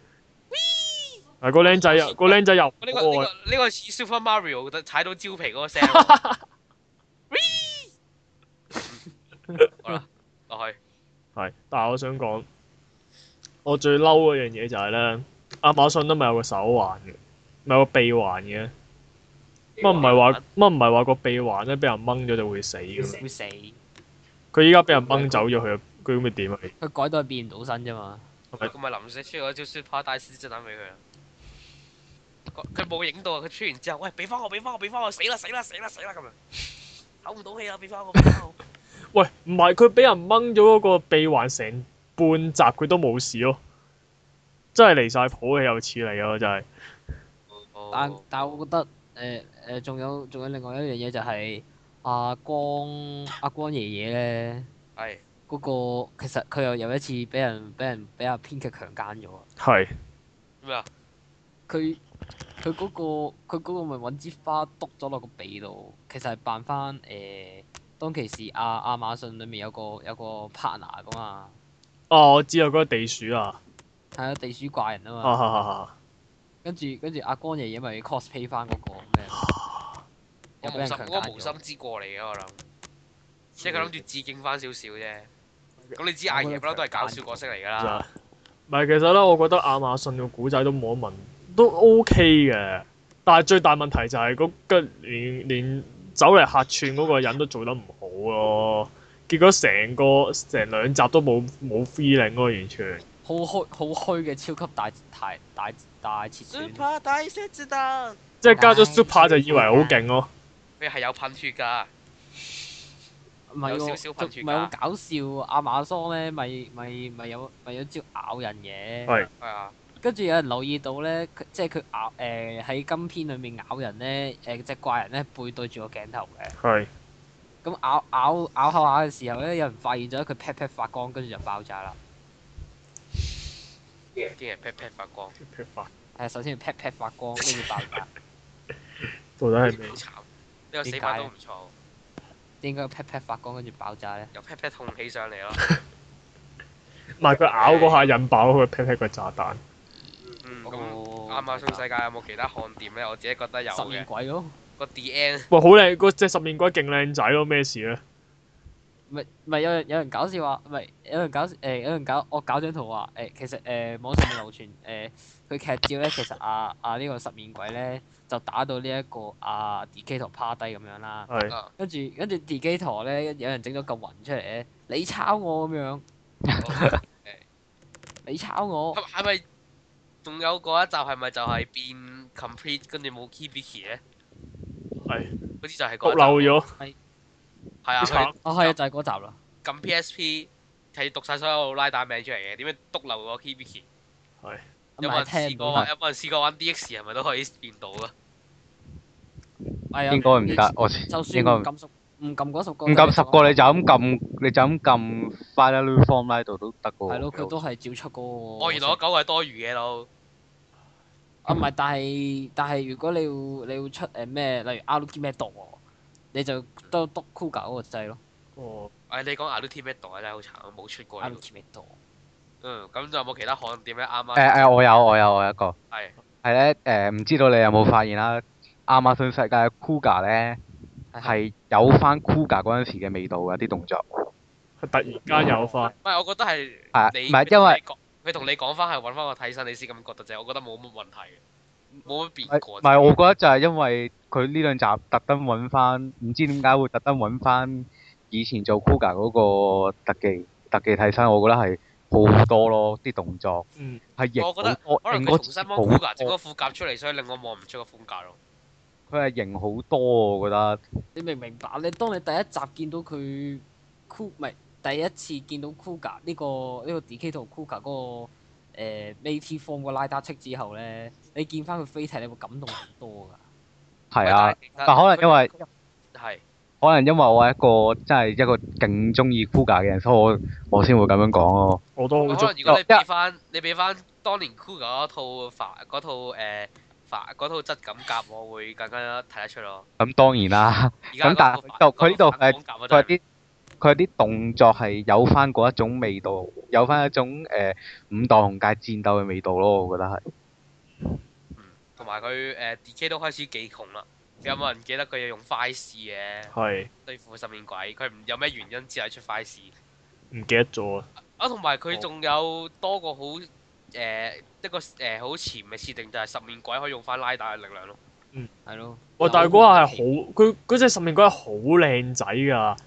S1: 係個僆仔又個僆仔又
S4: 呢個呢
S1: 可愛，
S4: 個呢個似 Super Mario 我覺得踩到蕉皮 嗰個聲喎。好啦，落去。
S1: 係。但係我想講，我最嬲嗰樣嘢就係咧，亞馬遜都咪有個手環嘅，咪有個臂環嘅。乜啊唔係話乜唔係話個臂環咧，俾人掹咗就會死嘅咩。
S2: 會死，佢
S1: 佢依家俾人掹走咗，佢佢咁咪點啊？
S2: 改到係變唔到身啫嘛。
S4: 咁咪臨死出咗招 Super 大師真蛋俾佢啦。啊佢佢冇影到啊！佢出完之後，喂，俾翻我，俾翻我，俾翻我，死啦，死啦，死啦，死啦咁樣，啊唞唔到氣啦，俾翻我，俾翻我。
S1: 喂，唔係佢俾人掹咗嗰個臂環成半集佢都冇事咯，真係離晒譜嘅有似嚟咯，真係。
S2: 但
S4: 哦
S2: 但我覺得誒誒，仲、有仲有另外一樣嘢就係、阿、光阿、光爺爺咧，
S4: 係
S2: 嗰、個其實佢又有一次俾人俾人俾阿編劇強姦咗啊！
S1: 係
S4: 咩啊？
S2: 佢佢嗰個佢嗰個咪揾支花篤咗落個鼻度，其實係扮翻誒、當其時亞亞馬遜裏面有個有個 partner 噶嘛，
S1: 哦，我知啊，嗰、個地鼠啊，
S2: 係啊地鼠怪人啊
S1: 啊
S2: 嘛，
S1: 哈哈哈，
S2: 跟住跟住阿光爺爺咪 cosplay 翻嗰個咩，
S4: 我
S2: 又俾
S4: 無
S2: 人
S4: 心
S2: 強
S4: 嗰個無
S2: 姦
S4: 心
S2: 咗。
S4: 之過嚟嘅，我諗，即係佢諗住致敬翻少少啫。咁你知阿爺不嬲都係搞笑角色嚟㗎
S1: 真係
S4: 啦，
S1: 唔係其實咧，我覺得亞馬遜個古仔都冇乜問，都 OK 嘅，但係最大問題就係嗰個連連走嚟客串嗰個人都做得唔好咯，結果成個成兩集都冇冇 feeling 咯，完全。
S2: 好虛好虛嘅超級大大大大切斷，
S3: 大色之蛋，
S1: 即係加咗
S2: 唉
S1: super 就以為好勁咯，
S4: 佢係有噴血㗎。
S2: 唔係
S4: 有
S2: 喎，
S4: 少少噴
S2: 仲
S4: 血
S2: 唔係好
S4: 㗎
S2: 搞笑。亞馬桑咧，咪咪咪有咪有招咬人嘅。
S1: 係
S4: 係啊，
S2: 跟住有人留意到咧，佢即係佢咬誒喺金片裏面咬人咧，誒只怪人咧背對住個鏡頭嘅。
S1: 係
S2: 咁咬咬咬下咬嘅時候咧，有人發現咗佢 pat pat 發光，跟住就爆炸啦。
S4: 竟然 pat pat 發光，
S2: 係首先 pat pat 發光，跟住爆 炸，
S1: 到底
S4: 好
S1: 係咩？
S4: 慘！呢個死法都唔錯，
S2: 應該 pat pat 發光跟住爆炸咧。
S4: 由 pat pat 痛起上嚟咯。
S1: 唔係佢咬嗰下引爆佢 pat pat 個炸彈，
S4: 嗯，
S2: 嗰
S4: 咁
S2: 個
S4: 亞馬遜世界有冇其他看點咧？我自己覺得有
S2: 十面
S4: 嘅。
S2: 鬼咯，
S4: 個 D N
S1: 哇好靚！嗰隻十面鬼勁靚仔咯，咩事咧？
S2: 咪咪有人有人搞笑話，咪有人搞誒、有人搞我搞張圖話誒、其實誒、網上面流傳誒佢劇照咧，其實啊啊呢、個十面鬼咧就打到呢、一個啊 D.K 同趴低咁樣啦。
S1: 係
S4: 啊，
S2: 跟住跟住 D 機陀咧，有人整咗嚿雲出嚟咧，你抄我咁樣，
S4: 係
S2: 你抄我，
S4: 係咪仲有嗰一集係咪就係變 complete 跟住冇 Kibiki 咧？
S1: 係
S4: 好似就
S1: 焗
S4: 係嗰一集
S1: 漏咗，
S4: 係啊，佢
S2: 啊係啊，就係嗰集啦，
S4: 撳 PSP 係讀晒所有拉打名出嚟嘅，點樣篤漏個 Kibiki？有
S2: 唔
S4: 冇人
S2: 係聽
S4: 試
S2: 唔
S4: 過
S2: 到
S4: 玩？
S2: 啦，
S4: 有冇人試過玩 DX 係咪都可以變到啊？
S2: 係啊，
S5: 應該唔得，我
S2: 就
S5: 應
S2: 算
S5: 該
S2: 唔
S5: 唔
S2: 撳十唔撳嗰十個，
S5: 唔撳十個，你就咁撳，你就咁撳 Final Form 拉度都得噶喎。
S2: 係咯，佢都係照出個。
S4: 我哦原來我九係多餘嘅咯，
S2: 啊，唔係，
S4: 嗯
S2: 但係但係如果你要你要出誒咩，例如 o u t 咩毒喎，你就都篤 Kuga 嗰個掣咯
S1: 哦，
S4: 唉，你講 a l u t i m a t e 真係好慘，我冇出
S2: o
S4: 過
S2: u
S4: 呢
S2: t
S4: 個
S2: i m a t
S4: 嗯，咁仲有冇其他看點咧？啱
S5: 誒
S4: 啱
S5: 誒，我有我有我有一個
S4: 係
S5: 係咧誒，唔知道你有冇發現啦？亞馬遜世界嘅 Kuga 咧係有翻 Kuga 嗰陣時嘅味道嘅啲動作，
S1: 係突然間有翻，
S4: 唔係？我覺得係
S5: 係啊
S4: 你
S5: 唔係
S4: 佢同
S5: 因為
S4: 你講佢同你講翻係揾翻個替身，你先咁覺得啫。我覺得冇乜問題嘅，冇乜變
S5: 唔
S4: 過。
S5: 係我覺得就係因為佢呢兩集特登揾翻，唔知點解會特登揾翻以前做 Kuga 嗰個特技特技替身，我覺得係好好多咯，啲動作
S1: 嗯，
S5: 係型
S4: 我覺得
S5: 好多
S4: 可能
S5: 型
S4: 佢
S5: 嗰
S4: 重新
S5: 次
S4: 幫
S5: 好多
S4: Kuga 整個副甲出嚟，所以令我望唔出個風格咯。
S5: 佢係型好多，我覺得。
S2: 你明唔明白？你當你第一集見到佢 Ku 唔係第一次見到 Kuga 呢、個呢、個 DK 同 Kuga 嗰、個誒 Matey Form 個拉打戚之後咧，你見翻佢飛踢，你會感動好多㗎。
S5: 係啊，
S4: 喂，但
S5: 但可能因為
S4: 係
S5: 可能因為我係一個真係一個勁中意 Kuga 嘅人，所以我我先會咁樣講咯。
S1: 我都好
S4: 可
S1: 中
S4: 能如果你俾
S5: 因為
S4: 翻你俾翻當年 Kuga 嗰套法嗰套誒法嗰套質感甲，我會更加睇得出咯。
S5: 咁當然啦，
S4: 而家
S5: 咁但係
S4: 嗰套
S5: 佢
S4: 反
S5: 呢度
S4: 嗰套反光甲我真
S5: 佢
S4: 係
S5: 啲佢啲動作係有翻嗰一種味道，有翻一種誒、呃五代紅界戰鬥嘅味道咯，我覺得係。
S4: 嗯同埋佢誒 DK 都開始幾窮啦。有冇人記得佢要用快事嘅
S1: 係
S4: 對付十面鬼？佢唔有咩原因之下出快事？
S1: 唔記得咗啊，
S4: 啊，同埋佢仲有多個好誒、呃一個誒好潛嘅設定，就係、十面鬼可以用翻拉打嘅力量咯。
S2: 係咯，
S1: 哇！哦但係嗰下係好，佢嗰隻十面鬼係好靚仔㗎。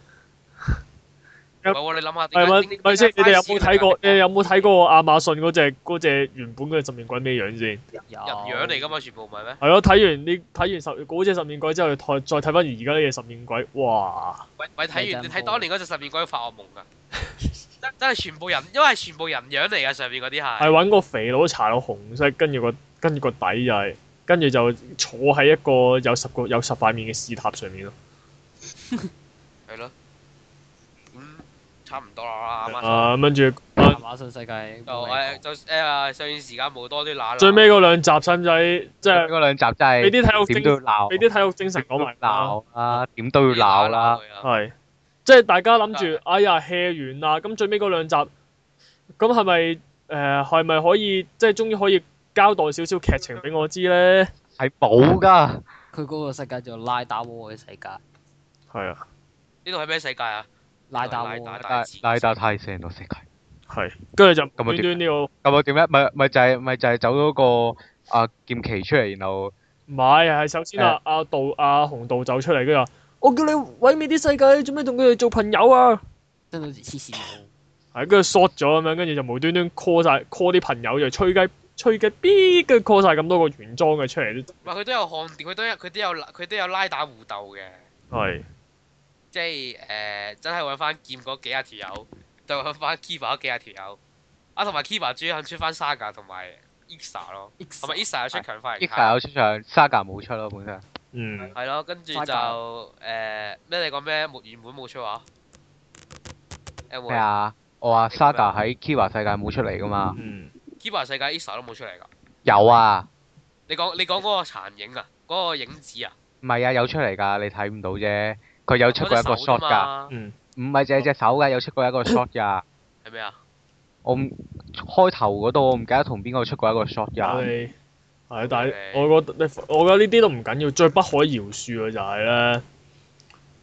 S4: 唔係喎，你諗
S1: 係
S4: 下點
S1: 咪
S4: 解？
S1: 咪先？你哋有冇睇過？你哋
S4: 人
S1: 有冇睇過亞馬遜嗰隻嗰隻原本嘅十面鬼咩樣先？
S2: 有
S4: 樣嚟㗎嘛？全部唔係咩？
S1: 係咯，睇完呢睇完十嗰隻十面鬼之後，再再睇翻而家呢隻十面鬼，哇！
S4: 喂，睇
S2: 咪
S4: 完
S2: 就係
S4: 你睇當年嗰隻十面鬼發惡夢㗎， 真真係全部人，因為係全部人樣嚟嘅上面嗰啲
S1: 係
S4: 係。
S1: 揾個肥佬搽到紅色，跟住個跟住個底就係、跟住就坐喺一個有十個有十塊面嘅屎塔上面咯。
S4: 係咯。嗯，差唔多啦，啱啱。
S1: 啊，跟住啊
S2: 亞馬遜世界
S4: 就誒，就誒，上段時間冇多啲乸啦。
S1: 最尾嗰兩集使唔使即係
S5: 嗰兩集真係
S1: 俾啲體育
S5: 點
S1: 精
S5: 都要鬧，
S1: 俾啲體育精神講埋啦？
S5: 鬧啦，點都要鬧啦。
S4: 佢啊。
S1: 係，即係大家諗住，哎呀 hea 完啦，咁最尾嗰兩集，咁係咪誒係咪可以即係終於可以交代少少劇情俾我知咧？
S5: 係冇㗎，
S2: 佢嗰個世界叫拉打窩嘅世界，
S1: 係啊，
S4: 呢度係咩世界啊？
S2: 哦拉打
S4: 拉
S2: 窩。
S4: 大
S5: 拉啊
S4: 致
S5: 拉打泰成個世界。
S1: 係，啊跟住就
S5: 咁
S1: 無端端呢個
S5: 咁我點咧？咪咪就係咪就係走咗個啊劍奇出嚟，然後
S1: 唔係係首先啊，阿杜阿紅道走出嚟，跟住話：我叫你毀滅啲世界，你做咩同佢哋做朋友啊？
S2: 真係好似黐線佬。
S1: 係跟住 short 咗咁樣，跟住就無端端 call 晒 call 啲朋友就吹雞吹雞 B，跟住 call 晒咁多個原裝嘅出嚟，
S4: 唔係佢都有看點，佢都有佢都有佢都有拉打互鬥嘅，
S1: 係
S4: 即係誒、呃真係揾翻劍嗰幾廿條友，再揾翻 Kiva 嗰幾廿條友，啊同埋 Kiva 主要肯出翻 Saga 同埋 Isa 咯，同埋 Isa 又出強化
S5: e
S4: 型
S5: x a
S4: 卡，
S5: 有出場 s a g a 冇出咯，本身
S1: 嗯
S4: 係咯，跟住就
S2: Saga
S4: 誒咩、你講咩木原本冇出啊話，有
S5: 咩
S4: 冇
S5: 啊？我話 s a g a 喺 Kiva 世界冇出嚟㗎嘛？
S1: 嗯
S4: Kiva 世界 Isa 都冇出嚟㗎？
S5: 有啊，
S4: 你講你講嗰個殘影啊，嗰、個影子啊，
S5: 唔係啊，有出嚟㗎，你睇唔到啫。佢有出
S4: 嗰
S5: 過
S4: 隻
S5: 一個
S4: 手㗎
S5: shot 㗎，
S4: 嘛，
S1: 嗯，
S5: 唔係淨係隻手㗎，有出過一個 shot 㗎。
S4: 係咩啊？
S5: 我唔開頭嗰度，我唔記得同邊個出過一個 shot
S1: 但
S5: 㗎。
S1: 係係，但係
S4: Okay
S1: 我覺得我覺得呢啲都唔緊要，最不可饒恕嘅就係咧，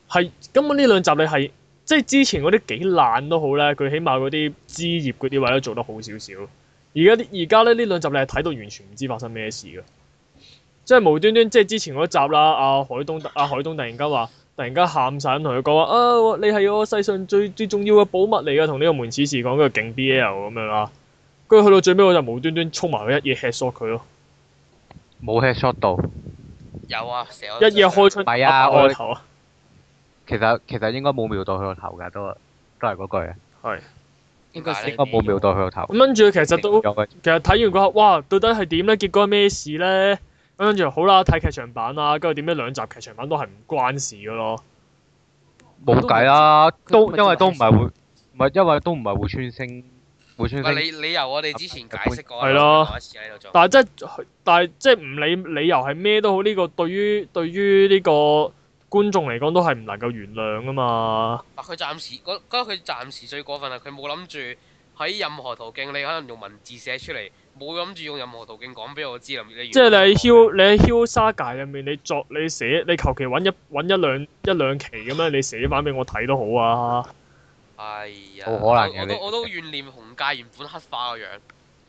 S1: 係根本呢兩集你係即係之前嗰啲幾爛都好咧，佢起碼嗰啲枝葉嗰啲位都做得好少少。而家啲而家咧呢兩集你係睇到完全唔知發生咩事嘅，即係無端端即係之前嗰集啦，阿、海東阿、海東突然間話。突然間喊晒咁同佢講話啊！我你係我世上最最重要嘅寶物嚟㗎，同呢個門此事講，跟住勁 BL 咁樣啦。跟住去到最尾，我就無端端衝埋佢一嘢吃 shot 佢咯。
S5: 冇 head shot 到。
S4: 有啊，成日
S1: 一夜開出
S5: 唔係啊
S1: 我
S5: 我
S1: 個頭啊，
S5: 其實其實應該冇瞄到佢個頭㗎，都都係嗰句啊，
S1: 係
S2: 應該
S4: 點解
S2: 係
S4: 呢
S5: 應該冇瞄到佢個頭。
S1: 咁跟住其實都
S5: 有嘅
S1: 其實睇完嗰刻，哇，到底係點咧？結果係咩事咧？咁跟住好啦，睇劇場版啦，跟住點解兩集劇場版都係唔關事嘅咯？
S5: 冇計啦，
S2: 都唔
S5: 都
S2: 知
S5: 因為都唔係會，唔係因為都唔係會穿星，會穿
S4: 喂
S5: 星。
S4: 你你由我哋之前解釋過，
S1: 係咯
S4: 講一次喺度做。
S1: 但係即係，但係即係唔理理由係咩都好，呢、個對於對於呢個觀眾嚟講都係唔能夠原諒噶嘛。
S4: 嗱，佢暫時，嗰嗰佢暫時最過分係佢冇諗住喺任何途徑，你可能用文字寫出嚟，冇諗住用任何途徑講俾我知啦。你
S1: 即係你喺 Hill 你喺 Hill Saga 入面，你作你寫你求其揾一揾一兩一兩期咁樣，你寫翻俾我睇都好啊。
S4: 係啊，
S5: 冇可能嘅
S4: 我都
S5: 你
S4: 我都怨念紅界原本黑化個樣，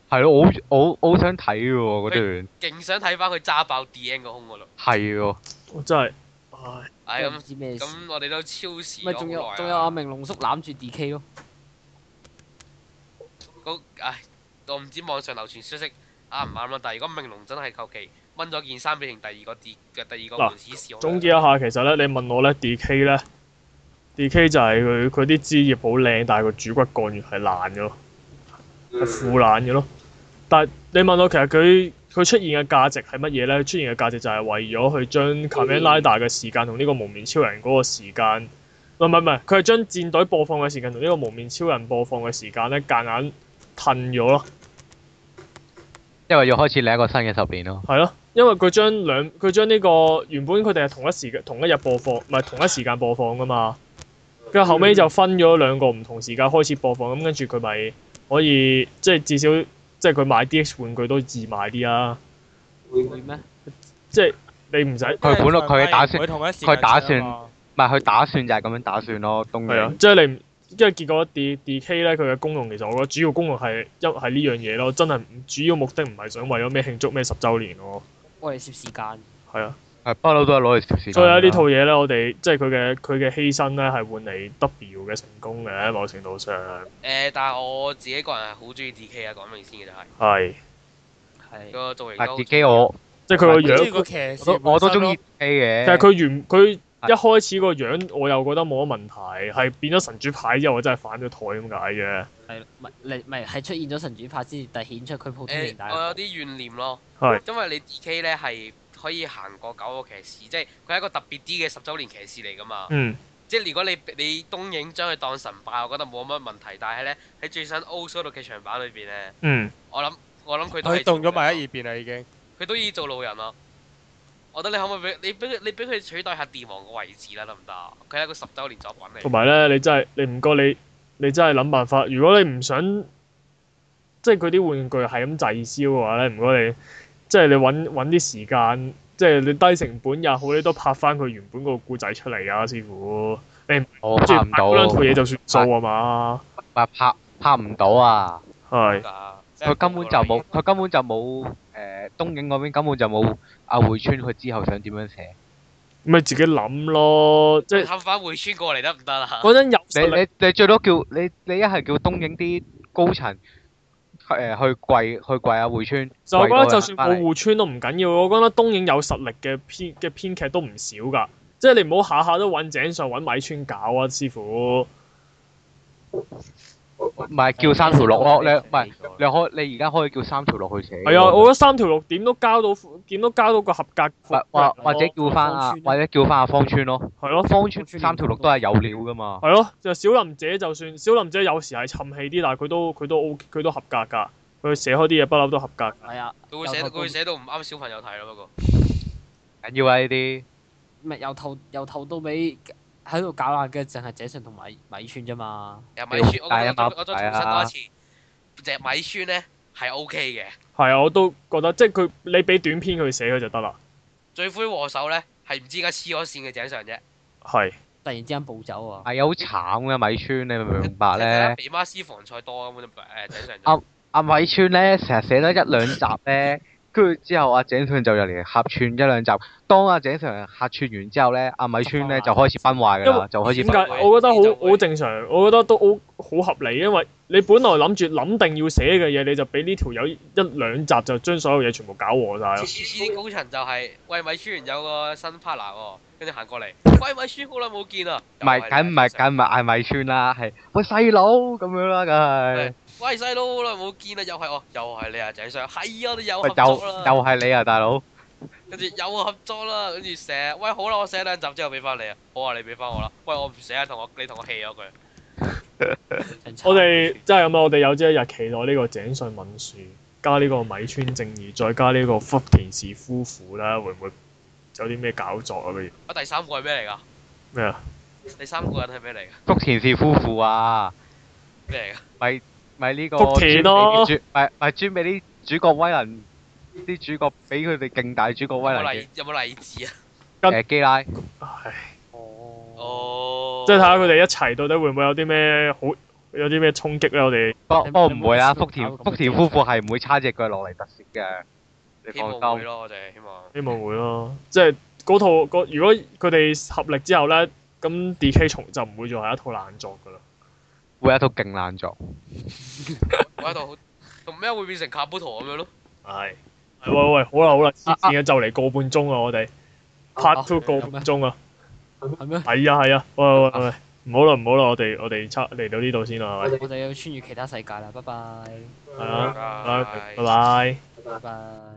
S5: 係咯，我好我好我好想睇嘅喎嗰段，
S4: 勁想睇翻佢揸爆 D N 個胸嗰度。
S5: 係喎，
S1: 我真係，唉。
S4: 唉，
S2: 唔
S4: 咁
S2: 知咩事。
S4: 咁我哋都超時
S2: 咪
S4: 咗
S2: 仲有
S4: 好耐啊
S2: 仲
S4: 啦
S2: 有阿明龍叔攬住 D.K. 咯，
S4: 嗰唉，我唔知網上流傳消息啱唔啱啦。但係如果明龍真係求其掹咗件衫俾成第二個 D 嘅第二個
S1: 嗱
S4: 門市試，我
S1: 總結一下，其實咧，你問我咧，D.K. 咧，D.K. 就係佢佢啲枝葉好靚，但係個主骨幹原係爛嘅咯，係腐爛嘅咯。但係你問我其實佢佢出現嘅價值係乜嘢咧？出現嘅價值就係為咗去將 c a m e l a d a 嘅時間同呢個無面超人嗰個時間，唔係唔係，佢係將戰隊播放嘅時間同呢個無面超人播放嘅時間咧，夾硬褪咗咯。
S5: 因為要開始另一個新嘅十年咯。
S1: 係咯，因為佢將兩佢將呢個原本佢哋係同一時間同一日播放，唔係同一時間播放噶嘛。跟住後尾就分咗兩個唔同時間開始播放，咁跟住佢咪可以即係至少即係佢買 DX 玩具都易買啲啊！
S2: 會咩？
S1: 即係你唔使係啊
S5: 佢本來佢打算
S3: 佢同一時間
S5: 佢打算
S3: 出啊嘛
S5: 唔係佢打算就係咁樣打算咯，東
S1: 啊
S5: 影，
S1: 即係你唔因為結果 D DK 咧佢嘅功用其實我覺得主要功用係一係呢樣嘢咯，真係唔主要目的唔係想為咗咩慶祝咩十週年咯，
S2: 我哋攝時間。
S1: 係啊。
S5: 係不嬲都係攞嚟調時間㗎。
S1: 所以咧呢套嘢咧，我哋即係佢嘅佢嘅犧牲咧，係換嚟 W 嘅成功嘅，某程度上
S4: 誒，但係我自己個人係好中意 D K 啊，講明先嘅就係
S1: 係，
S2: 係。
S4: 個造型
S5: 但
S4: 都好
S5: 自己我
S1: 即係佢個
S3: 即係
S1: 樣，
S3: 個騎士
S5: 我都我都中
S3: 本身
S5: 意 A 嘅。
S1: 但係佢原佢一開始個樣我又覺得冇乜問題，係變咗神主牌之後，我真係反咗台咁解啫。
S2: 係咪你咪係出現咗神主牌先至突顯出佢普通
S4: 誒
S2: 年，
S4: 我有
S2: 代。
S4: 啲怨念咯，
S1: 係
S4: 因為你 D.K 咧係可以行過九個騎士，即係佢係一個特別啲嘅十週年騎士嚟噶嘛。
S1: 嗯，
S4: 即係如果你你東映將佢當神拜，我覺得冇乜問題。但係咧喺最新 O 嗰度劇場版裏邊咧，
S1: 嗯，
S4: 我諗我諗佢都係
S3: 佢動咗
S4: 做
S3: 埋
S4: 路
S3: 一二
S4: 人
S3: 遍啦，已經。
S4: 咯，佢都已做路人咯。我覺得你可唔可以俾你俾佢你俾佢取代下電王個位置啦，得唔得？佢係一個十週年作品
S1: 同
S4: 嚟。
S1: 埋咧，你真係你唔該你你真係諗辦法。如果你唔想即係佢啲玩具係咁滯銷嘅話咧，唔該你即係你揾揾啲時間，即係你低成本也好，你都拍翻佢原本個故仔出嚟啊，師傅。
S5: 我
S1: 即
S5: 拍
S1: 係
S5: 唔
S1: 拍嗰兩套嘢
S5: 到，
S1: 就算數啊嘛，
S5: 拍拍拍唔到啊！
S1: 係。
S4: 㗎
S5: 佢根本就冇，佢根本就冇誒東影嗰邊根本就冇阿匯川佢之後想點樣寫。
S1: 咪自己諗咯，即係
S4: 氹翻會穿過嚟得唔得啊？
S1: 嗰陣有
S5: 你
S1: 實力
S5: 你你最多叫你你一係叫東影啲高層誒去跪去跪阿匯川，
S1: 就我覺得就算
S5: 翻
S1: 冇
S5: 嚟
S1: 互村都唔緊要，我覺得東影有實力嘅編嘅編劇都唔少㗎，即係你唔好下下都揾井上揾米村搞啊，師傅。
S5: 唔係叫三條六
S2: 啊
S5: 咯，你唔係你可你而家可以叫三條六去寫。
S1: 係啊，我覺得三條六點都交到，點都交到個合格。啊
S5: 或或或者叫翻阿
S2: 芳村
S5: 或者叫翻阿芳村咯，
S1: 係咯，
S5: 芳
S2: 芳
S5: 村
S2: 村
S5: 三條六都係有料噶嘛。
S1: 係咯，就小林姐就算小林姐有時係沉氣啲，但係佢都佢都 O 佢都合格㗎，佢寫開啲嘢不嬲都合格㗎。
S2: 係啊，
S4: 佢會寫佢會寫到唔啱小朋友睇咯，不過
S5: 緊要啊呢啲。
S2: 咪由頭由頭到尾喺度搞爛嘅，淨係井上同米米村啫嘛。
S4: 又米村，我
S5: 大啊
S4: 覺得
S5: 嘛
S4: 我再重
S5: 大啊
S4: 申多一次，隻米村咧係 O K 嘅，
S1: 係啊，我都覺得即係佢你俾短篇佢寫佢就得啦。
S4: 罪魁禍首咧係唔知點解黐咗線嘅井上啫。
S1: 係
S2: 突然之間暴走啊！
S5: 係啊，好慘嘅米村，你明唔明白
S4: 咧，
S5: 咧？
S4: 比馬斯防菜多咁誒井上就。
S5: 啱阿啊米村咧成日寫得一兩集咧，跟住之後阿井上就入嚟客串一兩集。當阿井上客串完之後咧，阿米村咧就開始崩壞
S1: 啊因
S5: 㗎
S1: 為
S5: 啦，就開始
S1: 點
S5: 崩
S1: 解？
S5: 壞。
S1: 我覺得好好正常，我覺得都好好合理，因為你本來諗住諗定要寫嘅嘢，你就俾呢條友一兩集就將所有嘢全部搞和晒啦。
S4: 黐線啲高層就係、喂米村有個新 partner 喎，跟住行過嚟，喂米村好耐冇見啊！
S5: 唔係，梗唔係，梗唔係嗌米村啦，係喂細佬咁樣啦，梗係。
S4: 喂細佬好耐冇見啊！又係我，又係你啊，井上，係啊，我哋有
S5: 喂
S4: 合
S5: 又
S4: 作啦，
S5: 又係你啊，大佬！
S4: 跟住有合作啦，跟住寫，喂好啦，我寫兩集之後俾翻你啊，好啊，你俾翻我啦，喂我唔寫啊，同我你同我 hea 咗佢，
S1: 我哋真係咁啦，啊我哋有朝一日期待呢個井上敏樹加呢個米村正義，再加呢個福田氏夫婦啦，會唔會有啲咩搞作啊？不如
S4: 啊第三個係咩嚟㗎？
S1: 咩啊？
S4: 第三個人係咩嚟㗎？
S5: 福田氏夫婦啊，
S4: 咩嚟㗎？
S5: 咪呢個
S1: 福田咯
S5: 專俾啲主咪咪專俾啲主角威能，啲主角俾佢哋勁大主角威
S4: 有
S5: 能
S4: 冇
S5: 嘅
S4: 例有冇例子啊？
S5: 誒基拉。
S1: 唉，
S2: 哦，
S4: 哦，
S1: 即係睇下佢哋一齊到底會唔會有啲咩好有啲咩衝擊咧？我哋
S5: 不
S2: 你
S5: 不過
S2: 你
S5: 唔
S2: 冇
S5: 會啦，
S2: 試過
S5: 福田
S2: 搞咁嘅
S5: 福田
S2: 嘢
S5: 夫婦係唔會叉只腳落嚟特攝嘅，你
S4: 希
S5: 放
S4: 望會
S5: 心。
S4: 咯，我哋希望。
S1: 希望會咯，即係嗰套嗰如果佢哋合力之後咧，咁 D.K. 重就唔會再係一套爛作㗎啦。
S5: 會有一套勁爛作，
S4: 我喺度好，咁咩會變成卡布陀咁樣咯？
S1: 係。喂喂喂，好啦好啦，黐線嘅就嚟個半鐘啊！我哋 part two
S2: 啊
S1: 個半鐘啊，
S2: 係咩？
S1: 係啊係啊，喂喂喂喂，唔好啦唔好啦，我哋我哋差嚟到呢度先啦，係咪？
S2: 我哋要穿越其他世界啦！拜拜，
S1: 係啊，好啦
S4: 拜
S1: 拜拜。
S2: 拜拜。